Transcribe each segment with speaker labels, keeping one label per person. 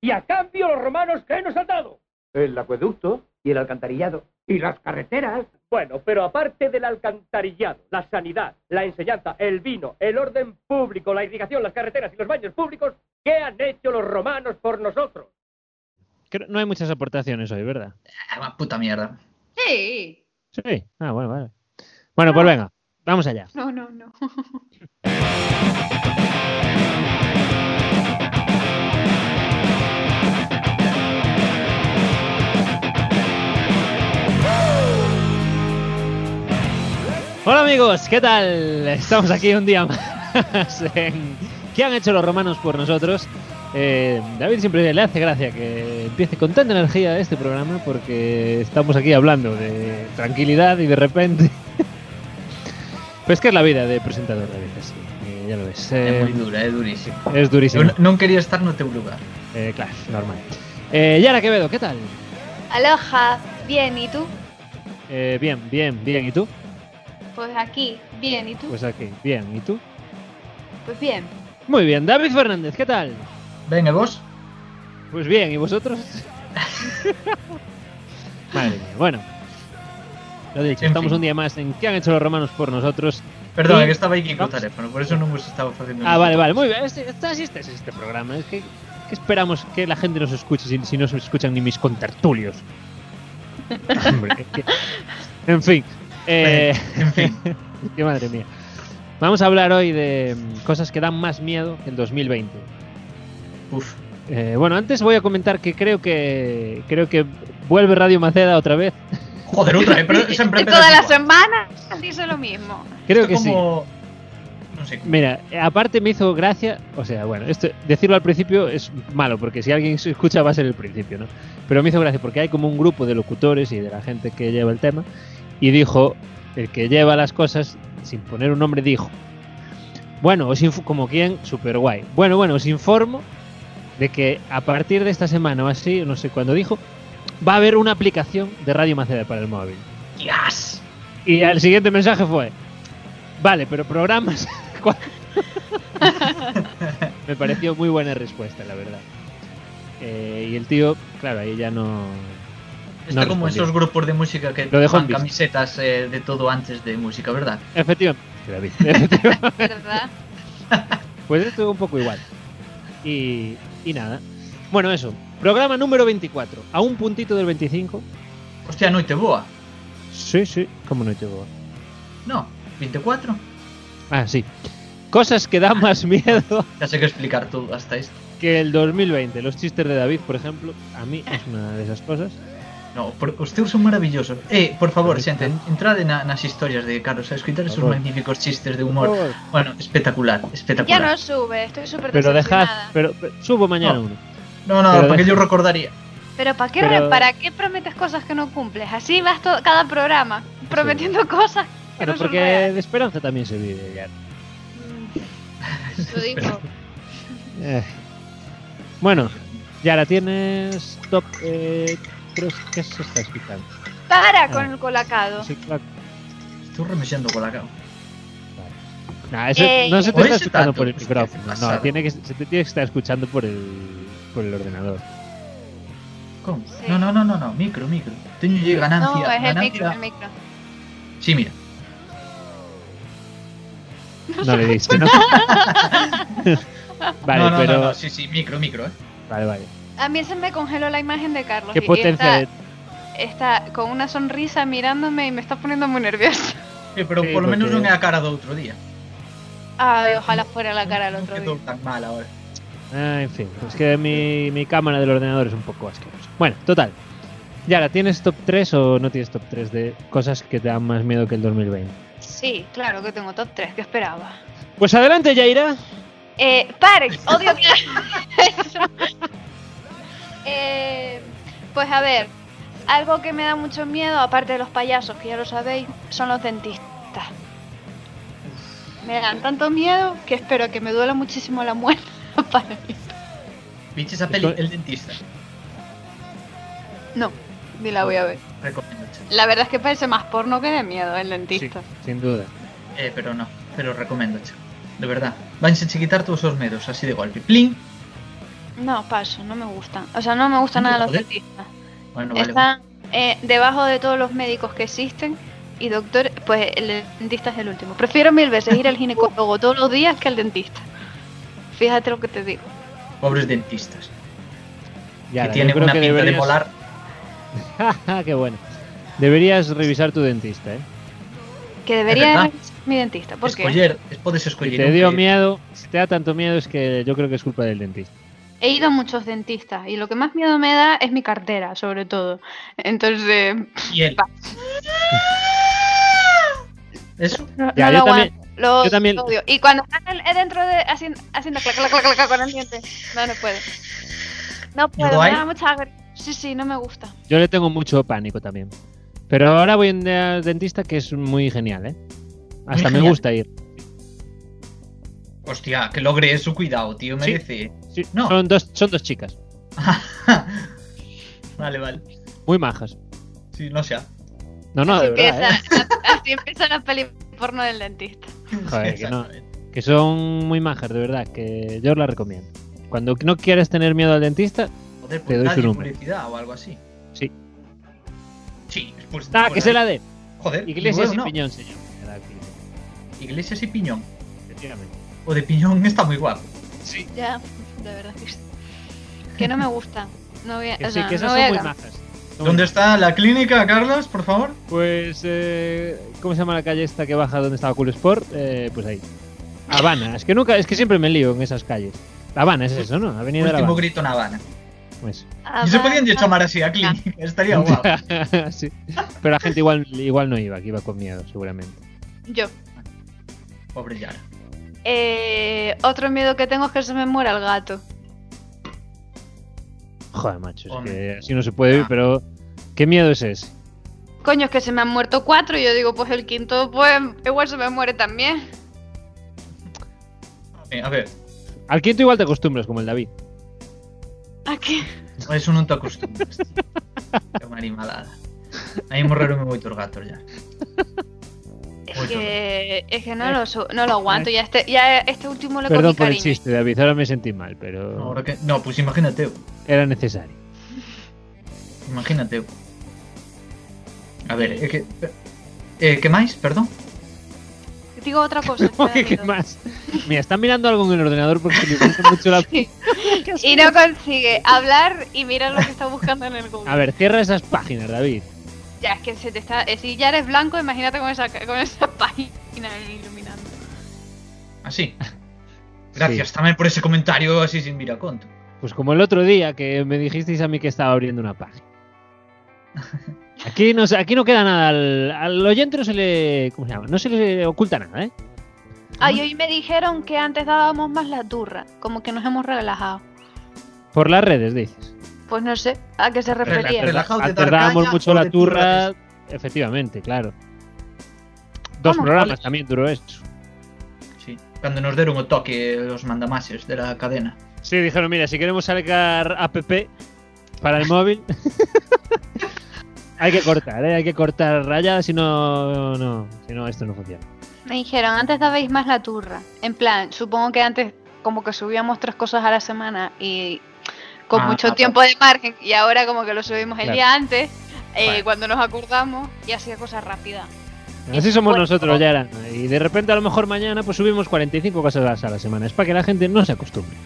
Speaker 1: Y a cambio, los romanos, ¿qué nos han dado?
Speaker 2: El acueducto
Speaker 3: y el alcantarillado.
Speaker 2: y las carreteras.
Speaker 1: Bueno, pero aparte del alcantarillado, la sanidad, la enseñanza, el vino, el orden público, la irrigación, las carreteras y los baños públicos, ¿qué han hecho los romanos por nosotros?
Speaker 4: Creo- no hay muchas aportaciones hoy, ¿verdad?
Speaker 3: Ah, puta mierda.
Speaker 5: Sí.
Speaker 4: Sí. Ah, bueno, vale. Bueno, pues venga, vamos allá.
Speaker 5: No, no, no.
Speaker 4: Hola amigos, ¿qué tal? Estamos aquí un día más en ¿Qué han hecho los romanos por nosotros? Eh, David siempre le hace gracia que empiece con tanta energía este programa porque estamos aquí hablando de tranquilidad y de repente... Pues que es la vida de presentador a veces, eh, ya lo ves. Eh,
Speaker 3: es muy dura, es durísimo.
Speaker 4: es
Speaker 3: Yo
Speaker 4: durísimo.
Speaker 3: no, no quería estar en otro lugar.
Speaker 4: Eh, claro, normal. Eh, Yara Quevedo, ¿qué tal?
Speaker 5: Aloha, bien, ¿y tú?
Speaker 4: Eh, bien, bien, bien. ¿Y tú?
Speaker 5: Pues aquí, bien, ¿y tú? Pues,
Speaker 4: Pues aquí, bien. ¿Y tú?
Speaker 5: bien.
Speaker 4: Muy bien. David Fernández, ¿qué tal?
Speaker 3: Venga, vos.
Speaker 4: Pues bien, ¿y vosotros? Madre mía, bueno. Lo dicho,
Speaker 3: En
Speaker 4: estamos
Speaker 3: fin.
Speaker 4: un día más en ¿Qué han hecho los romanos por nosotros?
Speaker 3: Perdón,
Speaker 4: Sí.
Speaker 3: que estaba aquí con
Speaker 4: Vamos.
Speaker 3: teléfono, por eso no hemos estado haciendo.
Speaker 4: Ah, vale, vale, muy bien. Este, este- así este es este programa. Es que, ¿qué esperamos que la gente nos escuche si, si no se escuchan ni mis contertulios? Hombre, es que- En fin. Eh,
Speaker 3: En fin.
Speaker 4: Qué madre mía. Vamos a hablar hoy de mm, cosas que dan más miedo que el 2020.
Speaker 3: Uf.
Speaker 4: Eh, bueno, antes voy a comentar que creo que creo que vuelve Radio Maceda otra vez.
Speaker 3: Joder, otra vez, pero siempre
Speaker 5: Y todas
Speaker 3: empiezas
Speaker 5: las
Speaker 3: igual.
Speaker 5: semanas dice lo mismo.
Speaker 4: Creo
Speaker 3: Esto
Speaker 4: que sí.
Speaker 3: como... No sé.
Speaker 4: Mira, eh, aparte me hizo gracia, o sea, bueno, esto decirlo al principio es malo porque si alguien se escucha va a ser el principio, ¿no? Pero me hizo gracia porque hay como un grupo de locutores y de la gente que lleva el tema y dijo el que lleva las cosas sin poner un nombre dijo, bueno, os inf- como quien, super guay. Bueno, bueno, os informo de que a partir de esta semana o así, no sé cuándo dijo, va a haber una aplicación de Radio Maceda para el móvil.
Speaker 3: ¡Dios!
Speaker 4: Y el siguiente mensaje fue: Vale, pero programas. ¿cuál?". Me pareció muy buena respuesta, la verdad. Eh, y el tío, claro, ahí ya no.
Speaker 3: Está
Speaker 4: No
Speaker 3: como
Speaker 4: respondió.
Speaker 3: esos grupos de música que
Speaker 4: Lo dejó en
Speaker 3: toman
Speaker 4: visto.
Speaker 3: camisetas eh, de todo antes de música, ¿verdad?
Speaker 4: Efectivamente. David, efectivamente.
Speaker 5: ¿Verdad?
Speaker 4: Pues esto un poco igual. Y, y nada. Bueno, eso. Programa número 24. A un puntito del 25.
Speaker 3: Hostia, no, y te boa.
Speaker 4: Sí, sí. ¿Cómo no te digo?
Speaker 3: No, 24.
Speaker 4: Ah, sí. Cosas que dan más miedo
Speaker 3: Ya sé que explicar tú hasta esto.
Speaker 4: que el 2020. Los chistes de David, por ejemplo. A mí es una de esas cosas.
Speaker 3: No, por, ustedes son maravillosos. Eh, por favor,
Speaker 4: Correcto.
Speaker 3: xente, entrade na, nas historias de Carlos a escutar esos
Speaker 4: Por favor.
Speaker 3: magníficos chistes de humor. Bueno, espectacular,
Speaker 5: Ya
Speaker 3: espectacular.
Speaker 5: no sube, estoy súper
Speaker 4: Pero dejad,
Speaker 5: decepcionada.
Speaker 4: pero, pero subo mañana
Speaker 3: No.
Speaker 4: uno.
Speaker 3: No, no,
Speaker 4: Pero
Speaker 3: porque
Speaker 4: deja-
Speaker 3: yo recordaría.
Speaker 5: Pero, ¿para qué,
Speaker 4: Pero-
Speaker 5: ¿para qué prometes cosas que no cumples? Así vas todo, cada programa prometiendo cosas que
Speaker 4: Pero
Speaker 5: no son
Speaker 4: porque
Speaker 5: reales.
Speaker 4: de esperanza también se vive ya.
Speaker 5: Mm, Lo digo.
Speaker 4: Eh. Bueno, Yara, tienes top. Eh, creo que se está escuchando.
Speaker 5: Para con el colacado.
Speaker 4: Sí, claro.
Speaker 3: Estou remexendo con la cara.
Speaker 4: Nah, eso-
Speaker 5: Eh,
Speaker 4: no se te
Speaker 3: Oye,
Speaker 4: está
Speaker 3: ese
Speaker 4: escuchando
Speaker 3: tanto,
Speaker 4: por el
Speaker 3: hostia,
Speaker 4: micrófono.
Speaker 3: qué pasada.
Speaker 4: No, tiene que, se te tiene que estar escuchando por el, por el ordenador.
Speaker 3: Como?
Speaker 5: Sí.
Speaker 3: No, no, no, no, no, micro, micro. Teño lle
Speaker 5: No,
Speaker 3: ganancia,
Speaker 5: es el micro,
Speaker 3: ganancia.
Speaker 5: el micro.
Speaker 3: Sí, mira.
Speaker 4: No le diste, ¿no? vale,
Speaker 3: no, no,
Speaker 4: pero.
Speaker 3: no, no, sí, sí, micro, micro, eh.
Speaker 4: Vale, vale.
Speaker 5: A mí se me congeló la imagen de Carlos.
Speaker 4: Qué
Speaker 5: y- y
Speaker 4: potencia
Speaker 5: está-
Speaker 4: de-
Speaker 5: está, con una sonrisa mirándome y me está poniendo muy nerviosa.
Speaker 3: Eh, pero
Speaker 4: Sí,
Speaker 3: por lo menos
Speaker 4: porque-
Speaker 3: non é a cara do outro día.
Speaker 5: Ay, ojalá fuera la cara del
Speaker 3: Non
Speaker 5: otro
Speaker 3: quedou
Speaker 5: día.
Speaker 3: tan mal ahora.
Speaker 4: Ah, en fin, es que mi, mi cámara del ordenador es un poco asquerosa. Bueno, total. Yara, ¿tienes top 3 o no tienes top 3 de cosas que te dan más miedo que el 2020?
Speaker 5: Sí, claro que tengo top 3, que esperaba.
Speaker 4: Pues adelante, Yaira.
Speaker 5: Eh, Parex, odio que eso. Eh, pues a ver, algo que me da mucho miedo, aparte de los payasos, que ya lo sabéis, son los dentistas. Me dan tanto miedo que espero que me duela muchísimo la muerte para mí.
Speaker 3: Viste esa peli,
Speaker 4: Esto-
Speaker 3: El Dentista.
Speaker 5: No, ni la voy a ver.
Speaker 3: Recomiendo, che.
Speaker 5: La verdad es que parece más porno que de miedo el dentista.
Speaker 4: sin duda.
Speaker 3: Eh, pero no, pero recomiendo, che. De verdad. Vanse a quitar todos os medos, así de golpe. Plin.
Speaker 5: No, paso, no me gustan. O sea, no me gustan
Speaker 3: Hombre,
Speaker 5: nada los
Speaker 3: joder.
Speaker 5: dentistas.
Speaker 3: Bueno, vale.
Speaker 5: Están eh, debajo de todos los médicos que existen y doctor, pues el dentista es el último. Prefiero mil veces ir al ginecólogo todos los días que al dentista. Fíjate lo que te digo.
Speaker 3: bueno. Pobres dentistas.
Speaker 4: Yara,
Speaker 3: que
Speaker 4: yo
Speaker 3: tienen
Speaker 4: creo
Speaker 3: una
Speaker 4: que
Speaker 3: pinta de
Speaker 4: deberías-
Speaker 3: molar.
Speaker 4: Qué bueno. Deberías revisar tu dentista, ¿eh?
Speaker 5: Que debería
Speaker 3: verdad.
Speaker 5: ir mi dentista. ¿Por qué?
Speaker 3: Escoller, es podes escoller.
Speaker 4: Si te dio
Speaker 3: que-
Speaker 4: miedo, si te da tanto miedo es que yo creo que es culpa del dentista.
Speaker 5: He ido a muchos dentistas y lo que más miedo me da es mi cartera, sobre todo. Entonces,
Speaker 3: Y él.
Speaker 5: Va. Eso. no,
Speaker 4: Ya,
Speaker 5: no
Speaker 4: yo
Speaker 5: lo
Speaker 4: también-
Speaker 5: aguanto. Lo
Speaker 4: yo también-
Speaker 5: odio. Y cuando están el- eh, dentro de haciendo, haciendo clac, clac, clac, clac con el diente, no, no puedo. No puedo, me
Speaker 3: Guay.
Speaker 5: da mucha agri- Sí, sí, no me gusta.
Speaker 4: Yo le tengo mucho pánico también. Pero ahora voy en- al dentista que es muy genial, ¿eh? Hasta me
Speaker 3: genial.
Speaker 4: gusta ir.
Speaker 3: Hostia, que logre su cuidado, tío.
Speaker 4: Sí.
Speaker 3: Merece.
Speaker 4: Sí,
Speaker 3: No.
Speaker 4: son, dos, son dos chicas,
Speaker 3: vale, vale.
Speaker 4: muy majas.
Speaker 3: Sí, no sea.
Speaker 4: No, no, de verdad, ¿eh?
Speaker 5: empieza, así empieza la peli porno del dentista.
Speaker 4: Joder, que no.
Speaker 3: Exactamente.
Speaker 4: Que son muy majas, de verdad, que yo os la recomiendo. Cuando no quieres tener miedo al dentista,
Speaker 3: Joder,
Speaker 4: Te doy
Speaker 3: pues
Speaker 4: su
Speaker 3: dale
Speaker 4: número.
Speaker 3: publicidad o algo así.
Speaker 4: Sí.
Speaker 3: Sí, pues.
Speaker 4: ¡ah,
Speaker 3: pues
Speaker 4: que se la
Speaker 3: dale.
Speaker 4: dé!
Speaker 3: Joder,
Speaker 4: Iglesias
Speaker 3: bueno,
Speaker 4: y
Speaker 3: no.
Speaker 4: piñón, señor. Era aquí,
Speaker 3: Iglesias y piñón.
Speaker 4: efectivamente.
Speaker 3: O de piñón está muy guapo.
Speaker 5: Ya, de verdad que sí. Que no me gusta. No voy a,
Speaker 4: Que
Speaker 5: o
Speaker 4: sí,
Speaker 5: sea,
Speaker 4: que esas
Speaker 5: no
Speaker 4: son
Speaker 5: voy a
Speaker 4: muy
Speaker 5: cam-
Speaker 4: majas. Son
Speaker 3: ¿Dónde
Speaker 4: muy-
Speaker 3: está la clínica, Carlos, por favor?
Speaker 4: Pues, eh, ¿cómo se llama la calle esta que baja donde estaba Cool Sport? Eh, pues ahí. Habana. Es que nunca, es que siempre me lío en esas calles. Habana es eso, ¿no? Avenida de la
Speaker 3: Último
Speaker 4: Habana.
Speaker 3: grito en Habana.
Speaker 4: Pues.
Speaker 5: Ah,
Speaker 3: Y se
Speaker 5: va,
Speaker 3: podían de
Speaker 5: va.
Speaker 3: llamar así a clínica, estaría guapo.
Speaker 4: Sí. Pero la gente igual, igual no iba, que iba con miedo, seguramente.
Speaker 5: Yo.
Speaker 3: Pobre Yara.
Speaker 5: Eh, otro miedo que tengo es que se me muera el gato.
Speaker 4: Joder, macho, es
Speaker 3: Hombre. Ah.
Speaker 4: que así no se puede vivir, pero ¿qué miedo es ese?
Speaker 5: Coño, es que se me han muerto cuatro y yo digo, pues el quinto, pues igual se me muere también.
Speaker 3: Eh, A ver,
Speaker 4: Al quinto igual te acostumbras, como el David.
Speaker 5: ¿A qué?
Speaker 3: eso no te acostumbras. tío. É unha animalada. Aí morreronme moitos gatos ya.
Speaker 5: Es
Speaker 3: Mucho.
Speaker 5: que, es que no, lo, su- no lo aguanto. Ya este, ya este último le
Speaker 4: Eh, Perdón
Speaker 5: cogí
Speaker 4: por el
Speaker 5: cariño.
Speaker 4: chiste, David, ahora me sentí mal, pero
Speaker 3: Ahora que... No, pues imagínate,
Speaker 4: era necesario.
Speaker 3: imagínate. A ver, é que... Eh, que máis, perdón?
Speaker 5: Digo otra cosa. que me da
Speaker 4: ¿Qué
Speaker 5: miedo.
Speaker 4: más? Mira, están mirando algo en el ordenador porque le gusta mucho la...
Speaker 5: Y no consigue hablar y mirar lo que está buscando en el Google.
Speaker 4: A ver, cierra esas páginas, David.
Speaker 5: Ya, es que se te está. eh, Si ya eres blanco, imagínate con esa, con esa página iluminando.
Speaker 3: Así. Ah, Gracias tamén por ese comentario así sin mira conto.
Speaker 4: Pues como el otro día que me dijisteis a mí que estaba abriendo una página. Aquí no, se- aquí no queda nada. Al, al oyente no se le. ¿Cómo se llama? No se le oculta nada, ¿eh?
Speaker 5: Ay, hoy me dijeron que antes dábamos más la turra. Como que nos hemos relajado.
Speaker 4: Por las redes, dices.
Speaker 5: Pues no sé a qué se refería.
Speaker 3: Relajado. Relajado de
Speaker 4: Antes
Speaker 3: dar
Speaker 4: dábamos
Speaker 3: caña
Speaker 4: mucho
Speaker 3: o
Speaker 4: la
Speaker 3: de turra
Speaker 4: turra. Efectivamente, claro. Dos
Speaker 5: Vamos,
Speaker 4: programas
Speaker 5: colegas.
Speaker 4: también duró esto.
Speaker 3: Sí. Cando nos deron o toque os mandamases de la cadena.
Speaker 4: Sí, dijeron, mira, si queremos sacar app para el móvil. hay que cortar, ¿eh? Hay que cortar rayadas, si no. No, si no, esto no funciona.
Speaker 5: Me dijeron, antes dabais más la turra. En plan, supongo que antes como que subíamos tres cosas a la semana y con
Speaker 4: Ah,
Speaker 5: mucho
Speaker 4: ah,
Speaker 5: tiempo de margen y ahora como que lo subimos el
Speaker 4: Claro.
Speaker 5: día antes, eh,
Speaker 4: Bueno.
Speaker 5: cuando nos acordamos y hacía cosas rápidas.
Speaker 4: Así somos
Speaker 5: Bueno.
Speaker 4: nosotros, Yara. Y de repente, a lo mejor mañana, pues subimos 45 cosas a la semana. Es para que la gente no se acostumbre.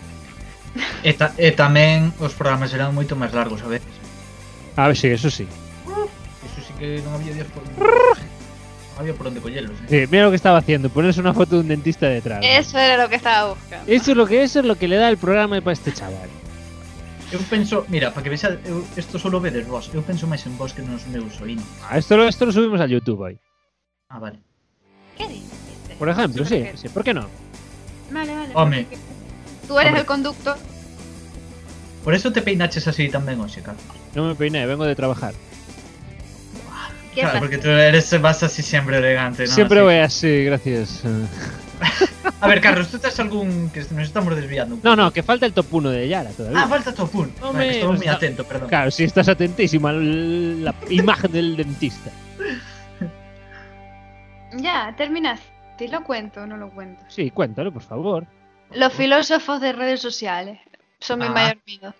Speaker 3: E, ta e tamén os programas eran moito máis largos a veces.
Speaker 4: A ver, sí, eso sí.
Speaker 3: Eso sí que non había días por... Non había por onde collelos, eh.
Speaker 4: Sí, mira lo que estaba haciendo, ponerse una foto de un dentista detrás.
Speaker 5: Eso era lo que estaba buscando.
Speaker 4: Eso es lo que eso es lo que le da el programa para este chaval.
Speaker 3: Eu penso, mira, para que vexa, eu, isto só o vedes vos, eu penso máis en vos que nos meus oídos.
Speaker 4: Ah, Esto lo, esto lo subimos a YouTube hoy.
Speaker 3: Ah, vale.
Speaker 5: ¿Qué dices?
Speaker 4: Por ejemplo, sí,
Speaker 5: Porque-
Speaker 4: sí, ¿por qué no?
Speaker 5: Vale, vale.
Speaker 3: Home.
Speaker 5: Tú eres
Speaker 3: Hombre.
Speaker 5: el conductor.
Speaker 3: Por eso te peinaches así tamén hoxe, Carlos.
Speaker 4: No me peiné, vengo de trabajar.
Speaker 5: ¿Qué
Speaker 3: Claro,
Speaker 5: pasa?
Speaker 3: porque tú eres, vas así siempre elegante, ¿no?
Speaker 4: Siempre
Speaker 3: Así.
Speaker 4: voy así, gracias. Eh,
Speaker 3: A ver, Carlos, tú tens algún... que nos estamos desviando un
Speaker 4: No,
Speaker 3: pouco.
Speaker 4: no, que falta el top 1 de Yara
Speaker 3: Ah,
Speaker 4: todavía.
Speaker 3: falta tu punto.
Speaker 4: Home,
Speaker 3: Vale, que estou moi
Speaker 4: está-
Speaker 3: atento, perdón.
Speaker 4: Claro, si estás atentísimo a la imagen del dentista.
Speaker 5: Ya, terminas. ¿Te lo cuento o no lo cuento?
Speaker 4: Sí, cuéntalo, por favor.
Speaker 5: Los filósofos de redes sociales. Son mi
Speaker 3: Ah.
Speaker 5: mayor miedo.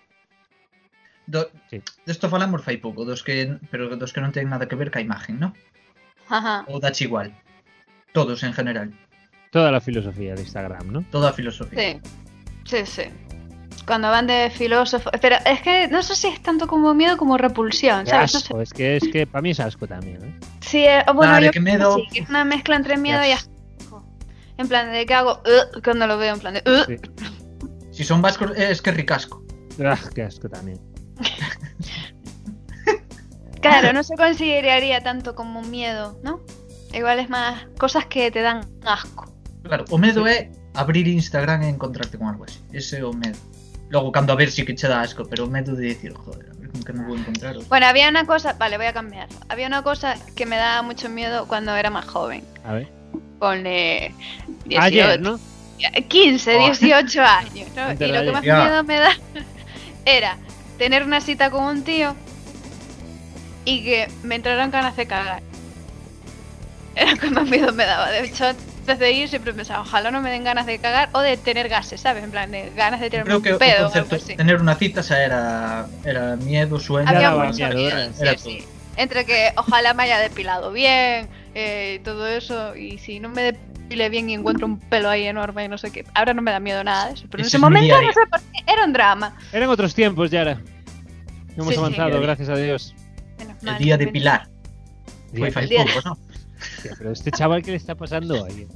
Speaker 3: Do-
Speaker 4: Sí.
Speaker 3: De esto falamos fai pouco, dos que, pero dos que non ten nada que ver ca imagen, ¿no?
Speaker 5: Ajá.
Speaker 3: Ou dache igual. Todos en general,
Speaker 4: Toda la filosofía de Instagram, ¿no?
Speaker 3: toda a filosofía.
Speaker 5: Sí, sí, sí. Cuando van de filósofo. Pero es que no sé si es tanto como miedo como repulsión,
Speaker 4: Qué
Speaker 5: ¿sabes? No sé.
Speaker 4: asco, es que, es que para mí es asco también. ¿eh?
Speaker 5: Sí, eh, bueno,
Speaker 3: Nah, de
Speaker 5: yo
Speaker 3: que
Speaker 5: creo
Speaker 3: miedo-
Speaker 5: sí, que es una mezcla entre miedo y
Speaker 4: Ya.
Speaker 5: asco. En plan, ¿de qué hago? "Ugh", cuando lo veo, en plan, de, uh, "Ugh".
Speaker 4: Sí.
Speaker 3: Si son vascos, eh, es que ricasco.
Speaker 4: Ah, qué asco también.
Speaker 5: Claro, no se consideraría tanto como miedo, ¿no? Igual es más cosas que te dan asco.
Speaker 3: Claro, o medo é abrir Instagram e encontrarte con algo así. Ese é o medo. Logo, cando a ver si que che dá asco, pero o medo de dicir, joder, a ver con que me vou encontrar. hoxe".
Speaker 5: Bueno, había una cosa, vale, voy a cambiar. Había una cosa que me daba mucho miedo cuando era más joven.
Speaker 4: A ver.
Speaker 5: Ponle 18,
Speaker 3: Ah,
Speaker 4: Ayer, ¿no?
Speaker 5: 15,
Speaker 3: Oh.
Speaker 5: 18 años, ¿no?
Speaker 4: Gente
Speaker 5: Y lo
Speaker 4: raya.
Speaker 5: que más
Speaker 3: Ya.
Speaker 5: miedo me da era tener una cita con un tío y que me entraran ganas de cagar. Era lo que más miedo me daba. De hecho, antes de ir siempre pensaba, ojalá no me den ganas de cagar o de tener gases, ¿sabes? En plan, de ganas de
Speaker 3: Eu
Speaker 5: tener
Speaker 3: creo
Speaker 5: un
Speaker 3: que o
Speaker 5: pedo o algo
Speaker 3: concepto
Speaker 5: así.
Speaker 3: de tener unha cita xa era, era miedo, sueño...
Speaker 4: Ya
Speaker 5: Había
Speaker 4: daba
Speaker 5: mucho
Speaker 4: miedo,
Speaker 5: miedo,
Speaker 4: era-
Speaker 5: sí,
Speaker 3: era
Speaker 5: sí. Entre que ojalá me haya depilado bien, eh, todo eso, y si no me depile bien y encuentro un pelo ahí enorme y no sé qué. Ahora no me da miedo nada de eso, pero en
Speaker 3: Ese
Speaker 5: ese
Speaker 3: es mi día
Speaker 5: momento
Speaker 3: a
Speaker 5: no sé por qué, era un drama.
Speaker 4: Eran otros tiempos, Yara. Hemos
Speaker 5: Sí, sí.
Speaker 4: avanzado, gracias a Dios.
Speaker 5: Menos
Speaker 3: El
Speaker 5: mal,
Speaker 3: día de
Speaker 5: menos-
Speaker 3: Pilar. Foi
Speaker 4: Dios,
Speaker 3: fai
Speaker 5: El día-
Speaker 3: pouco, non?
Speaker 4: hostia, pero este chaval, ¿qué le está pasando hoy?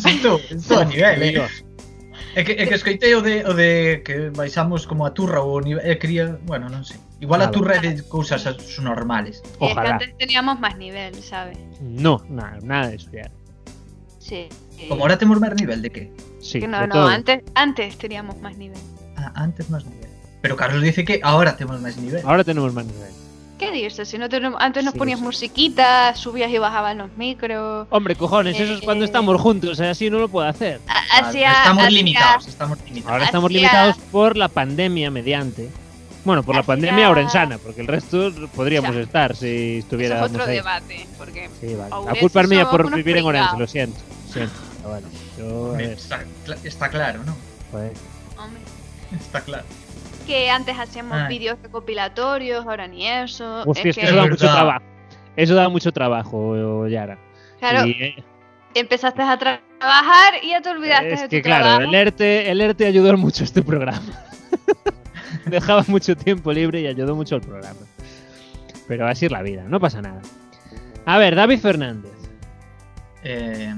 Speaker 3: Sinto, sinto a nivel, eh.
Speaker 4: Dios.
Speaker 3: É que, é que escoitei o de, o de que baixamos como a turra ou o nivel, eh, quería, bueno, non sei. Igual a
Speaker 4: Nada.
Speaker 3: turra é de cousas as normales.
Speaker 5: Y es que
Speaker 4: Ojalá.
Speaker 5: antes teníamos más nivel, ¿sabes?
Speaker 4: No, nada, nada de eso, Yara.
Speaker 5: Sí. sí.
Speaker 3: Como ahora temos máis nivel de que?
Speaker 4: Sí,
Speaker 5: Que
Speaker 4: de
Speaker 5: no, no,
Speaker 4: todo.
Speaker 5: antes, antes teníamos más nivel.
Speaker 3: Ah, antes máis nivel. Pero Carlos dice que ahora temos máis nivel.
Speaker 4: Ahora tenemos más nivel.
Speaker 5: ¿Qué dices? Si no tenemos, antes nos
Speaker 4: Sí,
Speaker 5: ponías
Speaker 4: sí.
Speaker 5: musiquita, subías y bajaban los micros.
Speaker 4: Hombre, cojones, eso es cuando
Speaker 5: Eh.
Speaker 4: estamos juntos, ¿eh? así no lo puedo hacer.
Speaker 5: Hacía,
Speaker 3: estamos
Speaker 5: hacía-
Speaker 3: limitados, estamos limitados.
Speaker 4: Ahora estamos
Speaker 5: Hacía-
Speaker 4: limitados por la pandemia mediante. Bueno, por la
Speaker 5: Hacía-
Speaker 4: pandemia ahora en sana, porque el resto podríamos
Speaker 5: Ya.
Speaker 4: estar si
Speaker 5: Eso es
Speaker 4: estuviéramos
Speaker 5: otro
Speaker 4: ahí.
Speaker 5: debate, porque
Speaker 4: Sí, vale. La
Speaker 5: Ourense
Speaker 4: culpa es mía
Speaker 5: somos
Speaker 4: por
Speaker 5: unos
Speaker 4: vivir en Orense,
Speaker 5: pringaos.
Speaker 4: lo siento. Lo siento, pero bueno. Yo, a ver, pues,
Speaker 3: Está, cla- está claro, ¿no?
Speaker 4: joder.
Speaker 5: hombre,
Speaker 3: Está claro.
Speaker 5: que antes hacíamos
Speaker 3: Ay.
Speaker 5: vídeos recopilatorios, ahora ni eso.
Speaker 4: Hostia,
Speaker 5: es
Speaker 4: es
Speaker 5: que,
Speaker 4: que Ah. eso da
Speaker 3: Es
Speaker 4: mucho
Speaker 3: verdad.
Speaker 4: trabajo. Eso da mucho trabajo, Yara.
Speaker 5: claro,
Speaker 4: Y, eh,
Speaker 5: empezaste a tra- trabajar y ya te olvidaste
Speaker 4: es
Speaker 5: de
Speaker 4: que
Speaker 5: tu
Speaker 4: claro,
Speaker 5: trabajo.
Speaker 4: el ERTE, el ERTE ayudó mucho a este programa. Dejaba mucho tiempo libre y ayudó mucho al programa. Pero así es la vida, no pasa nada. A ver, David Fernández,
Speaker 3: Eh,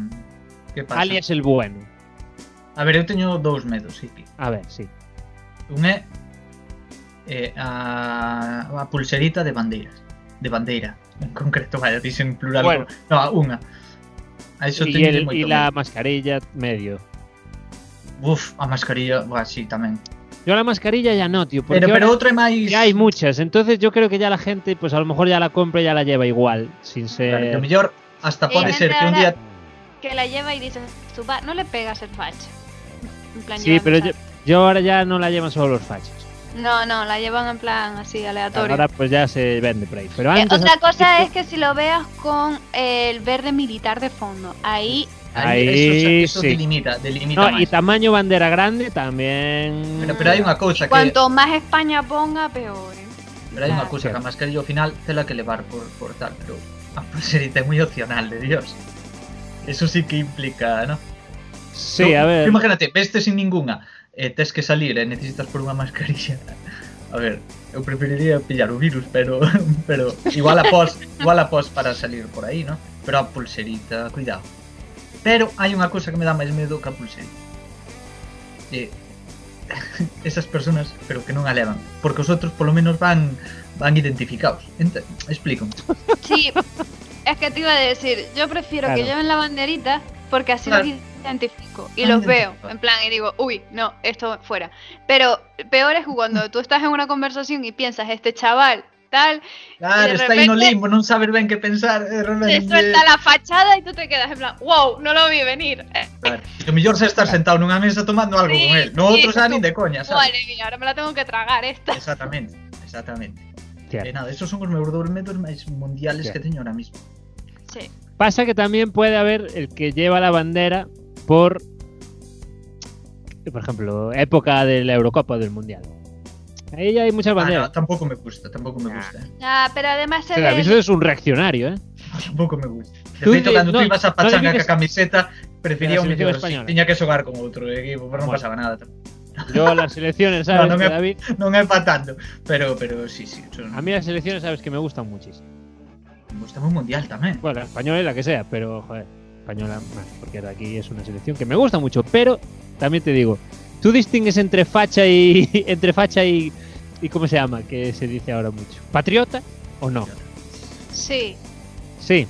Speaker 3: que pasa?
Speaker 4: alias el bueno.
Speaker 3: A ver, eu teño dous medos aquí.
Speaker 4: A ver, sí.
Speaker 3: Un é eh, a, a pulserita de bandeiras. De bandeira, en concreto, vaya, dixen plural.
Speaker 4: Bueno.
Speaker 3: No, a unha. A iso
Speaker 4: Y,
Speaker 3: teño
Speaker 4: el-
Speaker 3: moito
Speaker 4: y la mascarilla medio.
Speaker 3: medo. Uf, a mascarilla, buah, sí, tamén.
Speaker 4: Yo la mascarilla ya no, tío. Porque
Speaker 3: Pero, pero
Speaker 4: ahora
Speaker 3: outro é máis...
Speaker 4: ya hay muchas. Entonces yo creo que ya la gente, pues a lo mejor ya la compra y ya la lleva igual, sin
Speaker 3: Claro, que
Speaker 4: ser...
Speaker 3: o mellor hasta
Speaker 5: Sí,
Speaker 3: pode
Speaker 5: gente
Speaker 3: ser que un
Speaker 5: ahora-
Speaker 3: día
Speaker 5: Que la lleva y dices, tú va- no le pegas el facha. En plan,
Speaker 4: Sí,
Speaker 5: llevan
Speaker 4: pero
Speaker 5: esa-
Speaker 4: yo, yo ahora ya no la llevan solo los fachos.
Speaker 5: No, no, la llevan en plan así, aleatorio.
Speaker 4: Ahora pues ya se vende por ahí. Pero
Speaker 5: Eh,
Speaker 4: antes...
Speaker 5: otra cosa es que si lo veas con el verde militar de fondo, ahí
Speaker 3: Aí,
Speaker 4: Aí
Speaker 3: eso, eso
Speaker 4: sí.
Speaker 3: te limita, te limita
Speaker 4: No,
Speaker 3: máis.
Speaker 4: y tamaño bandera grande también.
Speaker 3: Pero, pero hai unha cousa que
Speaker 5: cuanto más España ponga, peor. ¿eh?
Speaker 3: pero hai unha
Speaker 5: Claro.
Speaker 3: cousa que a mascarilla ao final tela que levar por, por tal, pero a pulserita é moi opcional, de dios. Eso sí que implica, ¿no?
Speaker 4: Sí,
Speaker 3: No,
Speaker 4: a ver.
Speaker 3: Imagínate, veste sin ningunha, eh, tes que salir e necesitas por unha mascarilla. A ver, eu preferiría pillar o virus, pero pero igual a pos, igual a pos para salir por aí, ¿no? Pero a pulserita, cuidado. Pero hai unha cousa que me dá máis medo que a pulserita. Eh, esas personas, pero que non a levan, porque os outros polo menos van van identificados. Ent explico.
Speaker 5: Sí, es que te iba a decir, yo prefiero que
Speaker 4: Claro.
Speaker 5: lleven la banderita porque así
Speaker 3: Claro.
Speaker 5: los identifico y
Speaker 3: Los
Speaker 5: los veo,
Speaker 3: identifico.
Speaker 5: en plan, y digo, uy, no, esto fuera. Pero peor es cuando tú estás en una conversación y piensas, este chaval, tal,
Speaker 3: Claro,
Speaker 5: de
Speaker 3: está aí no
Speaker 5: repente-
Speaker 3: limbo, non sabes ben que pensar, e de
Speaker 5: te
Speaker 3: repente.
Speaker 5: suelta la fachada y tú te quedas en plan, wow, no lo vi venir. Eh,
Speaker 3: Claro. O mellor se estar sentado nunha mesa tomando algo
Speaker 5: Sí,
Speaker 3: con el. No
Speaker 5: sí,
Speaker 3: outro xa
Speaker 5: tú-
Speaker 3: nin de coña, sabes?
Speaker 5: madre mía, ahora me la tengo que tragar esta.
Speaker 3: Exactamente, exactamente.
Speaker 4: Cierto.
Speaker 3: E nada, esos son os meus dous medos máis mundiales
Speaker 4: Bien.
Speaker 3: que teño ahora mismo.
Speaker 5: Sí.
Speaker 4: Pasa que también puede haber el que lleva la bandera por por ejemplo, época de la Eurocopa o del Mundial. Ahí ya hay muchas
Speaker 3: Ah,
Speaker 4: banderas.
Speaker 3: no, tampoco me gusta, tampoco me gusta. eh.
Speaker 5: Ah, pero además se
Speaker 4: O sea,
Speaker 5: ve-
Speaker 4: eso es un reaccionario, ¿eh?
Speaker 3: Tampoco me gusta. De
Speaker 4: Tú
Speaker 3: feito,
Speaker 4: di-
Speaker 3: cando
Speaker 4: no,
Speaker 3: tú ibas
Speaker 4: no
Speaker 3: a pachanga
Speaker 4: digas-
Speaker 3: ca camiseta, prefería
Speaker 4: De la
Speaker 3: un
Speaker 4: selección
Speaker 3: mellor.
Speaker 4: española.
Speaker 3: Si tiña que xogar con outro equipo, pero non
Speaker 4: Bueno.
Speaker 3: pasaba nada. tam-
Speaker 4: Yo las selecciones, ¿sabes?
Speaker 3: No, no me-
Speaker 4: que David,
Speaker 3: Non é pa tanto, pero pero sí, sí, son,
Speaker 4: a mí las selecciones, sabes que me gustan muchísimo.
Speaker 3: gusta un mundial tamén.
Speaker 4: Bueno, la española y la que sea, pero joder, española más, porque de aquí es una selección que me gusta mucho, pero también te digo, tú distingues entre facha y entre facha y y cómo se llama, que se dice ahora mucho. ¿Patriota o no?
Speaker 5: Sí.
Speaker 4: Sí.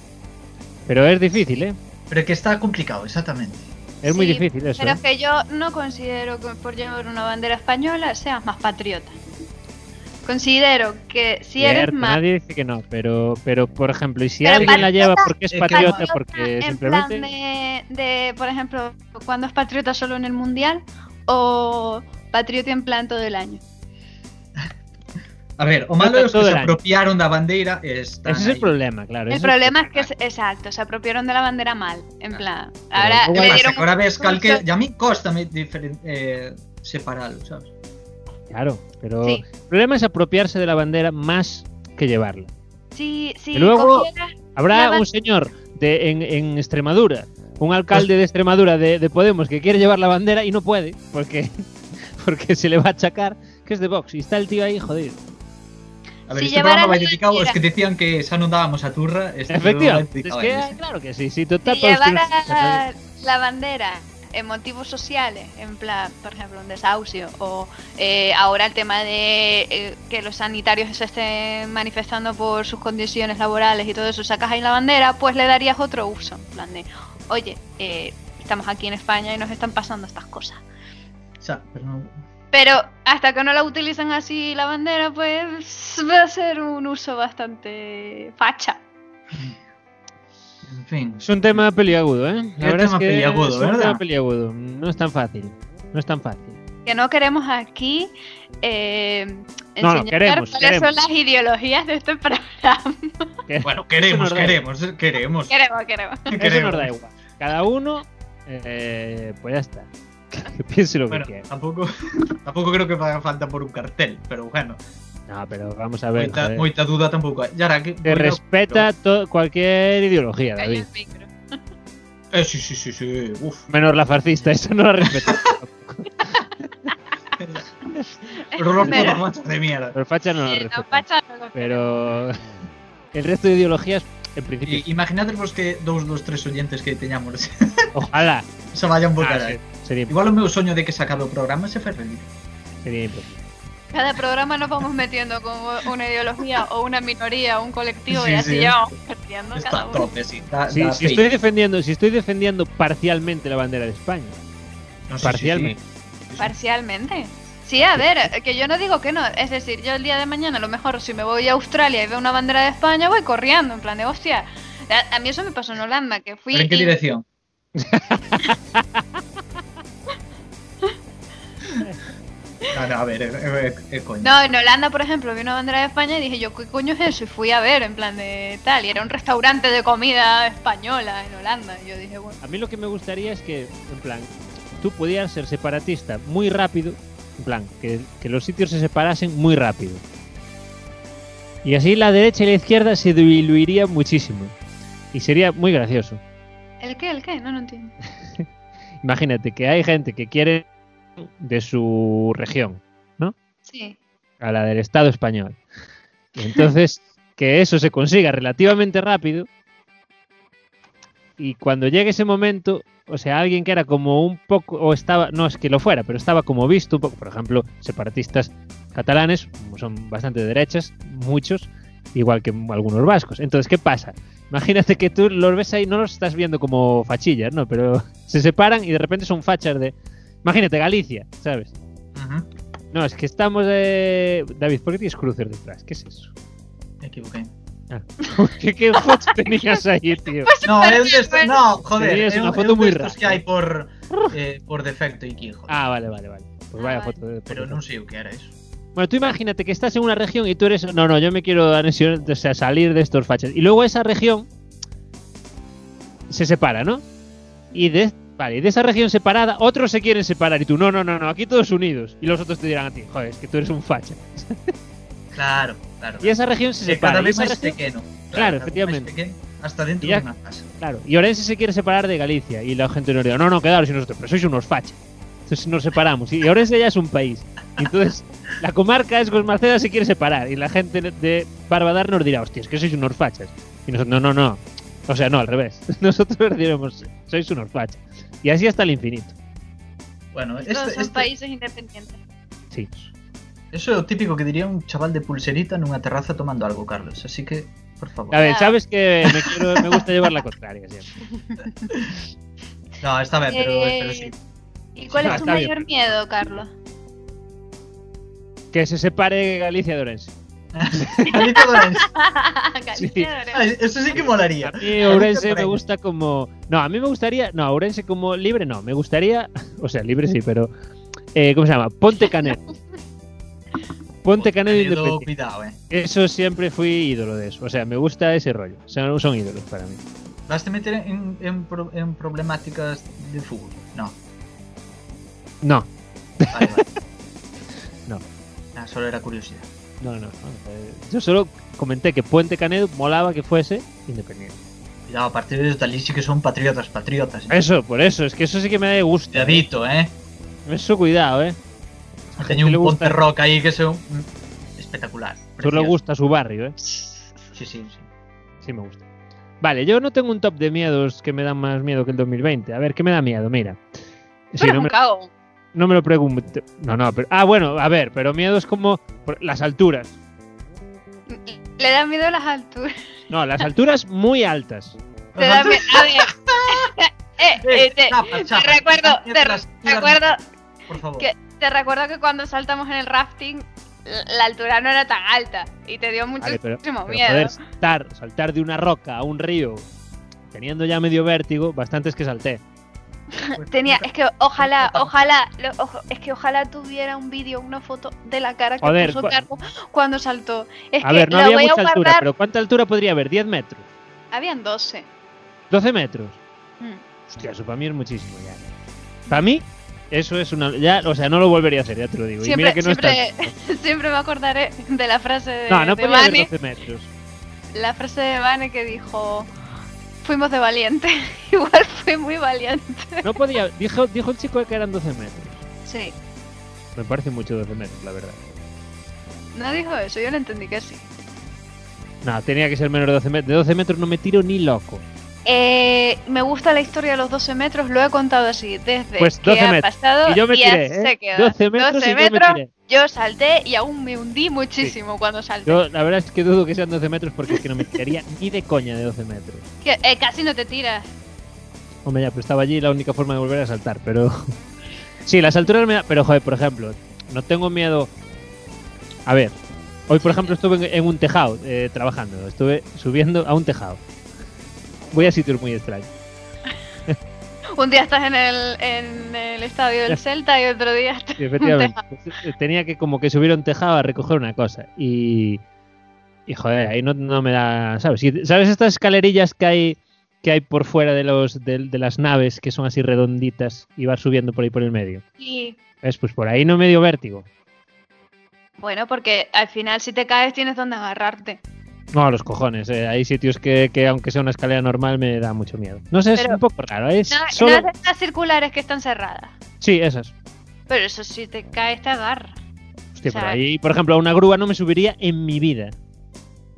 Speaker 4: Pero es difícil, ¿eh?
Speaker 3: Pero é que está complicado, exactamente.
Speaker 4: Es muy
Speaker 5: Sí,
Speaker 4: difícil eso.
Speaker 5: Pero
Speaker 4: ¿eh?
Speaker 5: es que yo no considero que por llevar una bandera española seas más patriota. Considero que si eres
Speaker 4: Cierto,
Speaker 5: más
Speaker 4: Nadie dice que no, pero, pero por ejemplo, y si
Speaker 5: Pero
Speaker 4: alguien la lleva
Speaker 5: patriota,
Speaker 4: porque es
Speaker 3: eh, que-
Speaker 4: patriota,
Speaker 5: patriota
Speaker 4: porque
Speaker 5: en plan
Speaker 4: simplemente.
Speaker 5: de, de, por ejemplo, cuando es patriota solo en el mundial o patriota en plan todo el año.
Speaker 3: A ver, o malo é os que
Speaker 4: Todo
Speaker 3: se
Speaker 4: el año.
Speaker 3: apropiaron da bandeira e están
Speaker 4: Ese es el
Speaker 3: aí.
Speaker 4: problema, claro. ese
Speaker 5: El problema es que, se- exacto, se apropiaron de la bandera mal. En plan,
Speaker 4: Pero
Speaker 5: ahora
Speaker 4: luego
Speaker 5: le
Speaker 4: pasa
Speaker 5: dieron.
Speaker 3: Agora ves cal que...
Speaker 5: mucho-
Speaker 3: E a mí cóstame diferen... eh, separalo, sabes?
Speaker 4: Claro, pero
Speaker 5: Sí.
Speaker 4: el problema es apropiarse de la bandera más que llevarla.
Speaker 5: Sí, sí,
Speaker 4: Y luego-
Speaker 5: cogieras-
Speaker 4: Habrá
Speaker 5: La ban-
Speaker 4: un señor de, en, en Extremadura, un alcalde de Extremadura de, de Podemos que quiere llevar la bandera y no puede, porque, porque se le va a achacar que es de Vox. Y está el tío ahí, jodido.
Speaker 3: A ver,
Speaker 5: Si
Speaker 3: este
Speaker 5: llevaran
Speaker 3: programa vai
Speaker 5: unha
Speaker 3: dedicado aos
Speaker 5: bandera.
Speaker 3: que decían que xa non dábamos a turra. Este programa vai
Speaker 4: Efectivamente. Es
Speaker 3: dedicado a
Speaker 4: que,
Speaker 3: eles.
Speaker 4: claro que sí, sí, total. pues,
Speaker 5: Si
Speaker 4: todos
Speaker 5: llevara
Speaker 4: tenemos-
Speaker 5: la bandera en motivos sociales, en plan, por ejemplo, un desahucio, o eh, ahora el tema de eh, que los sanitarios se estén manifestando por sus condiciones laborales y todo eso, sacas ahí la bandera, pues le darías otro uso, en plan de, oye, eh, estamos aquí en España y nos están pasando estas cosas.
Speaker 3: Xa, pero non-
Speaker 5: Pero hasta que no la utilizan así la bandera, pues va a ser un uso bastante facha.
Speaker 3: En fin.
Speaker 4: Es un tema peliagudo, ¿eh?
Speaker 3: Es tema peliagudo,
Speaker 4: es un
Speaker 3: ¿verdad?
Speaker 4: tema peliagudo. No es tan fácil. No es tan fácil.
Speaker 5: que no queremos aquí eh,
Speaker 4: No,
Speaker 5: enseñar
Speaker 4: no, queremos,
Speaker 5: cuáles
Speaker 4: queremos.
Speaker 5: son las ideologías de este programa.
Speaker 3: Bueno, queremos,
Speaker 4: Eso nos da-
Speaker 3: queremos, queremos.
Speaker 5: queremos, queremos.
Speaker 4: Eso
Speaker 3: Queremos.
Speaker 4: nos da igual. Cada uno, eh, pues ya está. Que piense lo
Speaker 3: Bueno,
Speaker 4: que quiera.
Speaker 3: tampouco, tampouco creo que faga falta por un cartel, pero bueno,
Speaker 4: No, pero vamos a ver.
Speaker 3: moita,
Speaker 4: joder.
Speaker 3: moita duda tampouco hai. Yara, que...
Speaker 4: Se
Speaker 3: moita-
Speaker 4: respeta to- cualquier ideología, David.
Speaker 5: Calla el micro.
Speaker 3: Eh, sí, sí, sí, sí, uf.
Speaker 4: Menos la fascista, eso no la respeta.
Speaker 3: Rollo
Speaker 5: Pero-
Speaker 3: romanza de mierda.
Speaker 4: Pero facha no la
Speaker 5: Sí, Eh, no,
Speaker 4: respeta.
Speaker 5: Pacha, no lo
Speaker 4: Pero el resto de ideologías, en principio,
Speaker 3: E imaginade vos que dous dos tres oyentes que teñamos
Speaker 4: ojalá.
Speaker 3: se vayan votar.
Speaker 4: Ah,
Speaker 3: aí.
Speaker 4: sí, sería,
Speaker 3: Igual o meu soño de que sacar o programa se fer feliz.
Speaker 4: sería imposible.
Speaker 5: Cada programa nos vamos metiendo como una ideología o una minoría o un colectivo
Speaker 3: Sí,
Speaker 5: y así
Speaker 3: sí.
Speaker 5: ya vamos perdiendo cada
Speaker 3: Está a
Speaker 5: uno.
Speaker 3: tope, sí. Da,
Speaker 4: Sí,
Speaker 3: da
Speaker 4: si, estoy defendiendo, si estoy defendiendo parcialmente la bandera de España. parcialmente.
Speaker 5: Parcialmente. Sí, a ver, que yo no digo que no. Es decir, yo el día de mañana, a lo mejor, si me voy a Australia y veo una bandera de España, voy corriendo, en plan de hostia. A, a mí eso me pasó en Holanda, que fui.
Speaker 3: Pero en que
Speaker 5: y-
Speaker 3: dirección? no, no, a ver, eh, é, é, é coña.
Speaker 5: No, en Holanda, por ejemplo, vi una bandera de España y dije yo, ¿qué coño es eso? Y fui a ver, en plan de tal, y era un restaurante de comida española en Holanda. Y yo dije, bueno,
Speaker 4: A mí lo que me gustaría es que, en plan, tú pudieras ser separatista muy rápido, en plan, que, que los sitios se separasen muy rápido. Y así la derecha y la izquierda se diluiría muchísimo. Y sería muy gracioso.
Speaker 5: ¿el qué? ¿El qué? No, no entiendo.
Speaker 4: Imagínate que hay gente que quiere de su región,
Speaker 5: Sí.
Speaker 4: a la del Estado español. Y entonces, que eso se consiga relativamente rápido. Y cuando llegue ese momento, o sea, alguien que era como un poco, o estaba, no es que lo fuera, pero estaba como visto un poco, por ejemplo, separatistas catalanes, como son bastante de derechas, muchos, igual que algunos vascos. Entonces, ¿qué pasa? Imagínate que tú los ves ahí, no los estás viendo como fachillas, ¿no? Pero se separan y de repente son fachas de... Imagínate Galicia, ¿sabes?
Speaker 3: Ujú,
Speaker 4: No, es que estamos. Eh... David, ¿por qué tienes crucer detrás? ¿Qué es eso?
Speaker 3: me equivoqué.
Speaker 4: ¿Qué, qué foto tenías ahí, tío?
Speaker 3: No, é un destes,
Speaker 5: bueno.
Speaker 3: no, joder,
Speaker 4: Tenías
Speaker 3: é un, é
Speaker 4: una foto
Speaker 3: un
Speaker 4: muy
Speaker 3: destes
Speaker 4: rara.
Speaker 3: que hai por eh, por defecto Iki, joder.
Speaker 4: Ah, vale, vale, vale. Pues
Speaker 5: Ah,
Speaker 4: vaya
Speaker 5: vale.
Speaker 4: foto. de-
Speaker 3: pero non sei o que era eso.
Speaker 4: Bueno, tú imagínate que estás en una región y tú eres. No, no, yo me quiero anexionar, o sea, salir de estos fachas. Y luego esa región se separa, ¿no? Y de Vale, y de esa región separada, otros se quieren separar y tú, no, no, no, no, aquí todos unidos. Y los otros te dirán a ti, joder, es que tú eres un facha.
Speaker 3: Claro, claro.
Speaker 4: Y esa región se
Speaker 3: Que
Speaker 4: separa.
Speaker 3: Eh, cada
Speaker 4: y
Speaker 3: vez
Speaker 4: esa
Speaker 3: más
Speaker 4: región-
Speaker 3: pequeño.
Speaker 4: Claro,
Speaker 3: cada vez más
Speaker 4: efectivamente.
Speaker 3: pequeño, hasta dentro
Speaker 4: Y ya-
Speaker 3: de una casa.
Speaker 4: Claro, y Orense se quiere separar de Galicia y la gente no le dice, no, no, quedaros y nosotros, pero sois unos fachas. Entonces nos separamos y Orense ya es un país. Y Entonces la comarca es Gosmarceda se quiere separar y la gente de Barbadar nos dirá, hostias, que sois unos fachas. Y nosotros, no, no, no. O sea, no, al revés. Nosotros diremos, sois unos fachas. Y así hasta el infinito.
Speaker 3: Bueno, este,
Speaker 5: Todos son
Speaker 3: este-
Speaker 5: países independientes.
Speaker 4: Sí.
Speaker 3: eso es lo típico que diría un chaval de pulserita en una terraza tomando algo, Carlos. Así que, por favor.
Speaker 4: A ver, sabes que me, quiero- me gusta llevar la contraria siempre.
Speaker 3: No, está bien, pero,
Speaker 5: Eh,
Speaker 3: pero sí.
Speaker 5: ¿Y cuál
Speaker 4: Ah,
Speaker 5: es tu
Speaker 4: está bien.
Speaker 5: mayor miedo, Carlos?
Speaker 4: Que se separe Galicia de Orense.
Speaker 3: Galicia de Orense.
Speaker 5: Galicia,
Speaker 3: Ah,
Speaker 5: Orense.
Speaker 3: Eso sí que molaría.
Speaker 4: A mí Ourense me gusta como. No, a mí me gustaría. No, Ourense como libre no. Me gustaría. O sea, libre sí, pero. eh, ¿Cómo se llama? Ponte Canedo. Ponte
Speaker 3: Canedo,
Speaker 4: Canedo Independiente.
Speaker 3: Cuidado, eh.
Speaker 4: Eso siempre fui ídolo de eso. O sea, me gusta ese rollo. Son, son ídolos para mí.
Speaker 3: ¿Vas a meter en, en pro- en problemáticas de fútbol? No.
Speaker 4: No,
Speaker 3: Vale, vale.
Speaker 4: No.
Speaker 3: Ah, solo era curiosidad.
Speaker 4: no, no. no. Eh, Yo solo comenté que Puente Canedo molaba que fuese independiente.
Speaker 3: Cuidado, a partir de Dalí sí que son patriotas, patriotas. eh.
Speaker 4: Eso, por eso. Es que eso sí que me da gusto.
Speaker 3: Cuidadito, eh.
Speaker 4: Eso, cuidado, eh.
Speaker 3: Tenía
Speaker 4: le
Speaker 3: un
Speaker 4: gusta.
Speaker 3: ponte rock ahí que es un- mm, espectacular.
Speaker 4: Tú le
Speaker 3: precioso.
Speaker 4: gusta su barrio, eh.
Speaker 3: Sí, sí, sí.
Speaker 4: Sí, me gusta. Vale, yo no tengo un top de miedos que me dan más miedo que el 2020. A ver, ¿qué me da miedo? Mira. Sí,
Speaker 5: Pero
Speaker 4: no, me,
Speaker 5: un cago.
Speaker 4: no me lo pregunto. No, no, pero. Ah, bueno, a ver, pero miedos como. por- Las alturas.
Speaker 5: Le da miedo las alturas.
Speaker 4: No, las alturas muy altas.
Speaker 5: Te da miedo. A ver. Eh, eh, te,
Speaker 3: Chapa,
Speaker 5: te
Speaker 3: chapa.
Speaker 5: recuerdo, te
Speaker 3: Las-
Speaker 5: re- recuerdo,
Speaker 3: Por favor.
Speaker 5: que, te recuerdo que cuando saltamos en el rafting, la la altura no era tan alta y te dio muchísimo
Speaker 4: Vale, pero. pero,
Speaker 5: miedo.
Speaker 4: joder, saltar, saltar de una roca a un río, teniendo ya medio vértigo, bastantes que salté.
Speaker 3: Pues,
Speaker 5: Tenía, es que ojalá,
Speaker 3: Ojalá.
Speaker 5: ojalá, lo- ojo, es que ojalá tuviera un vídeo, una foto de la cara que
Speaker 4: Joder,
Speaker 5: puso
Speaker 4: cua-
Speaker 5: Carlos cuando saltó. Es
Speaker 4: A
Speaker 5: que
Speaker 4: ver, no
Speaker 5: la
Speaker 4: había
Speaker 5: voy a
Speaker 4: mucha altura,
Speaker 5: guardar.
Speaker 4: pero ¿cuánta altura podría haber? ¿10 metros?
Speaker 5: Habían 12.
Speaker 4: ¿12 metros?
Speaker 5: Mm.
Speaker 4: Hostia, eso para mí es muchísimo ya. Para mí, eso es una. Ya, o sea, no lo volvería a hacer, ya te lo digo. y
Speaker 5: Siempre-
Speaker 4: mira que no es
Speaker 5: siempre-
Speaker 4: tanto.
Speaker 5: Siempre me acordaré de la frase de,
Speaker 4: No, no
Speaker 5: de
Speaker 4: podía haber
Speaker 5: Vane,
Speaker 4: 12 metros.
Speaker 5: la frase de Vane que dijo, fuimos de valiente. Igual fui muy valiente.
Speaker 4: No podía. Dijo, dijo el chico que eran 12 metros.
Speaker 5: Sí,
Speaker 4: Me parece mucho 12 metros, la verdad.
Speaker 5: no dijo eso, yo lo entendí que sí.
Speaker 4: No, tenía que ser menos de 12 metros. De 12 metros no me tiro ni loco.
Speaker 5: Eh, me gusta la historia de los 12 metros, lo he contado así, desde
Speaker 4: Pues
Speaker 5: que
Speaker 4: 12
Speaker 5: ha
Speaker 4: metros.
Speaker 5: pasado
Speaker 4: Y yo me
Speaker 5: así
Speaker 4: tiré,
Speaker 5: se
Speaker 4: ¿eh?
Speaker 5: queda.
Speaker 4: 12 metros y yo me
Speaker 5: metros,
Speaker 4: tiré.
Speaker 5: yo salté y aún me hundí muchísimo cuando salté.
Speaker 4: Yo la verdad es que dudo que sean 12 metros porque es que no me tiraría ni de coña de 12 metros.
Speaker 5: Que, eh, casi no te tiras.
Speaker 4: Hombre, ya, pero estaba allí la única forma de volver a saltar, pero. sí, las alturas me da. Pero, joder, por ejemplo, no tengo miedo. A ver, hoy, por ejemplo, estuve en, en un tejado eh, trabajando, estuve subiendo a un tejado. Voy a sitios muy extraños.
Speaker 5: Un día estás en el, en el estadio del Celta y otro día estás...
Speaker 4: Sí, efectivamente. Tenía que como que subir a un tejado a recoger una cosa. Y. Y joder, ahí no, no me da. ¿Sabes? Si- ¿Sabes estas escalerillas que hay que hay por fuera de los de, de las naves que son así redonditas y vas subiendo por ahí por el medio?
Speaker 5: Y,
Speaker 4: ¿Ves? Pues por ahí no me dio vértigo.
Speaker 5: bueno, porque al final si te caes tienes donde agarrarte.
Speaker 4: No, a los cojones. eh, Hay sitios que, que aunque sea una escalera normal, me da mucho miedo. No sé, es
Speaker 5: Pero-
Speaker 4: un poco raro. ¿eh? Es
Speaker 5: No,
Speaker 4: solo...
Speaker 5: no haces las circulares que están cerradas.
Speaker 4: Sí, esas.
Speaker 5: Pero eso si te caes te agarra.
Speaker 4: Hostia,
Speaker 5: O sea-
Speaker 4: por ahí, por ejemplo, a una grúa no me subiría en mi vida.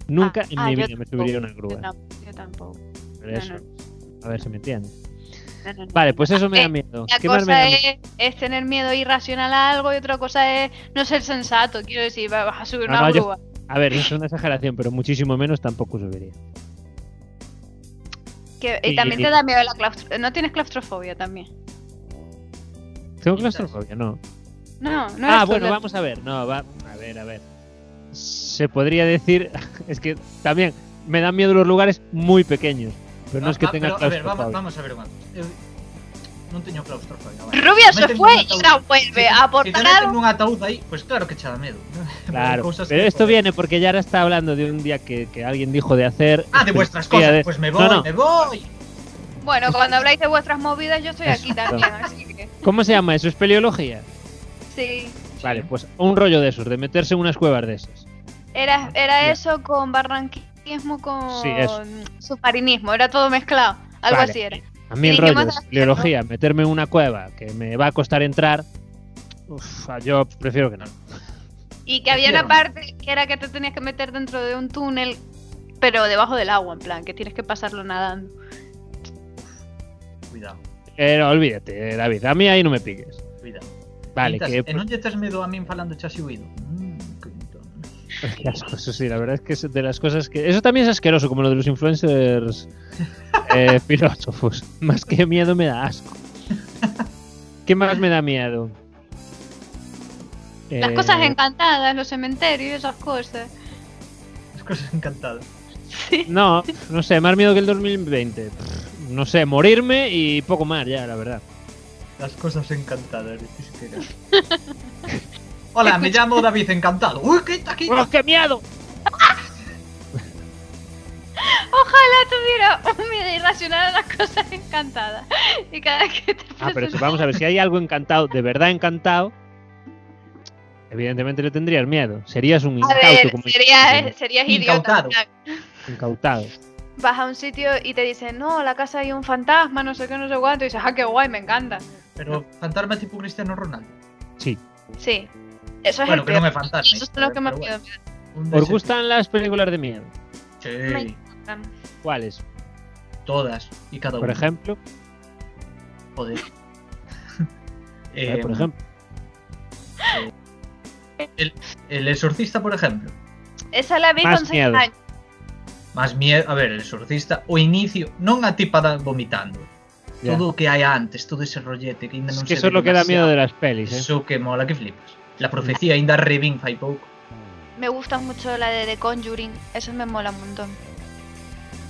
Speaker 4: Nunca
Speaker 5: Ah,
Speaker 4: en
Speaker 5: ah,
Speaker 4: mi
Speaker 5: yo
Speaker 4: vida me subiría a una
Speaker 5: tampoco,
Speaker 4: grúa.
Speaker 5: Yo tampoco. yo tampoco.
Speaker 4: Pero eso,
Speaker 5: no,
Speaker 4: A ver si me entienden.
Speaker 5: No, no, no.
Speaker 4: Vale, pues eso me
Speaker 5: Eh,
Speaker 4: da miedo.
Speaker 5: Una
Speaker 4: ¿Qué más me da
Speaker 5: cosa
Speaker 4: miedo?
Speaker 5: es, es tener miedo irracional a algo y otra cosa es no ser sensato. Quiero decir, va- vas a subir
Speaker 4: No,
Speaker 5: una
Speaker 4: no, yo-
Speaker 5: grúa.
Speaker 4: A ver, es una exageración, pero muchísimo menos tampoco subiría.
Speaker 5: Que- y
Speaker 4: Sí.
Speaker 5: también te da miedo la claustrofobia. No tienes claustrofobia también.
Speaker 4: ¿Tengo claustrofobia? No.
Speaker 5: No, no
Speaker 4: ah,
Speaker 5: eres
Speaker 4: bueno,
Speaker 5: claustro-
Speaker 4: vamos a ver. No, va. A ver, a ver. Se podría decir. es que también me dan miedo los lugares muy pequeños. Pero no,
Speaker 3: Ah,
Speaker 4: es que
Speaker 3: ah,
Speaker 4: tenga
Speaker 3: pero, a ver,
Speaker 4: claustrofobia.
Speaker 3: vamos, vamos a ver, vamos. Eh, Eu non teño claustrofobia. vale.
Speaker 5: Rubia se
Speaker 3: Meten
Speaker 5: fue
Speaker 3: un
Speaker 5: y
Speaker 3: ataúd.
Speaker 5: ahora vuelve
Speaker 3: Si-
Speaker 5: a
Speaker 3: Si
Speaker 5: aportar
Speaker 3: te meten
Speaker 5: algo.
Speaker 3: un ataúd ahí, pues claro que echa medo.
Speaker 4: Claro,
Speaker 3: Cousas
Speaker 4: pero
Speaker 3: que
Speaker 4: esto
Speaker 3: joder.
Speaker 4: viene porque Yara está hablando de un día que, que alguien dijo de hacer.
Speaker 3: Ah, de vuestras
Speaker 4: Sí, a
Speaker 3: cosas.
Speaker 4: ver.
Speaker 3: Pues me
Speaker 4: No,
Speaker 3: voy,
Speaker 4: no.
Speaker 3: me voy.
Speaker 5: Bueno, cuando habláis de vuestras movidas, yo estoy
Speaker 4: Eso,
Speaker 5: aquí también, así que.
Speaker 4: ¿Cómo se llama eso? ¿Espeleología?
Speaker 5: Sí.
Speaker 4: Vale, pues un rollo de esos, de meterse en unas cuevas de esas.
Speaker 5: Era, era
Speaker 4: Ya.
Speaker 5: eso con barranquismo, con
Speaker 4: Sí, eso.
Speaker 5: submarinismo, era todo mezclado. Algo
Speaker 4: Vale.
Speaker 5: así era.
Speaker 4: A mí el
Speaker 5: ¿Y qué
Speaker 4: rollo
Speaker 5: más
Speaker 4: de
Speaker 5: haces,
Speaker 4: espeleología, meterme en una cueva que me va a costar entrar, uf, yo prefiero que no.
Speaker 5: Y que había una parte que era que te tenías que meter dentro de un túnel, pero debajo del agua, en plan, que tienes que pasarlo nadando.
Speaker 3: Cuidado,
Speaker 4: Eh, no, olvídate, David, a mí ahí no me pilles.
Speaker 3: cuidado.
Speaker 4: Vale,
Speaker 3: Mientras,
Speaker 4: que...
Speaker 3: E non lle tes medo a min falando xa se oído. Mm, que entón.
Speaker 4: Qué asco, eso sí, la verdad es que es de las cosas que. Eso también es asqueroso, como lo de los influencers eh, filósofos. Más que miedo me da asco. ¿Qué más me da miedo?
Speaker 5: Las
Speaker 4: Eh,
Speaker 5: cosas encantadas, los cementerios, esas cosas.
Speaker 3: As cousas encantadas.
Speaker 4: Eh, No, no sé, más miedo que el 2020. Pff, No sé, morirme y poco más ya, la verdad.
Speaker 3: As cousas encantadas, dices que era. Hola, me llamo David Encantado. Uy, quita, quita.
Speaker 4: ¡Oh, ¡Qué miedo!
Speaker 5: Ojalá tuviera un miedo irracional a las cosas encantadas. Y cada vez que te
Speaker 4: Ah, pero si-
Speaker 5: presentas-
Speaker 4: vamos a ver, si hay algo encantado, de verdad encantado, evidentemente le tendrías miedo. Serías un
Speaker 5: A
Speaker 4: incauto
Speaker 5: ver,
Speaker 4: como
Speaker 5: serías, serías idiota.
Speaker 3: Incautado.
Speaker 5: en plan,
Speaker 4: incautado.
Speaker 5: Vas a un sitio y te dicen, no, la casa hay un fantasma, no sé qué, no sé cuánto. Y dices, ah, qué guay, me encanta.
Speaker 3: Pero fantasma tipo Cristiano Ronaldo.
Speaker 4: Sí.
Speaker 5: Sí. Eso es
Speaker 3: Bueno,
Speaker 5: el
Speaker 3: que non é
Speaker 5: peor.
Speaker 3: fantasma.
Speaker 5: Eso Pues este es lo que más miedo me
Speaker 4: ¿Os gustan las películas de miedo?
Speaker 3: Sí,
Speaker 5: dan.
Speaker 4: ¿Cuáles?
Speaker 3: todas y cada
Speaker 4: Por
Speaker 3: una.
Speaker 4: ejemplo,
Speaker 3: Joder.
Speaker 4: eh, por
Speaker 3: Em,
Speaker 4: ejemplo,
Speaker 3: El exorcista, por ejemplo.
Speaker 5: Esa la vi
Speaker 4: Más
Speaker 5: con seis
Speaker 4: miedo.
Speaker 5: años.
Speaker 3: Más miedo, a ver, el exorcista, o inicio, non a tipada vomitando.
Speaker 4: ya.
Speaker 3: Todo o que hai antes, todo ese rollete que ainda
Speaker 4: es
Speaker 3: non
Speaker 4: que
Speaker 3: se
Speaker 4: eso es
Speaker 3: ve
Speaker 4: lo que da
Speaker 3: demasiado.
Speaker 4: miedo de las pelis, ¿eh?
Speaker 3: Eso que mola que flipas. La profecía ainda revin fai pouco.
Speaker 5: Me gusta mucho la de The Conjuring, eso me mola un montón.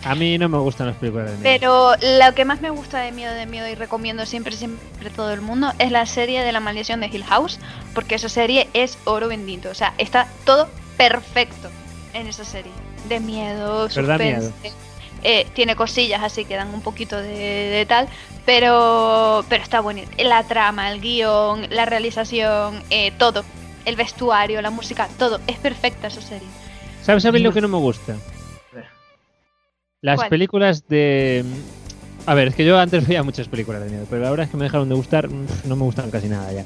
Speaker 4: A mí no me gustan las películas de miedo.
Speaker 5: Pero lo que más me gusta de miedo, de miedo y recomiendo siempre, siempre a todo el mundo es la serie de La Maldición de Hill House, porque esa serie es oro bendito. O sea, está todo perfecto en esa serie. De miedo,
Speaker 4: Pero da
Speaker 5: suspense. eh, tiene cosillas así que dan un poquito de, de tal, pero, pero está bueno. La trama, el guión, la realización, eh, todo. El vestuario, la música, todo. Es perfecta esa serie.
Speaker 4: ¿Sabes, sabes lo que no me gusta?
Speaker 3: A ver.
Speaker 4: Las
Speaker 5: ¿Cuál?
Speaker 4: películas de... A ver, es que yo antes veía muchas películas de miedo, pero la verdad es que me dejaron de gustar, mm, no me gustan casi nada ya.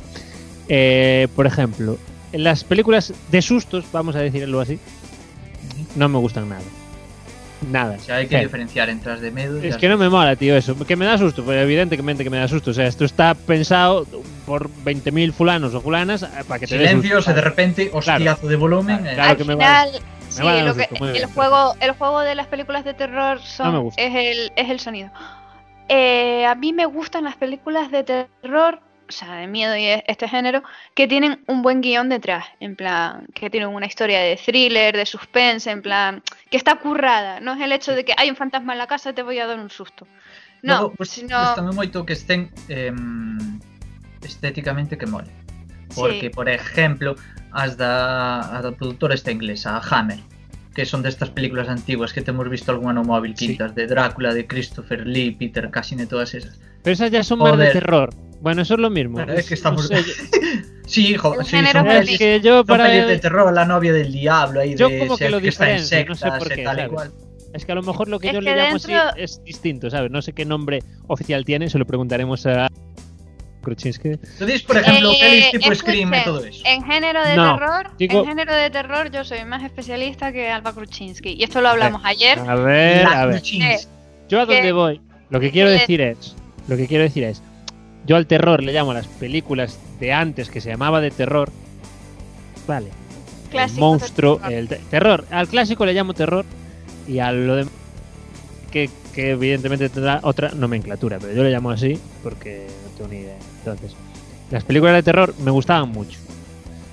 Speaker 4: Eh, por ejemplo, las películas de sustos, vamos a decirlo así, no me gustan nada. Nada.
Speaker 3: Xa hai que
Speaker 4: Cero.
Speaker 3: diferenciar entre as de medo e
Speaker 4: Eh.
Speaker 3: as-
Speaker 4: Es que no me mola, tío, eso. Que me da susto, pues evidentemente que me da susto. O sea, esto está pensado por 20.000 fulanos o fulanas eh, para que te dé
Speaker 3: Silencios
Speaker 4: susto.
Speaker 3: e de repente hostiazo de volumen.
Speaker 4: Claro,
Speaker 3: e-
Speaker 4: claro.
Speaker 5: Al
Speaker 4: Ah, que me
Speaker 5: final, sí,
Speaker 4: me vale
Speaker 5: lo
Speaker 4: los
Speaker 5: que-
Speaker 4: sustos, muy
Speaker 5: el,
Speaker 4: bien,
Speaker 5: juego, el juego de las películas de terror son,
Speaker 4: No me gusta.
Speaker 5: es, el, es el sonido. Eh, a mí me gustan las películas de terror, o sea, de miedo y e- este género, que tienen un buen guión detrás, en plan, que tienen una historia de thriller, de suspense, en plan, que está currada. No es el hecho de que hay un fantasma en la casa, te voy a dar un susto. No,
Speaker 3: Logo, gust-
Speaker 5: sino...
Speaker 3: gustame moito que estén em, estéticamente que mole. Porque,
Speaker 5: sí.
Speaker 3: por exemplo, as da, a da productora esta inglesa, a Hammer, que son destas películas antiguas que temos visto algunha no móvil,
Speaker 4: Sí.
Speaker 3: quintas de Drácula, de Christopher Lee, Peter Cushing e todas esas.
Speaker 4: Pero esas ya son más de
Speaker 3: Joder.
Speaker 4: terror. Bueno, eso es lo mismo.
Speaker 3: Claro, es que estamos-
Speaker 4: no sé, yo-
Speaker 3: Sí, jo,
Speaker 5: El
Speaker 3: sí,
Speaker 5: género
Speaker 3: son
Speaker 5: femenino.
Speaker 3: pelis-
Speaker 4: es que yo
Speaker 3: son pelis de
Speaker 4: para...
Speaker 3: terror, la novia del diablo, aí
Speaker 4: Yo
Speaker 3: de
Speaker 4: como que
Speaker 3: ser
Speaker 4: lo
Speaker 3: está en
Speaker 4: diferencio, no sé
Speaker 3: sectas
Speaker 4: por
Speaker 3: e
Speaker 4: qué,
Speaker 3: tal e
Speaker 4: ¿sabes?
Speaker 3: cual.
Speaker 4: Es que a lo mejor lo que
Speaker 5: Es
Speaker 4: yo
Speaker 5: que
Speaker 4: le llamo así
Speaker 5: dentro-
Speaker 4: es distinto, ¿sabes? No sé qué nombre oficial tiene, se lo preguntaremos a Kruczynski.
Speaker 3: Tú dis, por exemplo,
Speaker 5: Eh,
Speaker 3: pelis tipo
Speaker 5: escuchen,
Speaker 3: Scream e
Speaker 4: eh,
Speaker 3: todo eso.
Speaker 5: En género de
Speaker 4: No,
Speaker 5: terror,
Speaker 4: digo-
Speaker 5: en género de terror yo soy más especialista que Alba Kruczynski. Y esto lo hablamos
Speaker 4: Eh,
Speaker 5: ayer.
Speaker 4: A ver,
Speaker 3: Las
Speaker 4: a ver. Eh.
Speaker 3: cuchins.
Speaker 4: Yo a dónde
Speaker 5: que-
Speaker 4: voy. Lo que quiero
Speaker 5: que-
Speaker 4: decir es, lo que quiero decir es, yo al terror le llamo a las películas de antes que se llamaba de terror. Vale. el
Speaker 5: Clásicos
Speaker 4: monstruo, eh,
Speaker 5: de terror.
Speaker 4: el te- terror. Al clásico le llamo terror y a lo demás que, que evidentemente tendrá otra nomenclatura, pero yo le llamo así porque no tengo ni idea. Entonces, las películas de terror me gustaban mucho.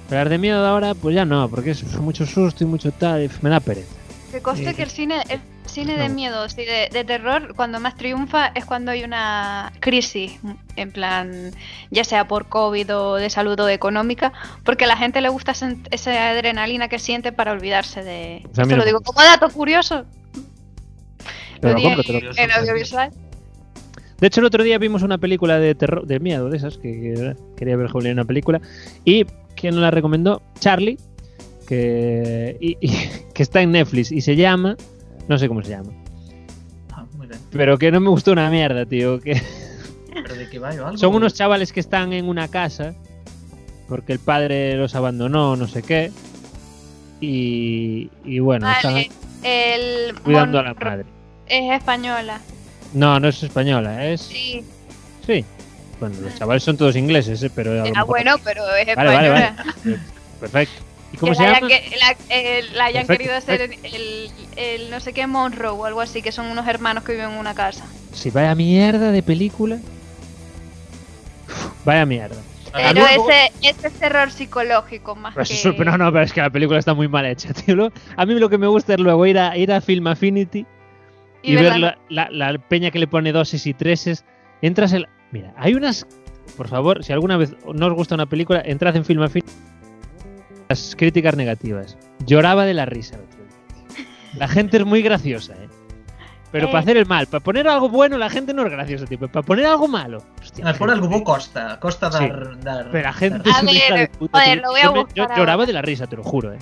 Speaker 4: Pero las de miedo de ahora, pues ya no, porque es mucho susto y mucho tal, y me da pereza.
Speaker 5: Que conste
Speaker 4: Eh,
Speaker 5: que el cine, el cine de
Speaker 4: no.
Speaker 5: miedo, sí, de, de terror, cuando más triunfa es cuando hay una crisis, en plan, ya sea por COVID o de salud o económica, porque a la gente le gusta sen- esa adrenalina que siente para olvidarse de...
Speaker 4: Pues a mí
Speaker 5: Esto
Speaker 4: no
Speaker 5: lo
Speaker 4: me
Speaker 5: digo
Speaker 4: gusta.
Speaker 5: como dato curioso
Speaker 4: Te lo
Speaker 5: digo
Speaker 4: compro, te lo-
Speaker 5: en audiovisual.
Speaker 4: De hecho, el otro día vimos una película de terror, de miedo, de esas, que, que quería ver Julián una película. Y quien nos la recomendó, Charlie, que, y- y- que está en Netflix y se llama, no sé cómo se llama,
Speaker 3: Ah, muy bien.
Speaker 4: pero que no me gustó una mierda, tío. Que
Speaker 3: Pero de qué va
Speaker 5: Ah,
Speaker 3: o algo.
Speaker 4: son unos chavales que están en una casa porque el padre los abandonó, no sé qué. Y, y bueno,
Speaker 5: Vale,
Speaker 4: están
Speaker 5: el
Speaker 4: cuidando a
Speaker 5: mon-
Speaker 4: la madre.
Speaker 5: es española.
Speaker 4: No, no es española, es.
Speaker 5: Sí.
Speaker 4: Sí. Bueno, los chavales son todos ingleses, ¿eh? pero. a lo
Speaker 5: Ah,
Speaker 4: mejor-
Speaker 5: bueno, pero es
Speaker 4: Vale, vale,
Speaker 5: española.
Speaker 4: vale. Perfecto. ¿Y cómo
Speaker 5: que
Speaker 4: se
Speaker 5: la,
Speaker 4: llama?
Speaker 5: hayan que- la- eh, la hayan
Speaker 4: Perfecto,
Speaker 5: querido hacer el, el no sé qué Monroe o algo así, que son unos hermanos que viven en una casa.
Speaker 4: Si vaya mierda de película. Uf, vaya mierda.
Speaker 3: A ver,
Speaker 5: Pero
Speaker 4: luego-
Speaker 5: ese, ese es terror psicológico más
Speaker 4: Pero Ah, Pues eso
Speaker 5: que...
Speaker 4: es- pero no, no, pero es que la película está muy mal hecha, tío. Lo- A mí lo que me gusta es luego ir a, ir a Film Affinity y, ver
Speaker 5: verla-
Speaker 4: la, la- la peña que le pone dosis y treses. Entras el. Mira, hay unas. Por favor, si alguna vez no os gusta una película, entrad en Film Affinity. Las críticas negativas. Lloraba de la risa. el otro día, tío. La gente es muy graciosa, ¿eh? Pero
Speaker 5: Eh.
Speaker 4: para hacer el mal, para poner algo bueno, la gente no es graciosa, tío. pero Para poner algo malo. hostia,
Speaker 3: Ah, Por
Speaker 4: gente-
Speaker 3: algo vos costa. Costa
Speaker 4: Sí.
Speaker 3: dar. dar
Speaker 4: Pero la
Speaker 3: dar-
Speaker 4: gente
Speaker 5: A
Speaker 4: es una hija
Speaker 5: ver,
Speaker 4: de puta.
Speaker 5: joder,
Speaker 4: tío.
Speaker 5: lo voy a
Speaker 4: yo, me- yo
Speaker 5: buscar ahora.
Speaker 4: lloraba de la risa, te lo juro, eh.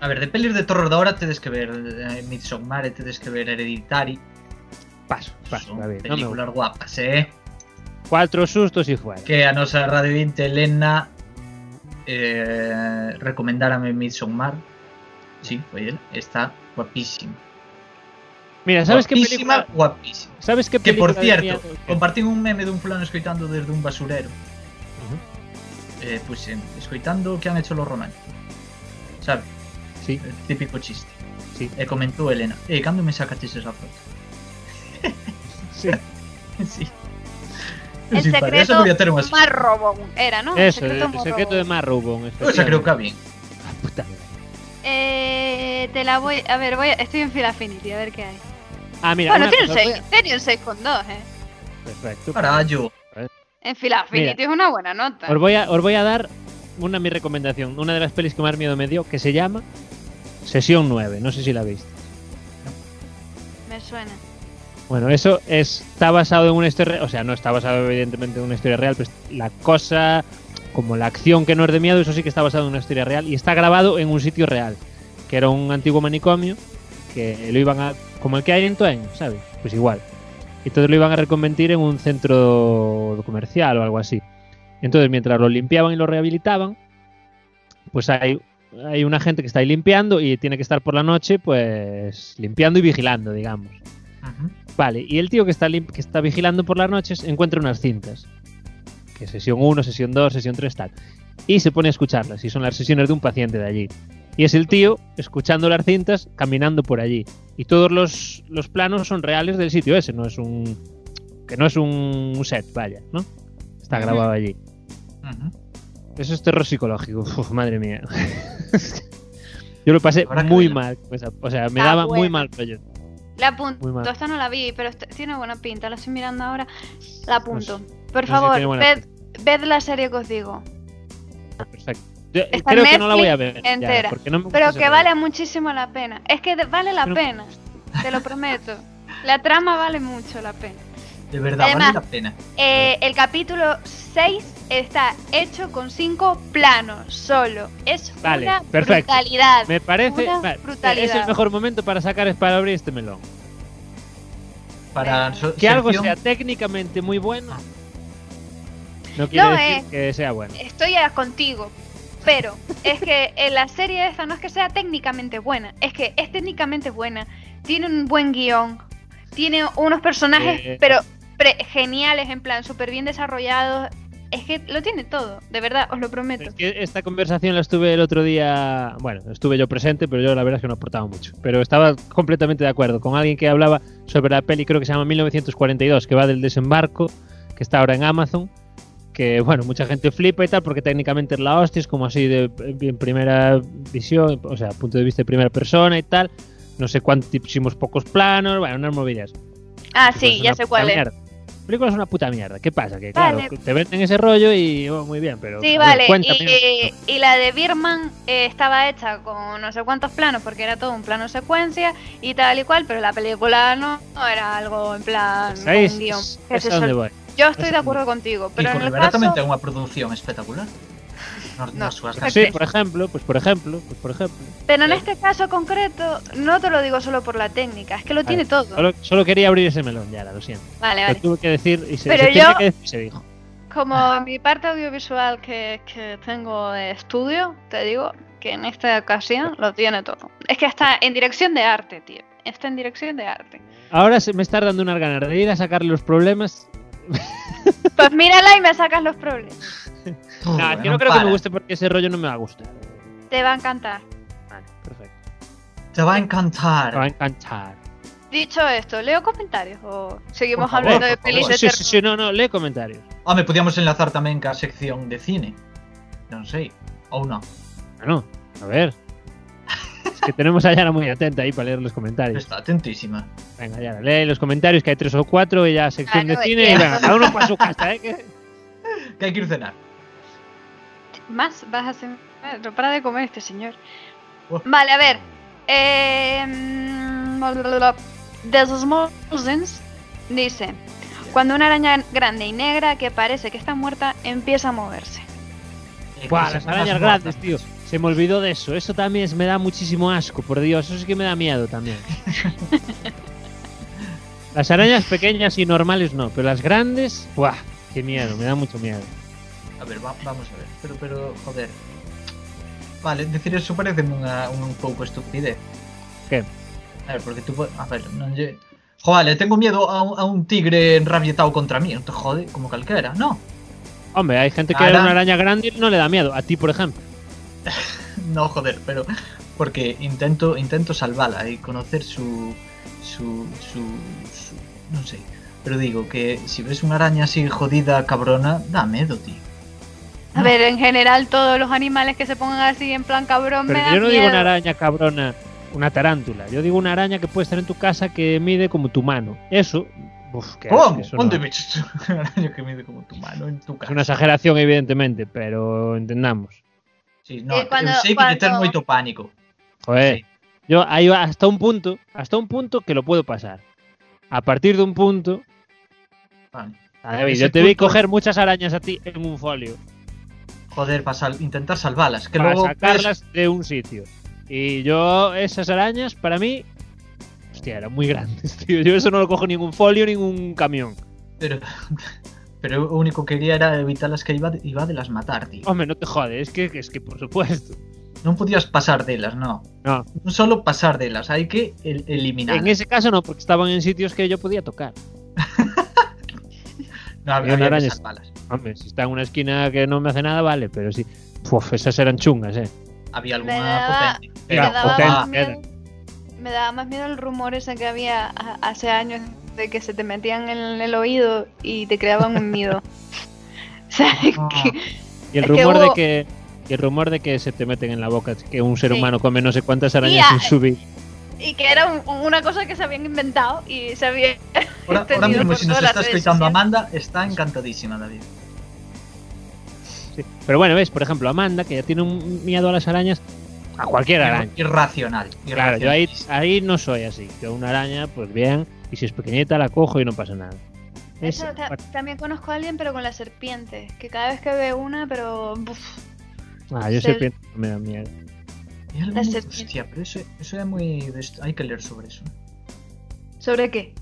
Speaker 3: A ver, de pelis de terror de ahora tienes que ver eh, Midsommar, tienes que ver Hereditary.
Speaker 4: Paso, paso,
Speaker 3: Son
Speaker 4: David, no me
Speaker 3: películas guapas, ¿eh?
Speaker 4: gusta. Cuatro sustos y fuera.
Speaker 3: Que a nosa radiointe Elena eh, recomendárame Midsommar. Sí, foi ela. Está guapísima.
Speaker 4: Mira, ¿sabes qué
Speaker 3: guapísima,
Speaker 4: película?
Speaker 3: guapísima.
Speaker 4: ¿Sabes qué
Speaker 3: Que, por
Speaker 4: película?
Speaker 3: cierto,
Speaker 4: de mierda?
Speaker 3: compartín un meme dun fulano escoitando desde un basurero.
Speaker 4: Ujú.
Speaker 3: Eh, pues, eh, escoitando o que han hecho los romanos. Sabe?
Speaker 4: Sí,
Speaker 3: El típico chiste.
Speaker 4: Sí.
Speaker 3: E comentou Elena, eh, cando me sacaches esa foto?
Speaker 4: sí.
Speaker 3: sí.
Speaker 5: El
Speaker 3: Sí, para eso
Speaker 5: secreto
Speaker 3: podía ter unhas...
Speaker 5: más robo era, ¿no?
Speaker 4: Pues Eso, el secreto,
Speaker 5: más
Speaker 4: de
Speaker 5: robo.
Speaker 4: Marrowbone.
Speaker 3: Eu xa Pues, creo que a bien.
Speaker 4: Puta mierda.
Speaker 5: Eh, te la voy... A ver, voy a- estoy en Fila Affinity, a ver qué hay.
Speaker 4: Ah, mira.
Speaker 5: bueno,
Speaker 4: una
Speaker 5: tiene un,
Speaker 4: cosa,
Speaker 5: 6, tiene un 6,2, ¿eh?
Speaker 4: voy a- Perfecto.
Speaker 3: Carallo.
Speaker 5: En Fila Affinity es una buena nota.
Speaker 4: Os voy a, os voy a dar una mi recomendación, una de las pelis que más miedo me dio, que se llama Sesión 9. No sé si la veis.
Speaker 5: Me suena.
Speaker 4: Bueno, eso es- está basado en una historia, o sea, no está basado evidentemente en una historia real, pero la cosa, como la acción que no es de miedo, eso sí que está basado en una historia real y está grabado en un sitio real, que era un antiguo manicomio, que lo iban a, como el que hay en Twain, ¿sabes? Pues igual. Entonces lo iban a reconvertir en un centro comercial o algo así. Entonces, mientras lo limpiaban y lo rehabilitaban, pues hay, hay una gente que está ahí limpiando y tiene que estar por la noche, pues limpiando y vigilando, digamos.
Speaker 3: Ujú.
Speaker 4: Vale, y el tío que está, lim- que está vigilando por las noches encuentra unas cintas. Que sesión 1, sesión 2, sesión 3, tal. Y se pone a escucharlas, y son las sesiones de un paciente de allí. Y es el tío escuchando las cintas, caminando por allí. Y todos los, los planos son reales del sitio ese, no es un. que no es un set, vaya, ¿no? Está
Speaker 3: Ujú.
Speaker 4: grabado allí.
Speaker 3: Ujú.
Speaker 4: Eso es terror psicológico, Uf, madre mía. Yo lo pasé
Speaker 3: Habrá que
Speaker 4: muy
Speaker 3: verla.
Speaker 4: mal. con esa- O sea, me
Speaker 5: Ah,
Speaker 4: daba muy
Speaker 5: bueno.
Speaker 4: mal rollo.
Speaker 5: La
Speaker 4: Muy
Speaker 5: apunto.
Speaker 4: mal.
Speaker 5: Esta no la vi, pero esta- tiene buena pinta. La estoy mirando ahora. La apunto. Por
Speaker 4: Pues no sé si
Speaker 5: favor,
Speaker 4: tiene buena
Speaker 5: ved, ved la serie que os digo.
Speaker 4: Perfecto. Yo
Speaker 5: Está en
Speaker 4: creo que no la voy a ver.
Speaker 5: Netflix entera.
Speaker 4: porque no me gusta
Speaker 5: Pero
Speaker 4: ese
Speaker 5: que
Speaker 4: rollo.
Speaker 5: vale muchísimo la pena. Es que de- vale la
Speaker 4: Pero-
Speaker 5: pena. Te lo prometo. La trama vale mucho la pena.
Speaker 3: De verdad,
Speaker 5: Además-
Speaker 3: vale la pena.
Speaker 5: Eh, el capítulo 6 está hecho con 5 planos solo. Es
Speaker 4: Vale,
Speaker 5: una
Speaker 4: perfecto.
Speaker 5: brutalidad.
Speaker 4: Me parece.
Speaker 5: Una
Speaker 4: vale,
Speaker 5: brutalidad.
Speaker 4: Es el mejor momento para sacar para abrir este melón.
Speaker 3: Para so-
Speaker 4: Que algo
Speaker 3: sección-
Speaker 4: sea técnicamente muy bueno. No quiere
Speaker 5: Ah. No,
Speaker 4: decir
Speaker 5: eh.
Speaker 4: que sea bueno.
Speaker 5: Estoy a- contigo. Pero es que en la serie esta no es que sea técnicamente buena, es que es técnicamente buena. Tiene un buen guión, tiene unos personajes,
Speaker 4: Eh.
Speaker 5: pero pre- geniales, en plan, súper bien desarrollados. Es que lo tiene todo, de verdad, os lo prometo.
Speaker 4: Es que esta conversación la estuve el otro día. Bueno, estuve yo presente, pero yo la verdad es que no aportaba mucho. Pero estaba completamente de acuerdo con alguien que hablaba sobre la peli, creo que se llama 1942, que va del desembarco, que está ahora en Amazon. Que bueno, mucha gente flipa y tal, porque técnicamente es la hostia, es como así de en primera visión, o sea, punto de vista de primera persona y tal. No sé cuántísimos pocos planos, bueno, unas movidas.
Speaker 5: Ah,
Speaker 4: Pues
Speaker 5: sí,
Speaker 4: es
Speaker 5: ya
Speaker 4: una
Speaker 5: sé cuál
Speaker 4: puta
Speaker 5: es.
Speaker 4: mierda. película es una puta mierda. ¿Qué pasa? Que claro,
Speaker 5: Vale.
Speaker 4: te venden ese rollo y oh, muy bien, pero.
Speaker 5: Sí,
Speaker 4: a ver,
Speaker 5: vale.
Speaker 4: cuéntame.
Speaker 5: Y, y la de Birman eh, estaba hecha con no sé cuántos planos, porque era todo un plano secuencia y tal y cual, pero la película no, no era algo en plan con
Speaker 4: ¿Sabéis?
Speaker 5: guión.
Speaker 4: Es,
Speaker 5: que
Speaker 4: es
Speaker 5: se
Speaker 4: a donde
Speaker 5: sol-
Speaker 4: voy.
Speaker 5: Yo estoy de
Speaker 4: es-
Speaker 5: acuerdo contigo,
Speaker 3: Y
Speaker 5: pero en
Speaker 3: con
Speaker 5: el
Speaker 3: Rivera también
Speaker 5: caso...
Speaker 3: tengo una producción espectacular. No, no,
Speaker 5: No,
Speaker 3: subas
Speaker 5: sí.
Speaker 3: canciones.
Speaker 4: Sí, por ejemplo, pues por ejemplo, pues por ejemplo.
Speaker 5: Pero en
Speaker 3: Sí.
Speaker 5: este caso concreto, no te lo digo solo por la técnica, es que lo tiene todo.
Speaker 4: Solo, solo quería abrir ese melón, ya, lo siento.
Speaker 5: Vale,
Speaker 4: Lo
Speaker 5: vale.
Speaker 4: tuve que decir y se,
Speaker 5: Pero
Speaker 4: se tenía
Speaker 5: yo-
Speaker 4: que decir, y se dijo.
Speaker 5: Como mi parte audiovisual que, que tengo de estudio, te digo que en esta ocasión lo tiene todo. Es que está en dirección de arte, tío. Está en dirección de arte.
Speaker 4: Ahora se me está dando unas ganas de ir a sacarle los problemas.
Speaker 5: Pues mírala y me sacas los problemas.
Speaker 3: Tú,
Speaker 4: Nah,
Speaker 3: eh,
Speaker 4: yo
Speaker 3: no
Speaker 4: no creo que
Speaker 3: para.
Speaker 4: me guste porque ese rollo no me va a gustar.
Speaker 5: Te va a encantar.
Speaker 4: Vale, perfecto.
Speaker 3: Te va a
Speaker 4: Me va a
Speaker 3: encantar.
Speaker 4: encantar.
Speaker 5: Dicho esto, leo comentarios o seguimos
Speaker 3: Por favor,
Speaker 5: hablando de
Speaker 3: por
Speaker 5: pelis
Speaker 3: favor.
Speaker 5: de
Speaker 4: Sí,
Speaker 5: terror.
Speaker 4: sí, sí, no, no, lee comentarios.
Speaker 3: Ah, me podíamos enlazar tamén ca sección de cine. Non sei. Ou non.
Speaker 4: Bueno, Ah, a ver. Es que tenemos a Yara muy atenta ahí para leer los comentarios.
Speaker 3: Está atentísima.
Speaker 4: Venga, Yara, lee los comentarios que hay tres o cuatro y ya sección
Speaker 5: Claro,
Speaker 4: de
Speaker 5: es
Speaker 4: cine
Speaker 5: que-
Speaker 4: y venga, cada uno para su casa, ¿eh? Que-
Speaker 3: Que hai que ir cenar.
Speaker 5: Más vas a hacer. No para de comer este señor.
Speaker 3: Uf.
Speaker 4: Oh.
Speaker 5: Vale, a ver. Eh, mm, The Small Things dice: Cuando una araña grande y negra que parece que está muerta empieza a moverse.
Speaker 3: E que
Speaker 4: Buah,
Speaker 3: se
Speaker 4: las
Speaker 3: van
Speaker 4: arañas
Speaker 3: as
Speaker 4: grandes,
Speaker 3: botas.
Speaker 4: tío. Se me olvidó de eso. Eso también es- me da muchísimo asco, por Dios. Eso sí que me da miedo también. Las arañas pequeñas y normales no, pero las grandes, ¡buah! ¡Qué miedo! Me da mucho miedo.
Speaker 3: A ver, va, vamos a ver. Pero, pero, joder. Vale, decir eso parece unha, un pouco estupidez.
Speaker 4: Que?
Speaker 3: A ver, porque tú... po- A ver, non lle... Jo, vale, tengo miedo a un, a un tigre enrabietado contra mí. Non te jode, como calquera, no.
Speaker 4: Hombre, hay gente que
Speaker 3: Ara-
Speaker 4: ve una araña grande y no le da miedo. A ti, por ejemplo.
Speaker 3: No, joder, pero porque intento intento salvala y conocer su su su, su- no sé, pero digo que si ves una araña así jodida, cabrona, da miedo, tío.
Speaker 5: A ver, en general, todos los animales que se pongan así en plan cabrón
Speaker 4: Pero
Speaker 5: me dan
Speaker 4: yo no
Speaker 5: miedo.
Speaker 4: digo una araña cabrona, una tarántula. Yo digo una araña que puede estar en tu casa que mide como tu mano. Eso, uf, qué asco,
Speaker 3: ¿Cómo?
Speaker 4: eso
Speaker 3: ¿Dónde
Speaker 4: no.
Speaker 3: ves tú? Una araña que mide como tu mano en tu
Speaker 4: Es
Speaker 3: casa?
Speaker 4: una exageración, evidentemente, pero entendamos.
Speaker 3: Sí, no,
Speaker 5: Eh, cuando-
Speaker 3: eu sei que lle ten
Speaker 5: cuando-
Speaker 3: moito pánico.
Speaker 4: Joder.
Speaker 3: Sí.
Speaker 4: Yo ahí va hasta un punto, hasta un punto que lo puedo pasar. A partir de un punto,
Speaker 3: Vale.
Speaker 4: a David,
Speaker 3: Ese
Speaker 4: yo te vi
Speaker 3: punto-
Speaker 4: coger muchas arañas a ti en un folio
Speaker 3: Joder, para sal- intentar salvalas, que
Speaker 4: para
Speaker 3: luego ves-
Speaker 4: sacarlas de un sitio. Y yo esas arañas para mí hostia, eran muy grandes, tío. Yo eso no lo cojo ni en un folio ni en un camión.
Speaker 3: pero pero eu o único que quería era evitarlas que iba de, iba de las matar, tío.
Speaker 4: Hombre, no te jodes, es que es que por supuesto.
Speaker 3: Non podías pasar delas, no.
Speaker 4: No.
Speaker 3: Non solo pasar delas, hai que el- eliminar.
Speaker 4: En ese caso no, porque estaban en sitios que yo podía tocar.
Speaker 3: No, había,
Speaker 4: Eran
Speaker 3: había
Speaker 4: arañas.
Speaker 3: que salvalas.
Speaker 4: Hombre, si está en una esquina que no me hace nada, vale, pero sí. Puf, esas eran chungas, eh.
Speaker 3: Había
Speaker 5: Me
Speaker 3: alguna
Speaker 5: daba-
Speaker 3: potente.
Speaker 5: Me
Speaker 4: Era
Speaker 5: daba,
Speaker 4: potente,
Speaker 5: más miedo,
Speaker 4: era.
Speaker 5: me daba más miedo el rumor ese que había a- hace años de que se te metían en el oído y te creaban un miedo. O sea,
Speaker 3: Ah.
Speaker 5: que-
Speaker 4: Y el
Speaker 5: Es que
Speaker 4: rumor
Speaker 5: hubo-
Speaker 4: de que y el rumor de que se te meten en la boca que un ser
Speaker 5: Sí. eh.
Speaker 4: humano come no sé cuántas arañas
Speaker 5: Tía,
Speaker 4: sin subir.
Speaker 5: Y que era un- una cosa que se habían inventado y se había
Speaker 3: Ahora, ahora
Speaker 5: entendido
Speaker 3: mismo,
Speaker 5: por
Speaker 3: si nos
Speaker 5: todas las
Speaker 3: está
Speaker 5: redes
Speaker 3: escuchando
Speaker 5: sociales.
Speaker 3: Amanda, está encantadísima, David.
Speaker 4: Sí. Pero bueno, ves, por ejemplo, Amanda, que ya tiene un miedo a las arañas, a cualquier araña.
Speaker 3: Irracional.
Speaker 4: Claro, yo ahí,
Speaker 3: irracionalísimo.
Speaker 4: ahí no soy así. Yo una araña, pues bien, y si es pequeñita la cojo y no pasa nada.
Speaker 5: Eso,
Speaker 4: Esa
Speaker 5: ta-
Speaker 4: parte-
Speaker 5: también conozco a alguien, pero con la serpiente. Que cada vez que ve una, pero. buf,
Speaker 4: Ah, yo
Speaker 5: se-
Speaker 4: serpiente no me da miedo.
Speaker 3: Y algo
Speaker 5: la
Speaker 3: muy-
Speaker 5: serpiente.
Speaker 3: hostia, pero eso, eso es muy. de esto- Hay que leer sobre eso.
Speaker 5: ¿Sobre qué?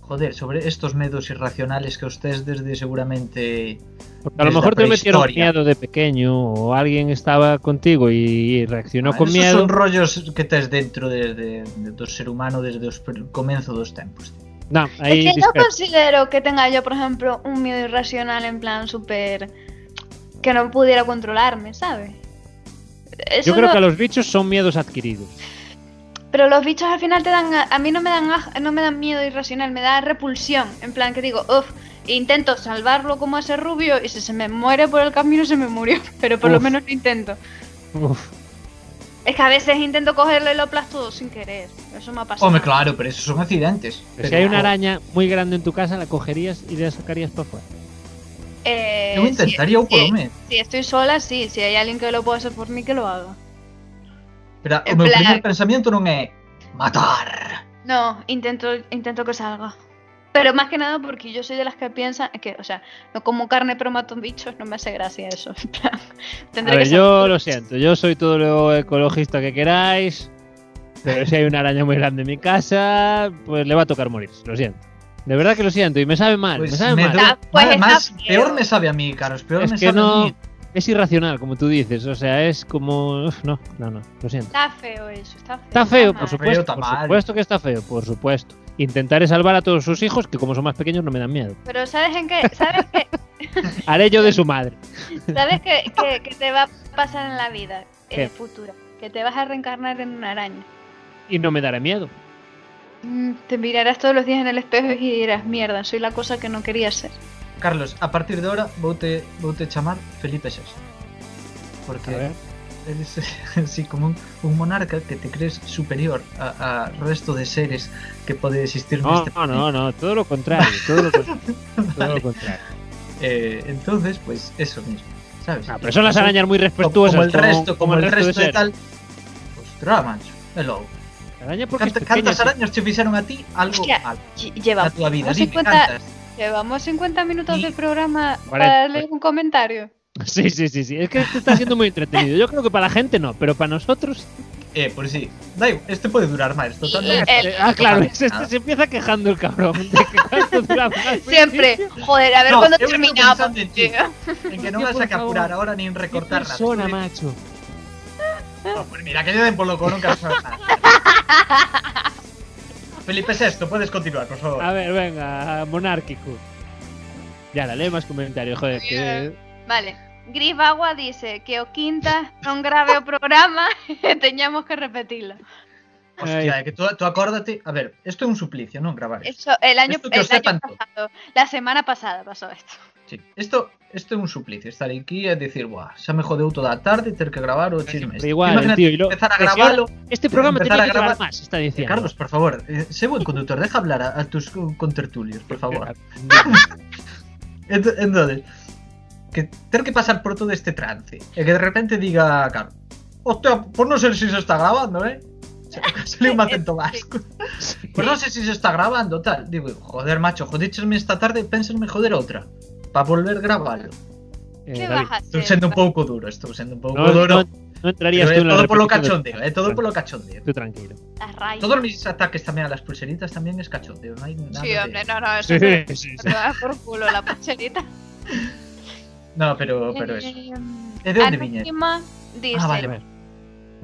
Speaker 3: Joder, sobre estos medos irracionales que ustedes desde seguramente.
Speaker 4: Porque a lo
Speaker 3: Desde
Speaker 4: mejor
Speaker 3: la
Speaker 4: te metieron
Speaker 3: prehistoria.
Speaker 4: miedo de pequeño o alguien estaba contigo y reaccionó
Speaker 3: Ah,
Speaker 4: con
Speaker 3: esos
Speaker 4: miedo.
Speaker 3: son rollos que tes dentro de, de- de- do ser humano desde os pr- comenzo dos tempos.
Speaker 4: No, ahí
Speaker 5: es que no pues,
Speaker 4: discrepo.
Speaker 5: considero que tenga yo, por ejemplo, un miedo irracional en plan súper. que no pudiera controlarme, ¿sabes? Eso
Speaker 4: Yo creo
Speaker 5: no-
Speaker 4: que a los bichos son miedos adquiridos.
Speaker 5: Pero los bichos al final te dan. A, a mí no me dan aj- no me dan miedo irracional, me da repulsión. En plan que digo, uff, intento salvarlo como a ese rubio y si se me muere por el camino se me murió. Pero por lo
Speaker 4: Uf.
Speaker 5: menos lo intento.
Speaker 4: Uf.
Speaker 5: Es que a veces intento cogerlo y lo aplasto sin querer. Eso me ha pasado.
Speaker 3: Hombre, claro, pero esos son accidentes.
Speaker 4: si
Speaker 3: Pero-
Speaker 4: hay una araña muy grande en tu casa, la cogerías y la sacarías para afuera.
Speaker 5: Eh,
Speaker 3: Eu intentaría o
Speaker 5: si,
Speaker 3: polo menos.
Speaker 5: si estoy sola, sí. Si hay alguien que lo pueda hacer por mí, que lo haga.
Speaker 3: Pero
Speaker 5: En
Speaker 3: o meu
Speaker 5: plan-
Speaker 3: primeiro pensamento non é matar.
Speaker 5: No, intento, intento que salga. Pero más que nada porque yo soy de las que piensan que, o sea, no como carne pero mato bichos, no me hace gracia eso. En plan,
Speaker 4: A
Speaker 5: tendré
Speaker 4: ver,
Speaker 5: que
Speaker 4: yo
Speaker 5: ser-
Speaker 4: lo siento, yo soy todo lo ecologista que queráis, pero si hay una araña muy grande en mi casa, pues le va a tocar morir, lo siento. De verdad que lo siento, y me sabe mal,
Speaker 3: Pois
Speaker 4: Pues me sabe
Speaker 3: Pues me
Speaker 4: mal.
Speaker 3: dou-
Speaker 5: Ah, pois
Speaker 3: Nada
Speaker 5: está
Speaker 3: máis,
Speaker 5: feo.
Speaker 3: peor me sabe a mí, caros, peor
Speaker 4: Es
Speaker 3: me
Speaker 4: que
Speaker 3: sabe a
Speaker 4: no-
Speaker 3: mí.
Speaker 4: Es irracional, como tú dices, o sea, es como... uf, no, no, no, lo siento.
Speaker 5: Está feo eso, está feo.
Speaker 4: Está feo,
Speaker 5: mal.
Speaker 4: por supuesto.
Speaker 3: está
Speaker 4: por
Speaker 3: mal.
Speaker 4: supuesto que está feo, por supuesto. Intentaré salvar a todos sus hijos, que como son más pequeños no me dan miedo.
Speaker 5: Pero ¿sabes en qué? ¿Sabes qué?
Speaker 4: Haré yo de su madre.
Speaker 5: ¿Sabes qué, qué- qué te va a pasar en la vida
Speaker 4: ¿Qué?
Speaker 5: eh, futura? Que te vas a reencarnar en una araña.
Speaker 4: Y no me dará miedo.
Speaker 5: Mm, Te mirarás todos los días en el espejo y dirás, mierda, soy la cosa que no quería ser.
Speaker 3: Carlos, a partir de ahora voute voute chamar Felipe VI. Porque
Speaker 4: A ver.
Speaker 3: eres así como un, un monarca que te crees superior a- al resto de seres que puede existir en
Speaker 4: No,
Speaker 3: este
Speaker 4: no, no, no, todo lo contrario, todo lo, con- todo lo
Speaker 3: Vale.
Speaker 4: contrario.
Speaker 3: Eh, entonces, pues eso mismo, ¿sabes?
Speaker 4: Ah, pero son las arañas muy
Speaker 3: como,
Speaker 4: respetuosas.
Speaker 3: como el resto, como, el resto, de,
Speaker 4: ser.
Speaker 3: tal. Ostras, macho. Hello.
Speaker 4: La araña porque es
Speaker 3: Canta,
Speaker 4: pequeña,
Speaker 3: cantas
Speaker 4: sí.
Speaker 3: arañas te ficharon a ti algo
Speaker 5: Hostia,
Speaker 3: mal
Speaker 5: Lle-
Speaker 3: a
Speaker 5: Llevamos,
Speaker 3: tu vida.
Speaker 5: vamos a
Speaker 3: Dime,
Speaker 5: encontrar-
Speaker 3: cantas.
Speaker 5: llevamos 50 minutos
Speaker 3: Ah. Y-
Speaker 5: de programa
Speaker 4: Cuarenta,
Speaker 5: para darle un comentario.
Speaker 4: Sí, sí, sí, sí. Es que esto está siendo muy entretenido. Yo creo que para la gente no, pero para nosotros.
Speaker 3: Eh, por si. Da igual, este puede durar más. Total, no
Speaker 5: Y-
Speaker 3: me
Speaker 5: El-
Speaker 4: ah, claro,
Speaker 3: Nada.
Speaker 4: es- este se empieza quejando el cabrón. de que cuánto dura más.
Speaker 5: Siempre, joder, a ver
Speaker 3: No,
Speaker 5: cuándo
Speaker 3: yo me estoy
Speaker 5: terminamos.
Speaker 3: pensando en ti.
Speaker 5: tío.
Speaker 3: En que no
Speaker 4: Tío,
Speaker 3: vas
Speaker 4: por
Speaker 3: a capturar
Speaker 4: favor.
Speaker 3: ahora ni en
Speaker 4: Qué
Speaker 3: recortar nada.
Speaker 4: persona,
Speaker 3: Tú di-
Speaker 4: macho.
Speaker 3: No, pues mira, que yo den por loco, nunca sabes nada. Felipe VI, puedes continuar, por favor.
Speaker 4: A ver, venga, monárquico. Ya, la lee más comentarios, joder. Que... eh,
Speaker 5: Vale. Gris Bagua dice que o quinta non grave o programa e teñamos que repetilo.
Speaker 3: Hostia, que tú, tú acuérdate. A ver, esto es un suplicio, ¿no? Grabar. esto.
Speaker 5: Eso, el año,
Speaker 3: Esto que os
Speaker 5: el
Speaker 3: sepan
Speaker 5: año
Speaker 3: todos.
Speaker 5: pasado, la semana pasada pasó esto.
Speaker 3: Sí. Esto, esto é un suplicio, estar aquí e dicir, buah, xa me jodeu toda a tarde ter que gravar o chisme.
Speaker 4: Siempre
Speaker 3: este".
Speaker 4: igual,
Speaker 3: Imagínate
Speaker 4: tío, y lo-
Speaker 3: empezar a
Speaker 4: que si
Speaker 3: gravarlo.
Speaker 4: Este programa
Speaker 3: Empezar
Speaker 4: tenía
Speaker 3: a
Speaker 4: que durar
Speaker 3: grabar.
Speaker 4: más, está
Speaker 3: Eh,
Speaker 4: diciendo.
Speaker 3: Carlos, por favor, eh, sé buen conductor, deja hablar a, a tus eh, con- contertulios, por favor. Ent- Entonces, que ter que pasar por todo este trance e que de repente diga, Carlos, hostia, pues no sé si se está grabando, ¿eh? Se- Salió un acento vasco. Pues no sé si se está grabando, tal. Digo, joder, macho, jodíchesme esta tarde, pénsame joder outra. Para volver a grabarlo.
Speaker 4: Eh,
Speaker 5: ¿Qué
Speaker 4: David,
Speaker 5: vas a hacer?
Speaker 3: Estou sendo un pouco duro, estou sendo un pouco
Speaker 4: no,
Speaker 3: duro.
Speaker 4: no- no entrarías
Speaker 3: Pero é
Speaker 4: tú en la
Speaker 3: todo polo
Speaker 4: repetición de-
Speaker 3: cachondeo, é todo polo cachondeo.
Speaker 4: Tú tranquilo.
Speaker 5: Las rayas.
Speaker 3: Todos mis ataques también a las pulseritas también es cachondeo, no hay nada
Speaker 5: Sí,
Speaker 3: de-
Speaker 5: hombre, no, no, eso
Speaker 4: Sí,
Speaker 5: me
Speaker 4: sí, sí.
Speaker 5: da por culo la pulserita.
Speaker 3: No, pero, pero eso.
Speaker 5: Eh,
Speaker 3: ¿De dónde viñe?
Speaker 5: Anónima dice
Speaker 3: Ah,
Speaker 4: A
Speaker 3: vale.
Speaker 4: ver,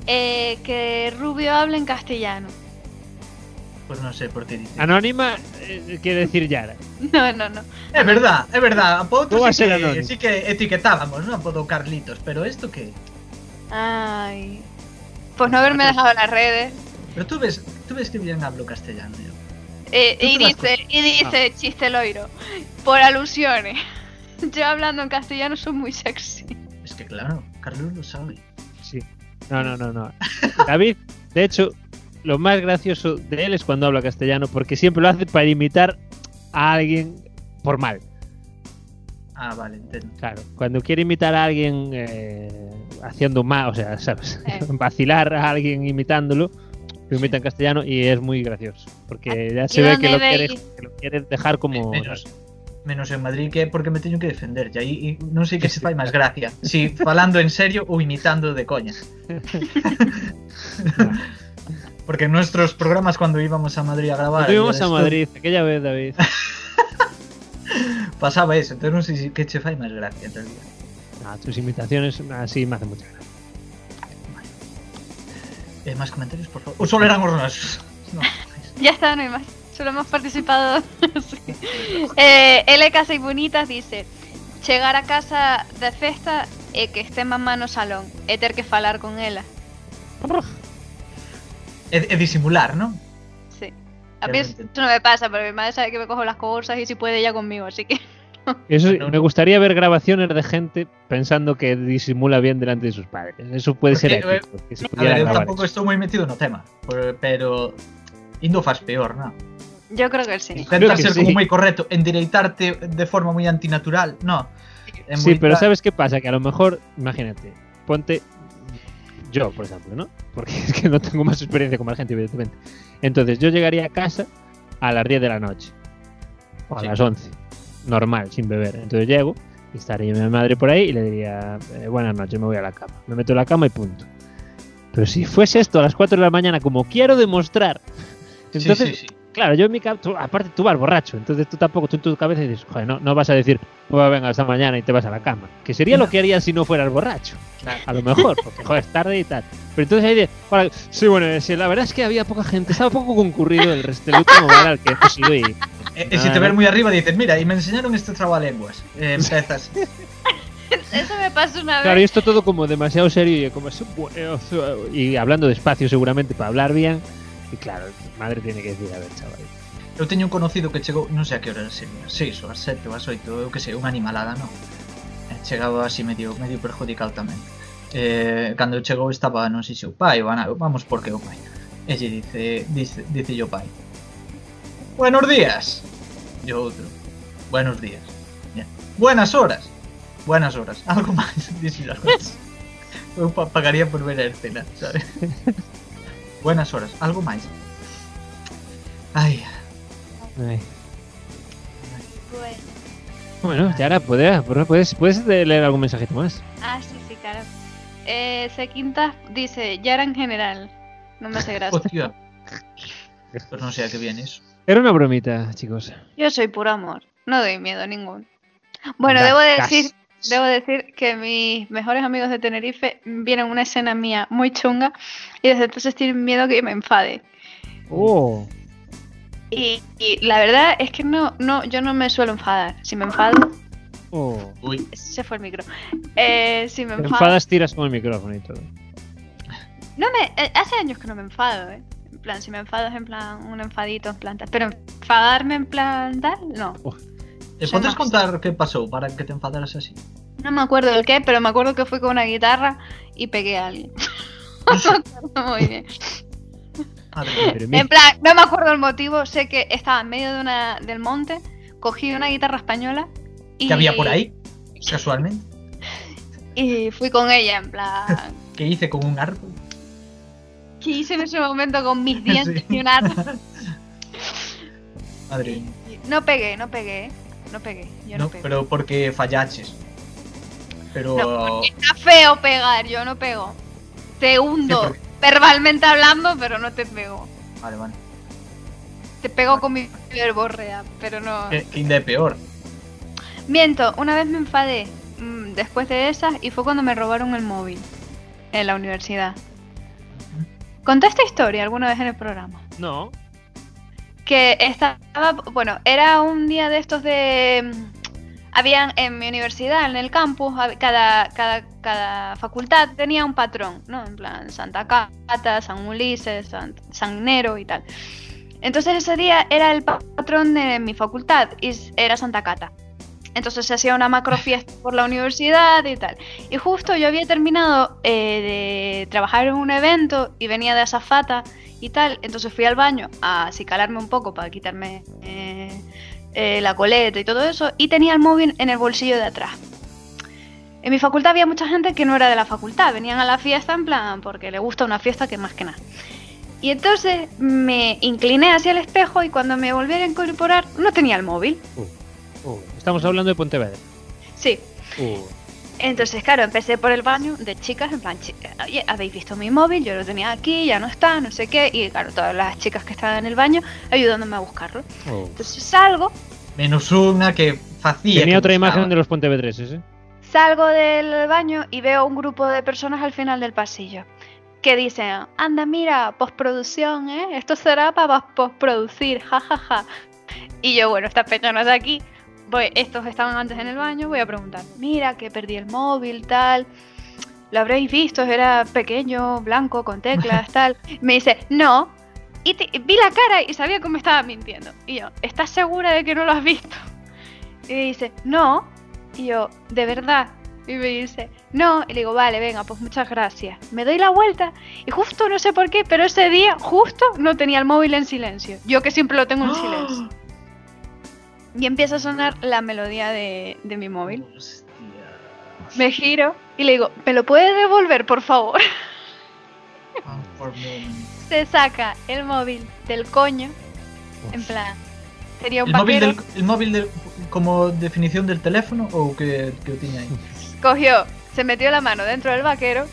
Speaker 5: eh, que Rubio habla en castellano.
Speaker 3: Pues no sé por qué dice.
Speaker 4: Ah, Anónima eh, quiere decir Yara.
Speaker 5: No, no, no.
Speaker 3: Es verdad, es verdad. A Podo
Speaker 4: ¿Cómo va a
Speaker 3: sí,
Speaker 4: ser
Speaker 3: que,
Speaker 4: anónimo?
Speaker 3: sí que etiquetábamos, ¿no? A Podo Carlitos, pero ¿esto qué?
Speaker 5: Ay. Pues no haberme dejado en las redes.
Speaker 3: Pero tú ves, tú ves que bien hablo castellano yo.
Speaker 5: Eh,
Speaker 3: Tú
Speaker 5: y
Speaker 3: te das Ah.
Speaker 5: dice, y dice chiste loiro. Por alusiones. Yo hablando en castellano soy muy sexy.
Speaker 3: Es que claro, Carlos lo sabe.
Speaker 4: Sí. No, no, no, no. David, de hecho, lo más gracioso de él es cuando habla castellano, porque siempre lo hace para imitar a alguien por mal.
Speaker 3: Ah, vale, entiendo.
Speaker 4: Claro, cuando quiere imitar a alguien eh, haciendo más, o sea, ¿sabes?
Speaker 5: Eh.
Speaker 4: Vacilar a alguien imitándolo, lo imita en castellano y es muy gracioso, porque ya se Ah, ve
Speaker 5: dónde
Speaker 4: que lo, quiere,
Speaker 5: veis?
Speaker 4: que lo quiere dejar como...
Speaker 3: menos, menos en Madrid que é porque me teño que defender, e aí e non sei que se fai máis gracia, si falando en serio ou imitando de coña. porque en nuestros programas cuando íbamos a Madrid a grabar,
Speaker 4: Estuvimos
Speaker 3: esto,
Speaker 4: a Madrid aquella vez, David.
Speaker 3: pasaba eso, entonces non sei si- que che fai máis gracia en realidad.
Speaker 4: Ah, tus imitaciones así me hacen mucha gracia.
Speaker 3: Eh, máis comentarios, por favor. Ou só eran os nosos. No.
Speaker 5: Ya está, no hay más. Solo hemos participado. Sí. eh, LK Seis Bonitas dice: Chegar a casa de festa e que esté mamá no salón. E ter que falar con ela.
Speaker 3: E, e disimular, non?
Speaker 5: Sí. A
Speaker 3: Ya lo
Speaker 5: mí eso
Speaker 3: entiendo.
Speaker 5: no me pasa, pero mi madre sabe que me cojo las cosas y si puede ella conmigo, así que.
Speaker 4: Eso sí,
Speaker 3: No, no.
Speaker 4: me gustaría ver grabaciones de gente pensando que disimula bien delante de sus padres. Eso puede ser
Speaker 3: Porque,
Speaker 4: épico, que se
Speaker 3: A
Speaker 4: pudiera
Speaker 3: ver, eu
Speaker 4: grabar
Speaker 3: tampouco
Speaker 4: eso.
Speaker 3: estou moi metido no tema, por- pero indo faz peor, non?
Speaker 5: Yo creo que sí.
Speaker 3: Intentar
Speaker 4: que
Speaker 3: ser
Speaker 4: sí.
Speaker 3: como moi correcto, endireitarte de forma moi antinatural, non.
Speaker 4: Sí, pero ¿sabes qué pasa? Que a lo mejor, imagínate, ponte yo, por ejemplo, ¿no? Porque es que no tengo más experiencia con más gente, evidentemente. Entonces, yo llegaría a casa a las 10 de la noche o a
Speaker 3: Sí.
Speaker 4: las 11, normal, sin beber. Entonces llego y estaría mi madre por ahí y le diría, eh, buenas noches, me voy a la cama. Me meto en la cama y punto. Pero si fuese esto a las 4 de la mañana, como quiero demostrar, entonces
Speaker 3: sí, sí, sí.
Speaker 4: Claro, yo en mi cabeza, aparte tú vas borracho, entonces tú tampoco, tú en tu cabeza dices, joder, no, no vas a decir, pues venga hasta mañana y te vas a la cama. Que sería lo que harías si no fueras borracho,
Speaker 3: Claro.
Speaker 4: a lo mejor, porque joder, es tarde y tal. Pero entonces ahí dices, "Hola". sí, bueno, eh, sí, la verdad es que había poca gente, estaba poco concurrido el resto del último bar al que hemos ido y
Speaker 3: E, e se te
Speaker 4: Ah,
Speaker 3: ver
Speaker 4: no.
Speaker 3: moi arriba dices, mira, e me enseñaron este trabalenguas. E empezas.
Speaker 5: Eso me pasó una
Speaker 4: Claro, y
Speaker 5: vez.
Speaker 4: esto todo como demasiado serio y como es un buen- y hablando despacio seguramente para hablar bien. Y claro, tu madre tiene que decir, a ver, chaval.
Speaker 3: Eu teño un conocido que chegou, non sei a que hora sería, 6 ou as 7 ou as 8, eu que sei, unha animalada, non? E Chegaba así medio medio perjudicado tamén. Eh, cando chegou estaba, non sei se o pai ou a nai, vamos porque o pai. E lle dice, dice, dice o pai. Buenos días. E o outro. Buenos días. Ya. Buenas horas. Buenas horas. Algo máis, dixe as cousas. Eu pa- pagaría por ver a escena, sabes? Buenas horas. Algo máis. Ai,
Speaker 4: Ay.
Speaker 5: Bueno.
Speaker 4: Bueno, ya ahora puedes, puedes, puedes leer algún mensajito más.
Speaker 5: Ah, sí, sí, claro. Eh, Sequinta dice, Yara en general. No me hace gracia.
Speaker 3: Hostia. Pues no sé a qué viene eso.
Speaker 4: Era una bromita, chicos.
Speaker 5: Yo soy puro amor. No doy miedo ninguno. Bueno,
Speaker 4: Anda,
Speaker 5: debo
Speaker 4: cas.
Speaker 5: decir, debo decir que mis mejores amigos de Tenerife vieron una escena mía muy chunga y desde entonces tienen miedo que me enfade.
Speaker 4: Oh,
Speaker 5: Y, y la verdad es que no, no, yo no me suelo enfadar. Si me enfado,
Speaker 4: oh.
Speaker 3: Uy,
Speaker 5: se fue el micro. Eh, si me
Speaker 4: Te
Speaker 5: enfado,
Speaker 4: enfadas, tiras con el micrófono y todo.
Speaker 5: No me, eh, hace años que no me enfado, ¿eh? En plan, si me enfado es en plan un enfadito, en plan tal. Pero enfadarme en plan tal, no.
Speaker 3: ¿te
Speaker 5: Soy
Speaker 3: podrás
Speaker 5: Maxi.
Speaker 3: contar qué pasó para que te enfadaras así?
Speaker 5: No me acuerdo del qué, pero me acuerdo que fui con una guitarra y pegué a alguien. No me acuerdo muy bien.
Speaker 3: Madre mía.
Speaker 4: Pero mira,
Speaker 5: En plan, no me acuerdo el motivo, sé que estaba en medio de una, del monte, cogí una guitarra española y...
Speaker 3: ¿Qué había por ahí? Casualmente.
Speaker 5: Y fui con ella, en plan...
Speaker 3: ¿Qué hice con un árbol?
Speaker 5: ¿Qué hice en ese momento con mis dientes
Speaker 3: Sí.
Speaker 5: y un árbol?
Speaker 3: Madre mía.
Speaker 5: No pegué, no pegué, no pegué, yo no,
Speaker 3: No,
Speaker 5: pegué.
Speaker 3: pero porque fallaches. Pero.
Speaker 5: No, porque está feo pegar, yo no pego. Te hundo,
Speaker 3: Sí, porque-
Speaker 5: verbalmente hablando, pero no te pego.
Speaker 3: Vale, vale.
Speaker 5: Te pego con mi verborrea, pero no.
Speaker 3: ¿Qué, qué idea peor?
Speaker 5: Miento, una vez me enfadé mm, después de esas y fue cuando me robaron el móvil en la universidad. Conté esta historia alguna vez en el programa.
Speaker 4: no.
Speaker 5: Que estaba, bueno, era un día de estos de... mm, Habían en mi universidad, en el campus, hab- cada, cada, cada facultad tenía un patrón, ¿no? En plan, Santa Cata, San Ulises, San, San Nero y tal. Entonces ese día era el pa- patrón de mi facultad y s- era Santa Cata. Entonces se hacía una macrofiesta por la universidad y tal. Y justo yo había terminado eh, de trabajar en un evento y venía de azafata y tal. Entonces fui al baño a acicalarme un poco para quitarme eh, eh, la coleta y todo eso. Y tenía el móvil en el bolsillo de atrás. En mi facultad había mucha gente que no era de la facultad. Venían a la fiesta en plan porque le gusta una fiesta que más que nada. Y entonces me incliné hacia el espejo y cuando me volviera a incorporar no tenía el móvil.
Speaker 4: Uh, estamos hablando de Pontevedra.
Speaker 5: Sí,
Speaker 3: Oh,
Speaker 4: Uh,
Speaker 5: Entonces, claro, empecé por el baño de chicas, en plan, "Chi- oye, habéis visto mi móvil, yo lo tenía aquí, ya no está, no sé qué, y claro, todas las chicas que estaban en el baño ayudándome a buscarlo.
Speaker 4: oh.
Speaker 5: Entonces salgo,
Speaker 3: Menos una que facía.
Speaker 4: Tenía
Speaker 3: que
Speaker 4: otra
Speaker 3: gustaba.
Speaker 4: imagen de los pontevedreses, ¿eh?
Speaker 5: salgo del baño y veo un grupo de personas al final del pasillo que dicen, anda, mira, postproducción, ¿eh? Esto será para postproducir, jajaja. Y yo, bueno, esta peña no está aquí, voy, estos estaban antes en el baño, voy a preguntar, mira, que perdí el móvil, tal. Lo habréis visto, era pequeño, blanco, con teclas, tal. Me dice, no. Y te- vi la cara y sabía cómo estaba mintiendo. Y yo, ¿estás segura de que no lo has visto? Y me dice, no. Y yo, de verdad. Y me dice, no. Y le digo, vale, venga, pues muchas gracias. Me doy la vuelta y justo, no sé por qué, pero ese día justo no tenía el móvil en silencio. Yo que siempre lo tengo en
Speaker 3: ¡Ah!
Speaker 5: silencio. Y empieza a sonar la melodía de, de mi móvil.
Speaker 3: Hostia.
Speaker 5: Me giro y le digo, ¿me lo puedes devolver, por favor?
Speaker 3: Ah, por mi-
Speaker 5: Se saca el móvil del coño. En plan, sería un
Speaker 3: El móvil,
Speaker 5: vaquero.
Speaker 3: del, el móvil del- como definición del teléfono o que, que o tiña aí?
Speaker 5: cogió, se metió la mano dentro del vaquero,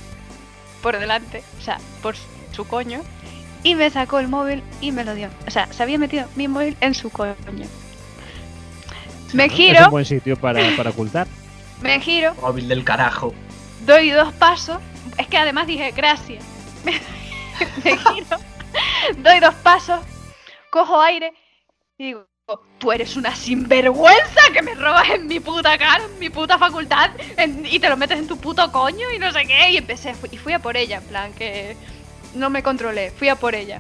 Speaker 5: por delante, o sea, por su coño, y me sacó el móvil y me lo dio. O sea, se había metido mi móvil en su coño. Me
Speaker 4: Es un
Speaker 5: giro,
Speaker 4: buen sitio para, para ocultar.
Speaker 5: me giro,
Speaker 3: móvil del carajo.
Speaker 5: doy dos pasos. Es que además dije, gracias. me giro, doy dos pasos, cojo aire y digo, tú eres una sinvergüenza que me robas en mi puta cara, en mi puta facultad, en- y te lo metes en tu puto coño y no sé qué. Y empecé, fui- y fui a por ella, en plan que no me controlé, fui a por ella.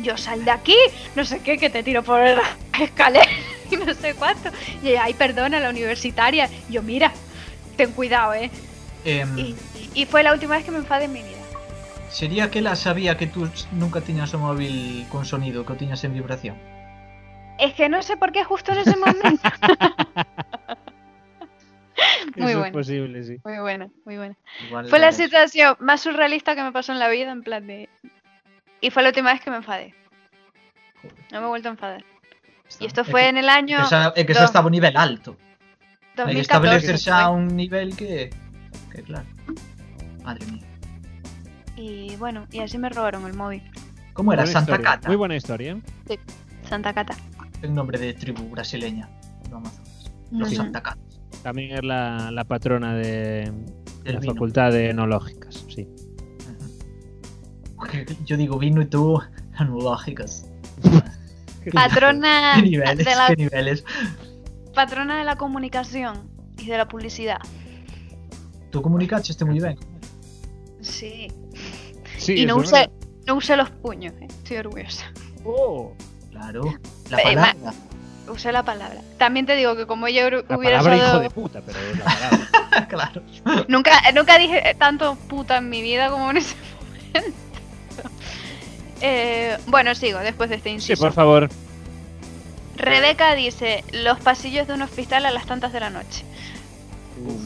Speaker 5: Yo sal de aquí, no sé qué, que te tiro por la escalera y no sé cuánto. Y ella, ay, perdona, la universitaria. Yo, mira, ten cuidado, eh.
Speaker 3: Em,
Speaker 5: Y, y fue la última vez que me enfadé en mi vida.
Speaker 3: sería que ela sabía que tú nunca tiñas o móvil con sonido, que o tiñas en vibración.
Speaker 5: Es que no sé por qué justo en ese momento. muy
Speaker 4: Eso es
Speaker 5: bueno,
Speaker 4: posible, sí.
Speaker 5: muy bueno, muy bueno.
Speaker 3: Igual
Speaker 5: Fue la
Speaker 3: eres-
Speaker 5: situación más surrealista que me pasó en la vida, en plan de... Y fue la última vez que me enfadé. No me he vuelto a enfadar. Y esto
Speaker 3: É que-
Speaker 5: fue en el año
Speaker 3: que xa- é que xa
Speaker 5: dos-
Speaker 3: estaba un nivel alto. Aí
Speaker 5: 2014.
Speaker 3: establecer xa un nivel que que claro. Madre mía.
Speaker 5: Y bueno, y así me robaron el móvil.
Speaker 3: Como era
Speaker 4: Buena
Speaker 3: Santa
Speaker 4: historia.
Speaker 3: Cata?
Speaker 4: Muy buena historia. ¿eh?
Speaker 5: Santa Cata.
Speaker 3: Ten nombre de tribu brasileña do Amazonas. Los
Speaker 5: Ujú.
Speaker 3: Santa Cata.
Speaker 4: También es la, la patrona de
Speaker 3: Del
Speaker 4: la
Speaker 3: vino.
Speaker 4: Facultad de Enológicas, sí.
Speaker 3: Ujú. Yo digo vino y tú analógicas.
Speaker 5: Patrona
Speaker 3: ¿Qué
Speaker 5: Ah, de
Speaker 3: niveles?
Speaker 5: la
Speaker 3: ¿Qué niveles?
Speaker 5: patrona de la comunicación y de la publicidad.
Speaker 3: Tú comunicaste muy bien.
Speaker 5: Sí.
Speaker 4: Sí,
Speaker 5: y no
Speaker 4: eso es
Speaker 5: usé,
Speaker 4: verdad.
Speaker 5: no usé los puños, eh. estoy orgullosa.
Speaker 4: Oh,
Speaker 3: Claro. La
Speaker 5: Eh, ma-
Speaker 3: palabra.
Speaker 5: Usé la palabra. También te digo que como yo
Speaker 4: la
Speaker 5: hubiera
Speaker 4: palabra hijo
Speaker 5: usado-
Speaker 4: de puta, pero es la palabra.
Speaker 3: claro.
Speaker 5: Nunca, eh, nunca dije eh, tanto puta en mi vida como en ese momento. Eh, bueno, sigo después de este
Speaker 4: Sí,
Speaker 5: inciso.
Speaker 4: por favor.
Speaker 5: Rebeca dice, los pasillos de un hospital a las tantas de la noche.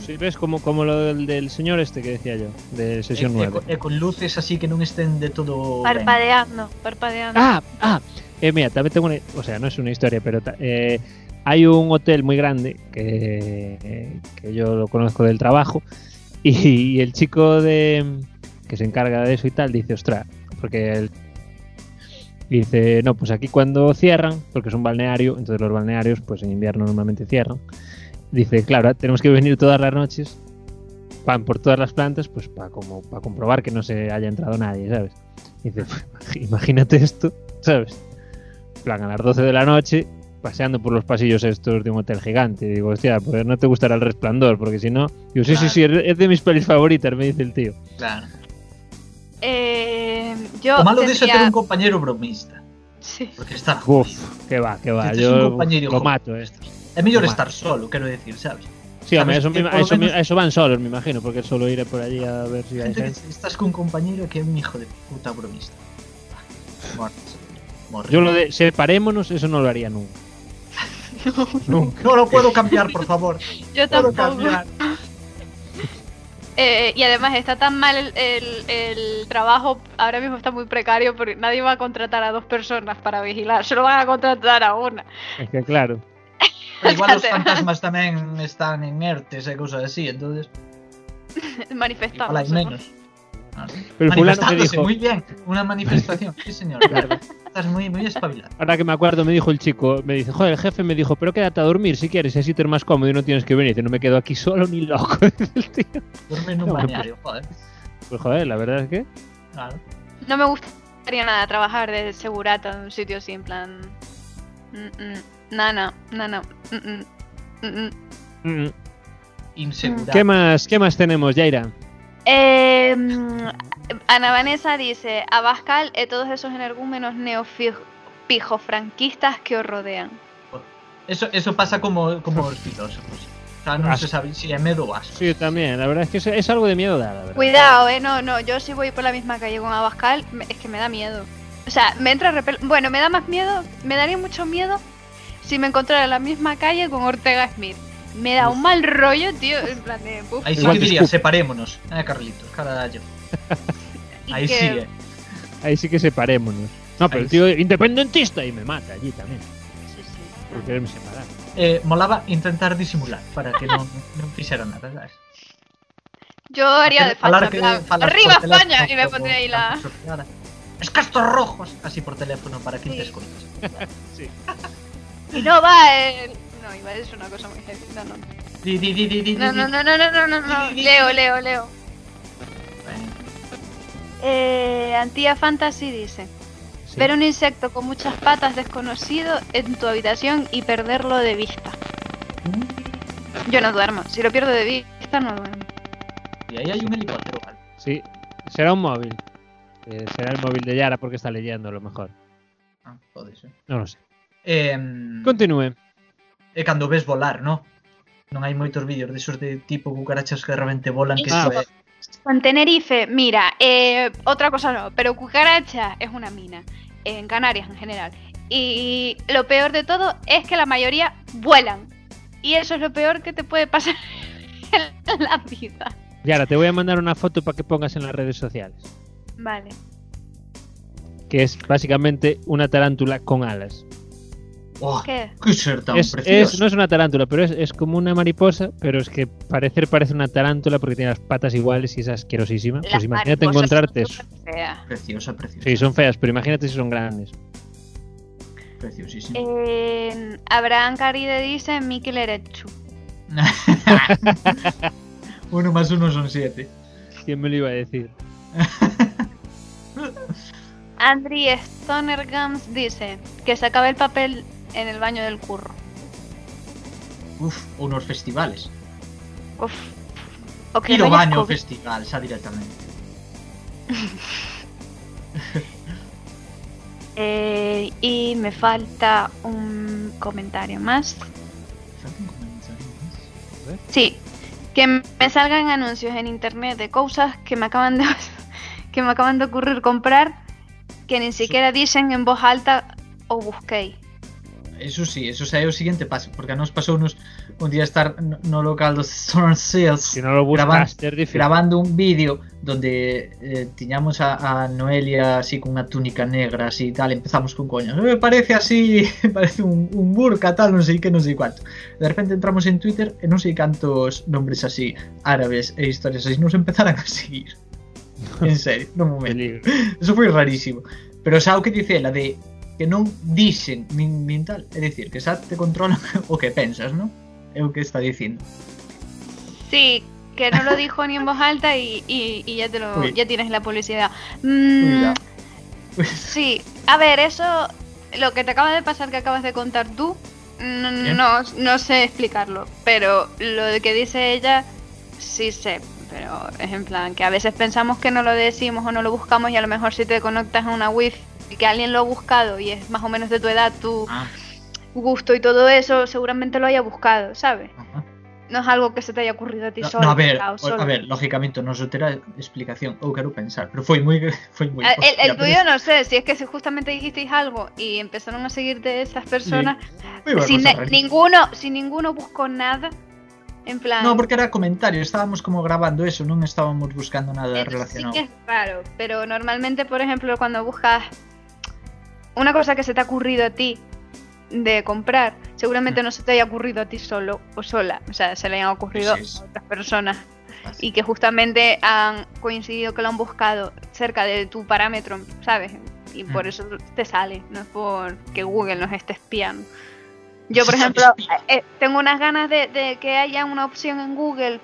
Speaker 4: Sí, ves como, como lo del, del señor este que decía yo, de
Speaker 3: E,
Speaker 4: sesión
Speaker 3: e
Speaker 4: 9.
Speaker 3: co- e con luces así que non estén de todo ben.
Speaker 5: Parpadeando, parpadeando.
Speaker 4: Ah, ah. Eh, mira, también tengo una. O sea, no es una historia, pero ta- eh, hay un hotel muy grande que, que yo lo conozco del trabajo. Y, y el chico de que se encarga de eso y tal dice, ostra, porque él dice, no, pues aquí cuando cierran, porque es un balneario, entonces los balnearios pues en invierno normalmente cierran. Dice, claro, tenemos que venir todas las noches, van por todas las plantas, pues para como para comprobar que no se haya entrado nadie, ¿sabes? Dice, imagínate esto, ¿sabes? En plan, a las 12 de la noche, paseando por los pasillos estos de un hotel gigante. Y digo, hostia, pues no te gustará el resplandor, porque si no. Digo, sí, sí, sí, es de mis pelis favoritas, me dice el tío.
Speaker 3: Claro.
Speaker 5: Eh, yo
Speaker 3: O malo diso é
Speaker 5: tendría-
Speaker 3: ter un compañero bromista,
Speaker 5: Sí.
Speaker 3: porque estar
Speaker 4: Uf, que va, que va,
Speaker 3: Este es un
Speaker 4: yo
Speaker 3: compañero, Este.
Speaker 4: lo
Speaker 3: joder.
Speaker 4: mato esto.
Speaker 3: é mellor
Speaker 4: Toma.
Speaker 3: estar solo, quero decir, sabes?
Speaker 4: Sí, hombre, a eso,
Speaker 3: Sabes que
Speaker 4: me- a
Speaker 3: por lo
Speaker 4: eso me-
Speaker 3: menos-
Speaker 4: a eso van solos, me imagino, porque es solo ir por allí a ver si hay
Speaker 3: Gente que
Speaker 4: gente.
Speaker 3: estás con un compañero que é un hijo de puta bromista. Ah, Mortes. Mortes.
Speaker 4: Yo lo de separémonos, eso no lo haría nunca. Nunca.
Speaker 3: No lo puedo cambiar, por favor.
Speaker 5: Yo
Speaker 3: Puedo
Speaker 5: tampoco.
Speaker 3: cambiar.
Speaker 5: Eh, y además está tan mal el, el- el trabajo, ahora mismo está muy precario porque nadie va a contratar a dos personas para vigilar, solo van a contratar a una.
Speaker 4: Es que claro.
Speaker 3: Pero igual os
Speaker 5: Espérate.
Speaker 3: fantasmas tamén están en ERTES e cousas así, entonces igual hai
Speaker 5: Manifestamos.
Speaker 3: menos. Ah,
Speaker 4: Pero fulano que
Speaker 3: manifestándose,
Speaker 4: dijo-
Speaker 3: muy bien. Una manifestación, sí señor.
Speaker 4: Claro.
Speaker 3: Estás muy, muy espabilado.
Speaker 4: Ahora que me acuerdo, me dijo el chico, me dice, joder, el jefe me dijo, pero quédate a dormir si quieres, y así te es más cómodo y no tienes que venir. Dice, no me quedo aquí solo ni loco. Dice el tío.
Speaker 3: Duerme en un balneario, joder.
Speaker 4: Pues joder, la verdad es que.
Speaker 3: Claro.
Speaker 5: No me gustaría nada trabajar de segurata en un sitio así, en plan. mm, mm, No, no, no, no. mm, mm, mm, mm.
Speaker 4: Mm.
Speaker 3: Inseguridad.
Speaker 4: ¿Qué más, ¿Qué más tenemos, Yaira?
Speaker 5: Eh, mm, Ana Vanessa dice: Abascal eh, y todos esos energúmenos neopijofranquistas que os rodean.
Speaker 3: Eso, eso pasa como, como los filósofos. O sea, no
Speaker 4: Asco.
Speaker 3: se sabe si es medo o asco.
Speaker 4: Sí, también. La verdad es que es, es algo de miedo da, la verdad.
Speaker 5: Cuidado, eh, no, no, yo si voy por la misma calle con Abascal, me- es que me da miedo. O sea, me entra repel... Bueno, me da más miedo, me daría mucho miedo si me encontrara en la misma calle con Ortega Smith. Me da un mal rollo, tío, en plan de... buf,
Speaker 3: Ahí sí
Speaker 4: Igual
Speaker 3: que
Speaker 4: te
Speaker 3: diría,
Speaker 4: escupe.
Speaker 3: separémonos. Ah, Carlitos, cara yo.
Speaker 5: y
Speaker 3: Ahí
Speaker 5: que-
Speaker 3: sí, eh.
Speaker 4: Ahí sí que separémonos. No, pero
Speaker 3: Ahí
Speaker 4: el tío es independentista y me mata allí también.
Speaker 5: sí, sí.
Speaker 4: Por quererme separar.
Speaker 3: Eh, Molaba intentar disimular para que no, no pisara nada, ¿sabes?
Speaker 5: Yo haría de facha,
Speaker 3: Falar
Speaker 5: en
Speaker 3: que
Speaker 5: plan,
Speaker 3: falas por
Speaker 5: ¡Arriba
Speaker 3: teléfono
Speaker 5: España! Y me
Speaker 3: como
Speaker 5: pondría ahí la...
Speaker 3: tan surfeada. Es que estos rojos, así por teléfono para que
Speaker 5: Sí.
Speaker 3: te escuches.
Speaker 5: Y no va el... No, iba a decir una cosa muy heavy. No, no, no,
Speaker 3: Di, di, di, di, di, di.
Speaker 5: no, no, no, no, no, no, no. Leo, Leo, Leo.
Speaker 3: Bueno,
Speaker 5: Eh, Antía Fantasy dice...
Speaker 4: Sí.
Speaker 5: Ver un insecto con muchas patas desconocido en tu habitación y perderlo de vista. Yo no duermo. Si lo pierdo de vista, no duermo.
Speaker 3: Y ahí hay un helicóptero. ¿vale?
Speaker 4: Sí, será un móvil. Eh, será el móvil de Yara porque está leyendo a lo mejor.
Speaker 3: Ah, joder, sí.
Speaker 4: No lo sé.
Speaker 3: Eh,
Speaker 4: Continúe.
Speaker 3: e cando ves volar, no? Non hai moitos vídeos desos de tipo cucarachas que de repente volan que
Speaker 4: Ah.
Speaker 3: iso é...
Speaker 5: En Tenerife, mira, eh, otra cosa no, pero cucaracha es una mina. En Canarias en general. Y lo peor de todo es que la mayoría vuelan. Y eso es lo peor que te puede pasar en la vida.
Speaker 4: Yara, te voy a mandar una foto para que pongas en las redes sociales.
Speaker 5: Vale.
Speaker 4: Que es básicamente una tarántula con alas.
Speaker 3: Oh,
Speaker 5: ¿Qué?
Speaker 3: que ser tan
Speaker 4: Es, es-
Speaker 3: precioso.
Speaker 4: no es una tarántula, pero es, es como una mariposa, pero es que parecer parece una tarántula porque tiene las patas iguales y es asquerosísima.
Speaker 5: Las
Speaker 4: pues imagínate
Speaker 5: mariposas son
Speaker 4: encontrarte eso.
Speaker 5: súper feas.
Speaker 3: Preciosa, preciosa,
Speaker 4: Sí, son feas, pero imagínate si son grandes.
Speaker 3: preciosísima.
Speaker 5: Eh, Abraham Caride dice Mikel Erechu.
Speaker 3: Uno más uno son siete.
Speaker 4: ¿Quién me lo iba a decir?
Speaker 5: Andri Stonergams dice que se acabe el papel en el baño del curro.
Speaker 3: Uf, ou nos festivales.
Speaker 5: Uf. O que
Speaker 3: Ir ao
Speaker 5: no haya
Speaker 3: baño ao
Speaker 5: COVID.
Speaker 3: festival, xa directamente.
Speaker 5: Eh, y me falta un comentario más. Sí, que me salgan anuncios en internet de cosas que me acaban de que me acaban de ocurrir comprar que ni siquiera dicen en voz alta o busquéis.
Speaker 3: Eso sí, eso xa é o siguiente paso, porque a nos pasou nos un día estar no no local dos Storm Seals
Speaker 4: Si no lo
Speaker 3: Graban-
Speaker 4: buscas, es difícil.
Speaker 3: grabando un vídeo donde eh, tiñamos a, a Noelia así con una túnica negra así y tal, empezamos con coños, me parece así, parece un, un burka tal, no sé qué, no sé cuánto. De repente entramos en Twitter e non sei cantos nombres así árabes e historias así nos empezaran a seguir. En serio, no momento.
Speaker 4: Peligro.
Speaker 3: Eso foi rarísimo. Pero xa o que dice ela de que non dixen nin, nin tal, é dicir, que xa te controlan o que pensas, non? É o que está dicindo.
Speaker 5: Sí, que no lo dijo ni en voz alta y, y- y ya te lo,
Speaker 3: Uy.
Speaker 5: ya tienes la publicidad.
Speaker 3: Mira.
Speaker 5: Mm, sí, a ver, eso, lo que te acaba de pasar que acabas de contar tú, no,
Speaker 3: Bien.
Speaker 5: no, no sé explicarlo, pero lo de que dice ella, sí sé. Pero es en plan que a veces pensamos que no lo decimos o no lo buscamos y a lo mejor si te conectas a una wifi y que alguien lo ha buscado y es más o menos de tu edad, tu
Speaker 3: Ah,
Speaker 5: gusto y todo eso, seguramente lo haya buscado, ¿sabes?
Speaker 3: ajá.
Speaker 5: No es algo que se te haya ocurrido a ti
Speaker 3: No,
Speaker 5: solo.
Speaker 3: no, a ver,
Speaker 5: o
Speaker 3: o-
Speaker 5: solo.
Speaker 3: a ver, lógicamente non só terá explicación, eu quero pensar, pero foi moi foi moi.
Speaker 5: Ah, El, el
Speaker 3: hostia,
Speaker 5: tuyo no sé, si es que si justamente dijisteis algo y empezaron a seguirte esas personas,
Speaker 3: pero foi
Speaker 5: sin
Speaker 3: unha cosa
Speaker 5: ne-
Speaker 3: rarísima.
Speaker 5: ninguno, si ninguno buscó nada, en plan,
Speaker 3: No, porque era comentario, estábamos como grabando eso, non estábamos buscando nada
Speaker 5: eso sí
Speaker 3: relacionado.
Speaker 5: que es raro, pero normalmente, por ejemplo, cuando buscas una cosa que se te ha ocurrido a ti de comprar, seguramente
Speaker 3: Mm.
Speaker 5: no se te haya ocurrido a ti solo o sola, o sea, se le han ocurrido
Speaker 3: Sí, sí.
Speaker 5: a otras personas
Speaker 3: Así.
Speaker 5: y que justamente han coincidido que lo han buscado cerca de tu parámetro, ¿sabes? Y por
Speaker 3: Mm.
Speaker 5: eso te sale, no es porque Google nos esté espiando. Yo, por
Speaker 3: Sí,
Speaker 5: ejemplo,
Speaker 3: espía.
Speaker 5: eh, tengo unas ganas de, de que haya una opción en Google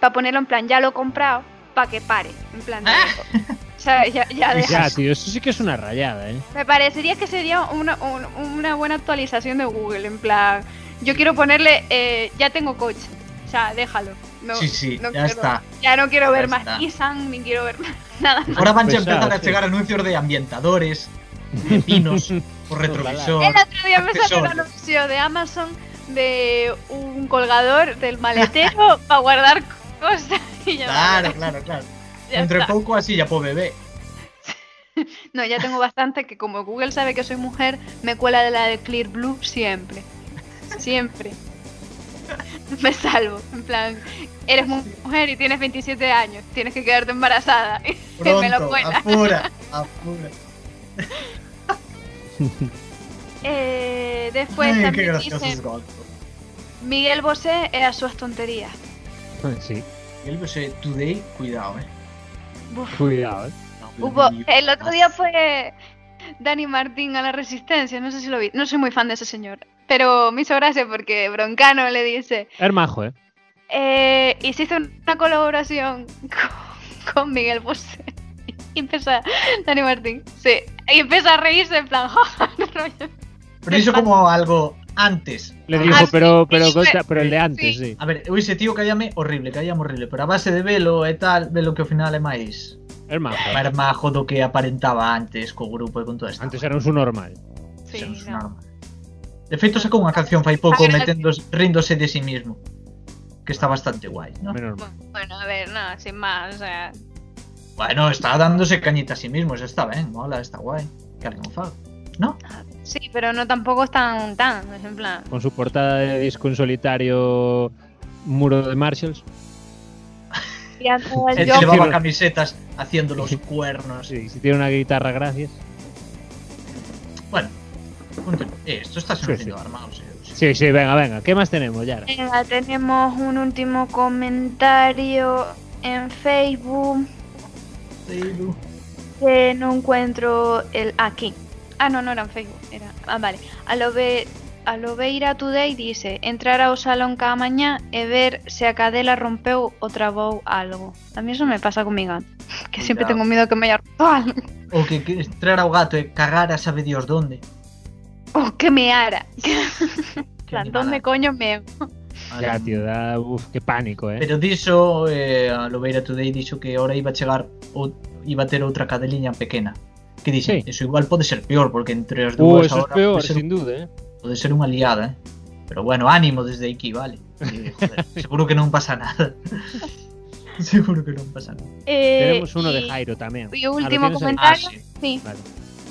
Speaker 5: para ponerlo en plan, ya lo he comprado, para que pare. En plan, de-
Speaker 3: Ah.
Speaker 5: ¿sabes? Ya, ya
Speaker 3: Pues
Speaker 5: deja.
Speaker 4: Ya, tío, eso sí que es una rayada, ¿eh?
Speaker 5: Me parecería que sería una, un- una buena actualización de Google, en plan, yo quiero ponerle, eh, ya tengo coche, o sea, déjalo. No,
Speaker 3: sí, sí,
Speaker 5: no
Speaker 3: ya
Speaker 5: quiero-
Speaker 3: está.
Speaker 5: ya no quiero ver
Speaker 3: Ya
Speaker 5: más
Speaker 3: está.
Speaker 5: Nissan, ni quiero ver más nada.
Speaker 3: Ahora van a
Speaker 4: Pesado,
Speaker 3: empezar a
Speaker 4: sí.
Speaker 3: chegar anuncios de ambientadores, de pinos, por
Speaker 5: El
Speaker 3: retrovisor.
Speaker 5: otro día me salió un
Speaker 3: accesorios.
Speaker 5: anuncio de Amazon de un colgador del maletero para guardar cosas. Y yo,
Speaker 3: Claro,
Speaker 5: vale,
Speaker 3: claro, claro.
Speaker 5: ya
Speaker 3: Ah, Entre
Speaker 5: está.
Speaker 3: pouco así ya puedo beber.
Speaker 5: No, ya tengo bastante que como Google sabe que soy mujer, me cuela de la de Clear Blue siempre. Siempre. Me salvo. En plan, eres mu- mujer y tienes 27 años, tienes que quedarte embarazada. Que me
Speaker 3: Pronto,
Speaker 5: lo cuela.
Speaker 3: apura, apura.
Speaker 5: Eh, después
Speaker 3: Ay, qué
Speaker 5: también
Speaker 3: gracioso es
Speaker 5: dicen,
Speaker 3: Golfo.
Speaker 5: Miguel Bosé era sus tonterías.
Speaker 4: Sí,
Speaker 3: Y el Bosé Today, cuidado, eh.
Speaker 5: Buf.
Speaker 4: cuidado, eh.
Speaker 3: No,
Speaker 5: Hubo,
Speaker 3: Dios.
Speaker 5: el otro día fue Dani Martín a la Resistencia, no sé si lo vi, no soy muy fan de ese señor, pero me hizo gracia porque Broncano le dice,
Speaker 4: Es majo, eh.
Speaker 5: eh, hiciste una colaboración con, con Miguel Bosé. Y empieza Dani Martín, sí, y empieza a reírse en plan, "Ja, ja", rollo.
Speaker 3: Pero hizo como algo antes.
Speaker 4: Le
Speaker 3: Ah,
Speaker 4: dijo,
Speaker 5: sí,
Speaker 4: pero, pero,
Speaker 5: sí,
Speaker 4: contra- pero el de
Speaker 3: sí.
Speaker 4: antes, sí.
Speaker 3: A ver, eu ese tío callame horrible, callame horrible, pero a base de velo e tal, velo que ao final é máis
Speaker 4: Es majo. eh.
Speaker 3: máis majo do que aparentaba antes co grupo e con toda esta.
Speaker 4: Antes era un su normal.
Speaker 5: Sí,
Speaker 3: Xenos
Speaker 5: no.
Speaker 3: normal. De feito sacou unha canción fai pouco
Speaker 5: A ver,
Speaker 3: meténdose rindose de si sí mismo, que está bastante guai, ¿no?
Speaker 4: Menos mal.
Speaker 5: Bueno, a ver, no, sin más, o sea,
Speaker 3: Bueno, está dándose cañita a sí mismo, eso está ben, mola, está guai. Que alguén o faga.
Speaker 5: sí, pero no tampoco es tan, tan, es en plan,
Speaker 4: Con su portada de disco en solitario Muro de Marshalls.
Speaker 5: y antes del
Speaker 3: E
Speaker 4: yo-
Speaker 3: levaba camisetas haciendo los cuernos.
Speaker 4: Sí, si tiene una guitarra, gracias.
Speaker 3: Bueno, punto. Eh, esto está
Speaker 4: Sí,
Speaker 3: siendo
Speaker 4: sí.
Speaker 3: armados. eh, o sea.
Speaker 4: Sí, sí, venga, venga. ¿Qué más tenemos, Yara?
Speaker 5: Venga, Eh, tenemos un último comentario en Facebook que no encuentro el aquí. Ah, no, no era en Facebook. Era... Ah, vale. A lo ve- a lo veira Today dice entrar ao salón cada mañá e ver se a cadela rompeu ou trabou algo. A mí eso me pasa con mi gato, que siempre
Speaker 3: Cuidado.
Speaker 5: tengo miedo que me haya roto algo
Speaker 3: O que, que traer ao gato e cagar a sabe Dios donde.
Speaker 5: ou que me ara.
Speaker 3: Que
Speaker 5: Plan,
Speaker 3: animal,
Speaker 5: ¿dónde coño me?
Speaker 4: Ah,
Speaker 3: Madre
Speaker 4: Ya,
Speaker 3: mía.
Speaker 4: tío, eh. da. Uf, qué pánico, eh.
Speaker 3: Pero dixo, eh, a Lobeira Today dixo que ahora iba a chegar ou, iba a ter outra cadeliña pequena. Que dixen,
Speaker 4: Sí.
Speaker 3: eso igual pode ser peor, porque entre os
Speaker 4: Uh,
Speaker 3: dúas
Speaker 4: eso es
Speaker 3: pues ahora
Speaker 4: peor,
Speaker 3: pode, ser,
Speaker 4: sin duda, eh.
Speaker 3: pode ser unha liada, eh? Pero bueno, ánimo desde aquí, vale. Que, joder, seguro que non pasa nada. seguro que non pasa nada.
Speaker 4: Tenemos uno de
Speaker 5: Eh, y-
Speaker 4: Jairo también.
Speaker 5: y
Speaker 4: Ah, ¿lo
Speaker 5: último
Speaker 4: tienes ahí?
Speaker 3: Ah,
Speaker 5: comentario.
Speaker 3: sí.
Speaker 5: Sí.
Speaker 4: Vale.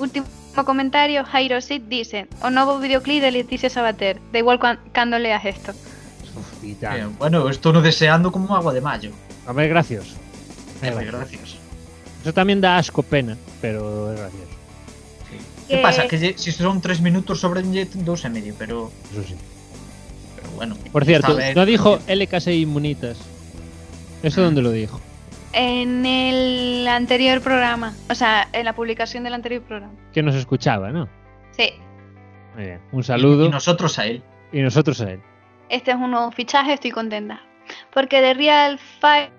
Speaker 5: Último comentario, Jairo Sid dice O novo videoclip de Leticia Sabater Da igual cuan- cando leas esto
Speaker 4: Ah, Uf, y
Speaker 3: Eh,
Speaker 4: tal.
Speaker 3: bueno, estou no deseando como agua de mayo.
Speaker 4: A ver, gracioso.
Speaker 3: Eh,
Speaker 4: Eh, vale.
Speaker 3: gracias.
Speaker 4: Eso también da asco pena, pero es gracioso.
Speaker 3: Sí.
Speaker 5: Que-
Speaker 3: Que pasa? Que lle- si son tres minutos sobre un jet, dos e medio, pero,
Speaker 4: Eso sí.
Speaker 3: pero bueno.
Speaker 4: Por cierto,
Speaker 3: está ben.
Speaker 4: no dijo LKC Inmunitas. ¿Eso dónde lo dijo?
Speaker 5: En el anterior programa O sea, en la publicación del anterior programa
Speaker 4: Que nos escuchaba, ¿no?
Speaker 5: Sí,
Speaker 4: Muy bien. Un
Speaker 3: Y,
Speaker 4: saludo.
Speaker 3: y nosotros a él.
Speaker 4: Y nosotros a él.
Speaker 5: este es un nuevo fichaje, estoy contenta Porque de Real Fight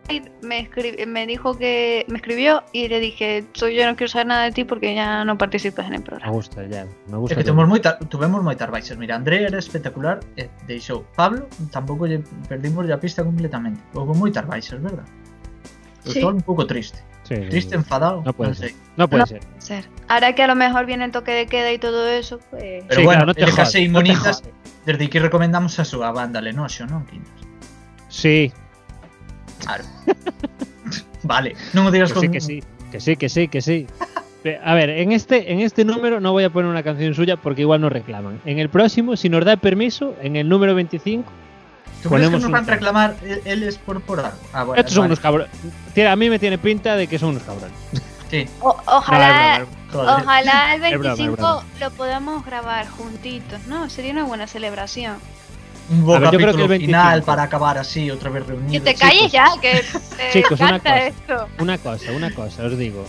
Speaker 5: me, escri- me dijo que... Me escribió y le dije Soy yo, no quiero saber nada de ti porque ya no participas en el
Speaker 4: Me
Speaker 5: programa
Speaker 4: gusta, ya. Me
Speaker 3: É
Speaker 4: gusta.
Speaker 3: que
Speaker 4: todo.
Speaker 3: tuvemos moita, tuvemos moitas baixas. Mira, André era espectacular e deixou. Pablo, tampouco lle perdimos a pista completamente. Houve moitas baixas, verdad? Sí.
Speaker 5: Sí.
Speaker 3: Estou un pouco triste.
Speaker 4: Sí, sí, sí.
Speaker 3: Triste, enfadado,
Speaker 4: Eh, No
Speaker 3: no,
Speaker 4: puede
Speaker 3: non
Speaker 4: ser.
Speaker 3: sei.
Speaker 4: No puede
Speaker 5: No.
Speaker 4: ser.
Speaker 5: Ser. Ahora que a lo mejor viene el toque de queda y todo eso pues...
Speaker 3: Pero
Speaker 4: Sí,
Speaker 3: bueno,
Speaker 4: claro, no te
Speaker 3: el
Speaker 4: jodas,
Speaker 3: Casey
Speaker 4: no te
Speaker 3: Monitas,
Speaker 4: jodas.
Speaker 3: desde aquí recomendamos a súa banda Lenoxo, non, Quintas?
Speaker 4: Sí,
Speaker 3: Claro. vale, non o digas
Speaker 4: que sí, que sí. Que sí, que sí, que sí. Pe- A ver, en este, en este número no voy a poner una canción suya porque igual nos reclaman. En el próximo, si nos da permiso, en el número 25.
Speaker 3: Tú crees que
Speaker 4: Ponemos
Speaker 3: nos
Speaker 4: un
Speaker 3: van a
Speaker 4: tema.
Speaker 3: reclamar e- eles por por algo? Ah, bueno,
Speaker 4: estos son
Speaker 3: vale.
Speaker 4: unos cabrones. A mí me tiene pinta de que son unos cabrones.
Speaker 3: Sí,
Speaker 5: O-
Speaker 4: No, es
Speaker 5: ojalá
Speaker 4: broma, es
Speaker 3: joder.
Speaker 5: Ojalá el
Speaker 4: Es broma, es
Speaker 5: 25
Speaker 4: broma.
Speaker 5: lo podamos grabar juntitos, ¿no? Sería una buena celebración.
Speaker 3: un buen
Speaker 4: A ver, yo creo
Speaker 3: capítulo
Speaker 4: que el
Speaker 3: final
Speaker 4: 25.
Speaker 3: para acabar así, otra vez reunidos.
Speaker 5: Que te calles ya, que te
Speaker 4: Chicos, una
Speaker 5: encanta
Speaker 4: cosa.
Speaker 5: esto.
Speaker 4: Una cosa, una cosa, os digo.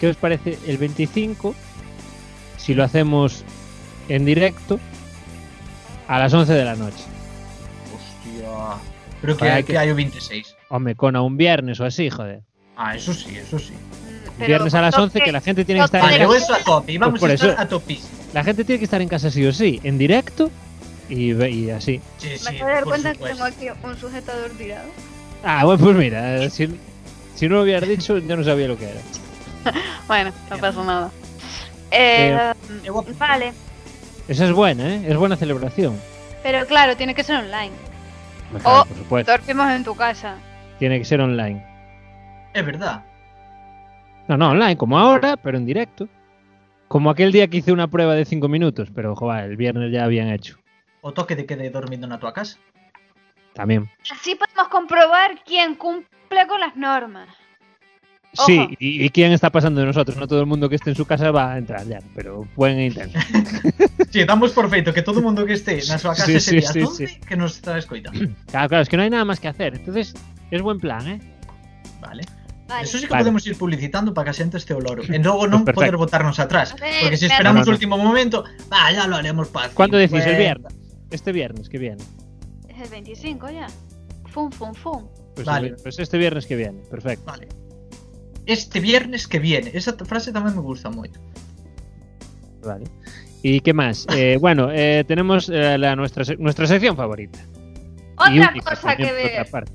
Speaker 4: ¿Qué os parece el 25? Si lo hacemos en directo a las 11 de la noche.
Speaker 3: Hostia. Creo que,
Speaker 4: Para
Speaker 3: hay,
Speaker 4: que-
Speaker 3: que hay un 26.
Speaker 4: O me cona un viernes o así, joder.
Speaker 3: Ah, eso sí, eso sí.
Speaker 5: Mm, Pero
Speaker 4: viernes a las
Speaker 5: creo
Speaker 4: 11 que la gente tiene
Speaker 5: no
Speaker 4: que estar
Speaker 5: Vale,
Speaker 4: en
Speaker 3: Vale,
Speaker 5: pero-
Speaker 3: o eso a tope. Y vamos
Speaker 4: por
Speaker 3: a estar
Speaker 4: eso-
Speaker 3: a topísimo.
Speaker 4: La gente tiene que estar en casa sí o sí, en directo y, ve- y así.
Speaker 3: Sí, sí,
Speaker 5: Me acabo de dar
Speaker 3: por
Speaker 5: cuenta
Speaker 3: supuesto.
Speaker 5: que tengo aquí un sujetador tirado.
Speaker 4: Ah, bueno, pues mira, eh, si, si no lo hubieras dicho, yo no sabía lo que era.
Speaker 5: Bueno, no pasa nada. Eh, mm,
Speaker 3: Qué guapo.
Speaker 6: Vale,
Speaker 4: Esa es buena, ¿eh? Es buena celebración.
Speaker 5: Pero claro, tiene que ser online.
Speaker 4: Claro,
Speaker 5: Oh,
Speaker 4: por supuesto.
Speaker 5: Dormimos en tu casa.
Speaker 4: Tiene que ser online.
Speaker 3: Es verdad.
Speaker 4: No, no, online, como ahora, pero en directo. Como aquel día que hice una prueba de 5 minutos, pero joder, el viernes ya habían hecho.
Speaker 3: O toque de quede dormindo na tua casa.
Speaker 4: También.
Speaker 5: Así podemos comprobar quién cumple con las normas. Ojo.
Speaker 4: Sí, y, y quién está pasando de nosotros. No todo el mundo que esté en su casa va a entrar ya, pero buen intento.
Speaker 3: Sí, damos por feito que todo mundo que esté na súa casa
Speaker 4: Sí,
Speaker 3: ese
Speaker 4: sí,
Speaker 3: día
Speaker 4: sí,
Speaker 3: doce que nos está escoitando.
Speaker 4: Claro, claro, es que no hay nada más que hacer. Entonces, es buen plan, ¿eh?
Speaker 3: Vale.
Speaker 5: Vale.
Speaker 3: Eso sí que
Speaker 4: Vale.
Speaker 3: podemos ir publicitando para que a xente este olor. E logo non poder
Speaker 4: Perfecto.
Speaker 3: botarnos atrás.
Speaker 5: Eh,
Speaker 3: Porque se
Speaker 5: espera.
Speaker 3: esperamos o
Speaker 4: No, no, no.
Speaker 3: último momento, va, ya lo haremos para
Speaker 4: ¿Cuándo decís? El
Speaker 3: 50.
Speaker 4: viernes. Este viernes que viene.
Speaker 5: Es el 25 ya. Fum, fum, fum.
Speaker 4: Pues,
Speaker 3: Vale.
Speaker 4: el- pues este viernes que viene, perfecto.
Speaker 3: Vale. Este viernes que viene. Esa t- frase tamén me gusta moito.
Speaker 4: Vale. ¿Y qué más? Eh, bueno, eh, tenemos eh, la, nuestra, se- nuestra sección favorita. Y
Speaker 5: Otra
Speaker 4: única,
Speaker 5: cosa que
Speaker 4: también, por
Speaker 5: ver.
Speaker 4: otra parte.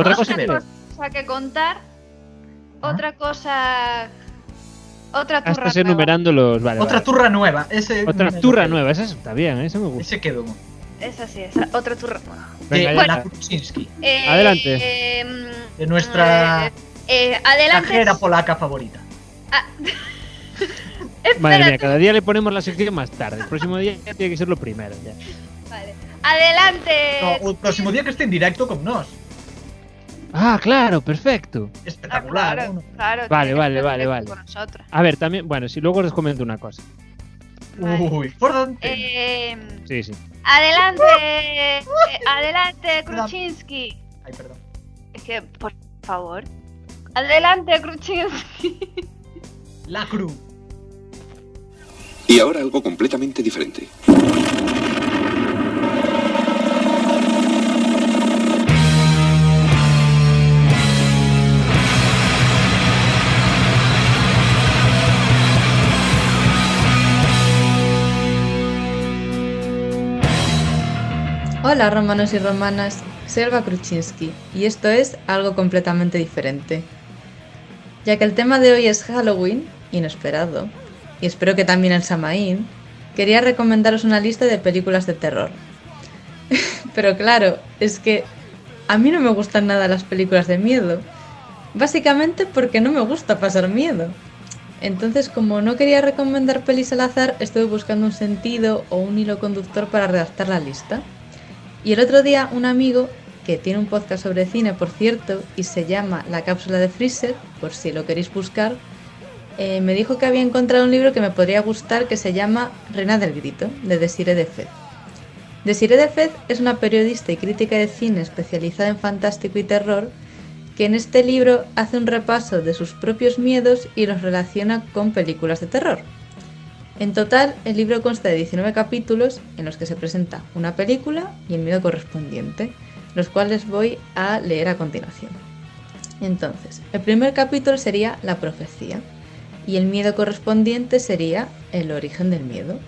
Speaker 4: Otra cosa que ver.
Speaker 5: cosa que contar.
Speaker 3: Ah.
Speaker 5: Otra cosa. Otra
Speaker 4: Ah,
Speaker 5: turra
Speaker 4: estás
Speaker 5: nueva.
Speaker 4: enumerando los. Vale,
Speaker 3: Otra
Speaker 4: vale.
Speaker 3: turra nueva. Ese
Speaker 4: Otra
Speaker 3: me-
Speaker 4: turra nueva. Esa está bien, ¿eh? esa me gusta.
Speaker 3: Ese quedou.
Speaker 5: Esa sí, esa. Otra turra nueva.
Speaker 4: Venga,
Speaker 3: de
Speaker 4: ya.
Speaker 3: Ana Kuczynski,
Speaker 5: Eh,
Speaker 4: Adelante.
Speaker 5: eh,
Speaker 3: de nuestra
Speaker 5: eh, eh, adelante.
Speaker 3: cajera polaca favorita.
Speaker 4: Madre mía,
Speaker 5: Espérate.
Speaker 4: cada día le ponemos la sección más tarde. El próximo día ya tiene que ser lo primero. Ya.
Speaker 5: Vale. Adelante. Ah,
Speaker 3: No, o próximo día que esté en directo con nós.
Speaker 4: Ah, claro, perfecto.
Speaker 5: Ah,
Speaker 3: Espectacular.
Speaker 5: claro,
Speaker 3: ¿no?
Speaker 5: claro,
Speaker 4: Vale,
Speaker 5: tiene que
Speaker 4: vale,
Speaker 5: estar
Speaker 4: vale,
Speaker 5: directo
Speaker 4: vale.
Speaker 5: Con nosotros.
Speaker 4: A ver, también, bueno, si luego os comento una cosa.
Speaker 3: Uh,
Speaker 5: Vale.
Speaker 3: Uy, importante.
Speaker 5: Eh,
Speaker 4: Sí, sí.
Speaker 5: adelante, eh, adelante, Kruczynski.
Speaker 3: Ay, perdón.
Speaker 5: Es que, por favor. Adelante, Kruczynski.
Speaker 3: La Cruz.
Speaker 7: Y ahora algo completamente diferente.
Speaker 8: Hola romanos y romanas, soy Alba Kruczynski y esto es algo completamente diferente. Ya que el tema de hoy es Halloween, inesperado, y espero que también el Samaín, quería recomendaros una lista de películas de terror. Pero claro, es que a mí no me gustan nada las películas de miedo, básicamente porque no me gusta pasar miedo. Entonces, como no quería recomendar pelis al azar, estuve buscando un sentido o un hilo conductor para redactar la lista. Y el otro día un amigo, que tiene un podcast sobre cine, por cierto, y se llama La cápsula de Freezer, por si lo queréis buscar, eh, me dijo que había encontrado un libro que me podría gustar que se llama Reina del Grito, de Desiree Defez. Desiree Defez es una periodista y crítica de cine especializada en fantástico y terror, que en este libro hace un repaso de sus propios miedos y los relaciona con películas de terror. En total, el libro consta de 19 capítulos en los que se presenta una película y el miedo correspondiente, los cuales voy a leer a continuación. Entonces, el primer capítulo sería la profecía y el miedo correspondiente sería el origen del miedo.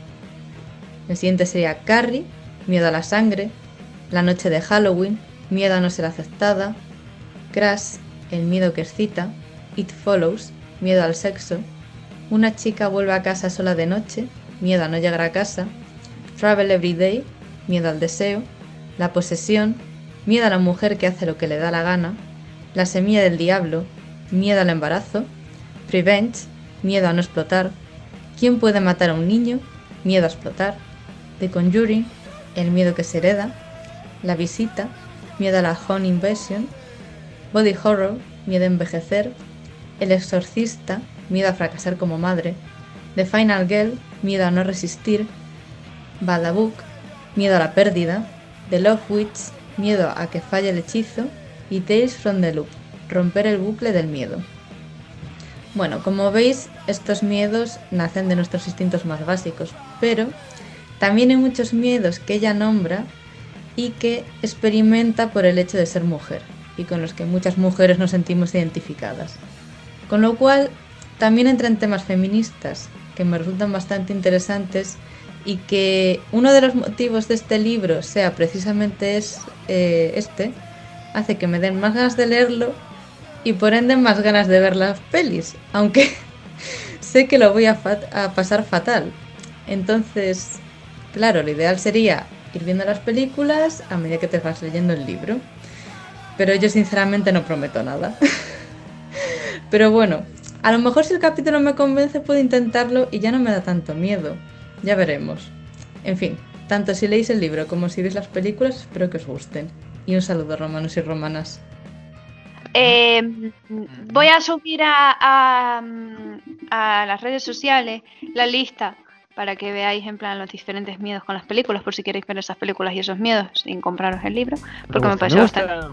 Speaker 8: El siguiente sería Carrie, miedo a la sangre, la noche de Halloween, miedo a no ser aceptada, Crash, el miedo que excita, It Follows, miedo al sexo, una chica vuelve a casa sola de noche, miedo a no llegar a casa. Travel Every Day, miedo al deseo. La posesión, miedo a la mujer que hace lo que le da la gana. La semilla del diablo, miedo al embarazo. Revenge, miedo a no explotar. ¿Quién puede matar a un niño? Miedo a explotar. The Conjuring, el miedo que se hereda. La visita, miedo a la home invasion. Body horror, miedo a envejecer. El exorcista, miedo a fracasar como madre. The Final Girl, miedo a no resistir. Badabook, miedo a la pérdida. The Love Witch, miedo a que falle el hechizo. Y Tales from the Loop, romper el bucle del miedo. Bueno, como veis, estos miedos nacen de nuestros instintos más básicos, pero también hay muchos miedos que ella nombra y que experimenta por el hecho de ser mujer, y con los que muchas mujeres nos sentimos identificadas. Con lo cual, también entran temas feministas que me resultan bastante interesantes y que uno de los motivos de este libro sea precisamente es, eh, este, hace que me den más ganas de leerlo y por ende más ganas de ver las pelis, aunque sé que lo voy a, fa- a pasar fatal, Entonces, claro, lo ideal sería ir viendo las películas a medida que te vas leyendo el libro. Pero yo sinceramente no prometo nada. Pero bueno, a lo mejor si el capítulo me convence puedo intentarlo y ya no me da tanto miedo. Ya veremos. En fin, tanto si leéis el libro como si veis las películas, espero que os gusten. Y un saludo romanos y romanas.
Speaker 5: Eh, voy a subir a, a, a las redes sociales la lista para que veáis en plan los diferentes miedos con las películas, por si queréis ver esas películas y esos miedos sin compraros el libro, porque me,
Speaker 4: gusta,
Speaker 5: pareció
Speaker 4: me
Speaker 5: bastante.
Speaker 4: gusta,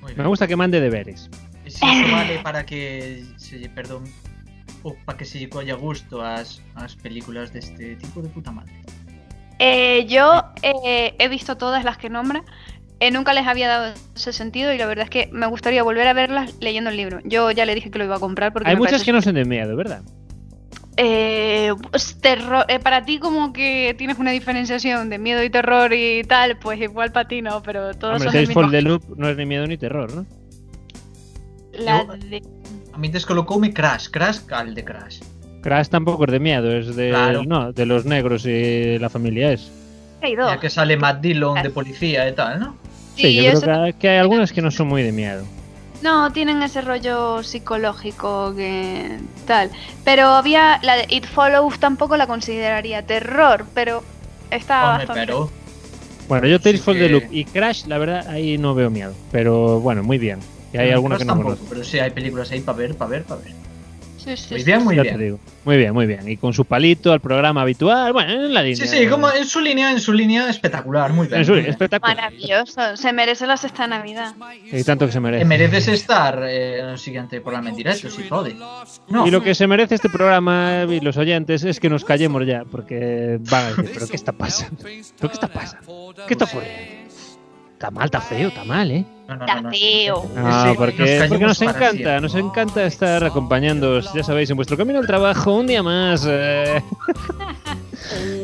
Speaker 3: Muy
Speaker 4: me
Speaker 3: bien.
Speaker 4: gusta que mande deberes.
Speaker 3: Y Si iso vale para que se lle- perdón, o para que se lle colla gusto ás ás películas deste tipo de puta madre.
Speaker 5: Eh, yo eh, he visto todas las que nombra. eh, nunca les había dado ese sentido y la verdad es que me gustaría volver a verlas leyendo el libro. Yo ya le dije que lo iba a comprar porque
Speaker 4: Hay
Speaker 5: me
Speaker 4: muchas
Speaker 5: parece-
Speaker 4: que no son de miedo, ¿verdad?
Speaker 5: Eh, pues, terror- eh, para ti como que tienes una diferenciación de miedo y terror y tal, pues igual para ti no, pero todos
Speaker 4: Hombre,
Speaker 5: son del
Speaker 4: Tales
Speaker 5: mismo.
Speaker 4: for the Loop no es ni miedo ni terror, ¿no?
Speaker 5: La
Speaker 3: Yo-
Speaker 5: de-
Speaker 3: A mí descolocoume Crash, Crash cal de Crash.
Speaker 4: Crash tampoco es de miedo, es de,
Speaker 3: Claro.
Speaker 4: no, de los negros y la familia es.
Speaker 5: hay dos.
Speaker 3: Ya que sale Matt Dillon de policía e tal, ¿no?
Speaker 4: Sí,
Speaker 5: Sí,
Speaker 4: yo
Speaker 5: eso-
Speaker 4: creo que, que hay algunas que no son muy de miedo.
Speaker 5: No, tienen ese rollo psicológico que tal. Pero había la de It Follows tampoco la consideraría terror, pero está
Speaker 3: Home,
Speaker 5: bastante.
Speaker 3: pero
Speaker 4: Bueno, yo Tales
Speaker 3: Sí
Speaker 4: for the
Speaker 3: que-
Speaker 4: Loop y Crash, la verdad, ahí no veo miedo. Pero bueno, muy bien. Y hay alguna
Speaker 3: Crash
Speaker 4: que no
Speaker 3: tampouco,
Speaker 4: conozco.
Speaker 3: pero si sí, hai películas aí para ver, para ver, para ver.
Speaker 5: Sí, sí,
Speaker 3: Moi
Speaker 5: sí.
Speaker 3: bien, moi
Speaker 4: Ya te
Speaker 3: bien.
Speaker 4: digo. Muy bien, muy bien. Y con su palito al programa habitual, bueno, en la línea.
Speaker 3: Sí, sí, como en su línea, en su línea espectacular, muy ben.
Speaker 4: En su-
Speaker 3: moi ben.
Speaker 4: espectacular.
Speaker 5: Maravilloso, se merece la sexta Navidad.
Speaker 4: Y tanto que se
Speaker 3: E
Speaker 4: merece.
Speaker 3: mereces estar eh, no siguiente programa en directo, si pode. No,
Speaker 4: Y lo que se merece este programa y los oyentes es que nos callemos ya, porque van a decir, ¿pero qué está pasando? ¿Pero qué está pasando? ¿Qué está ocurriendo? Está mal, está feo, está mal, ¿eh?
Speaker 3: no, no,
Speaker 5: Está
Speaker 3: no, no.
Speaker 5: feo.
Speaker 4: Ah,
Speaker 3: Eh, Sí, nos
Speaker 4: porque, porque
Speaker 3: callemos
Speaker 4: nos
Speaker 3: para
Speaker 4: encanta, nos encanta estar acompañándoos, ya sabéis, en vuestro camino al trabajo, un día más. eh.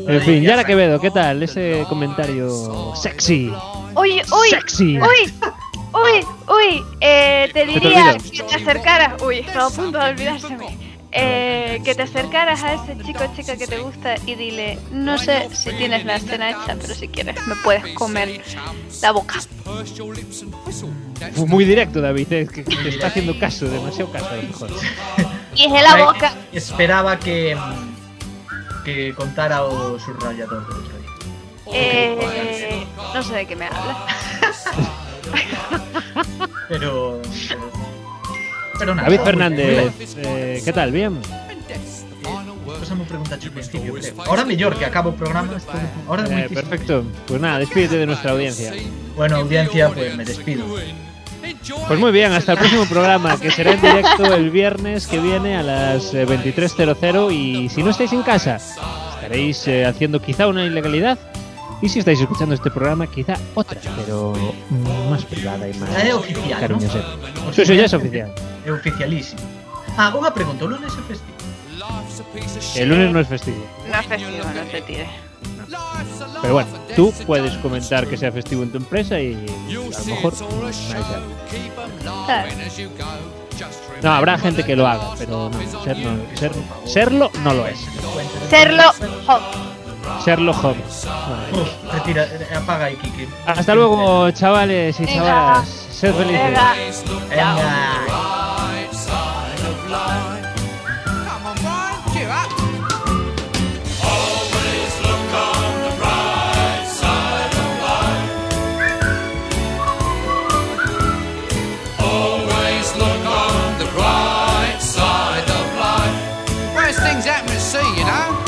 Speaker 4: en fin, Yara Quevedo, ¿qué tal? Ese comentario sexy.
Speaker 5: Uy, uy,
Speaker 4: Sexy.
Speaker 5: uy, uy, uy, eh, te
Speaker 4: te
Speaker 5: diría
Speaker 4: olvidó?
Speaker 5: que te acercaras. Uy, estaba a punto de olvidárseme. Eh, que te acercaras a ese chico o chica que te gusta y dile, no sé si tienes la escena hecha, pero si quieres me puedes comer la boca.
Speaker 4: Fue Muy directo, David, eh, que te está haciendo caso, demasiado caso a lo mejor.
Speaker 5: Y es de la boca.
Speaker 3: Esperaba que mm, que contara o subrayador do outro día.
Speaker 5: Eh, no sé de qué me hablas.
Speaker 3: Pero pero, pero nada.
Speaker 4: David
Speaker 3: muy-
Speaker 4: Fernández, eh, ¿qué tal? ¿Bien?
Speaker 3: Cosa me preguntaste al principio, creo. Ahora mellor que acabo o programa, estou, ahora
Speaker 4: Eh,
Speaker 3: moitísimo.
Speaker 4: perfecto. Pues nada, despídete de nuestra audiencia.
Speaker 3: Bueno, audiencia, pues me despido.
Speaker 4: Pues muy bien, hasta el próximo programa, que será en directo el viernes que viene a las eh, 23.00 y si no estáis en casa, estaréis eh, haciendo quizá una ilegalidad y si estáis escuchando este programa, quizá otra, pero más privada y más
Speaker 3: Ya é oficial, ¿no?
Speaker 4: cariñosa. Sí, sí, ya es oficial.
Speaker 3: É oficialísimo. Ah, unha pregunta, o lunes é festivo.
Speaker 4: El lunes no es festivo.
Speaker 5: No es festivo, no te tires.
Speaker 4: Pero bueno, tú puedes comentar que sea festivo en tu empresa y a lo mejor... nadie sabe.
Speaker 5: Claro.
Speaker 4: No, habrá gente que lo haga, pero no, ser no- ser- serlo no lo es.
Speaker 5: Serlo, oh, jo.
Speaker 4: Serlo Holmes. Vale.
Speaker 3: Uf, retira, eh, apaga aí, Kiki.
Speaker 4: Hasta luego, chavales y
Speaker 5: Venga.
Speaker 4: chavalas. Sed felices.
Speaker 5: Venga.
Speaker 3: Venga.
Speaker 6: Always look on the bright side of life. Worst things happen at sea, you know.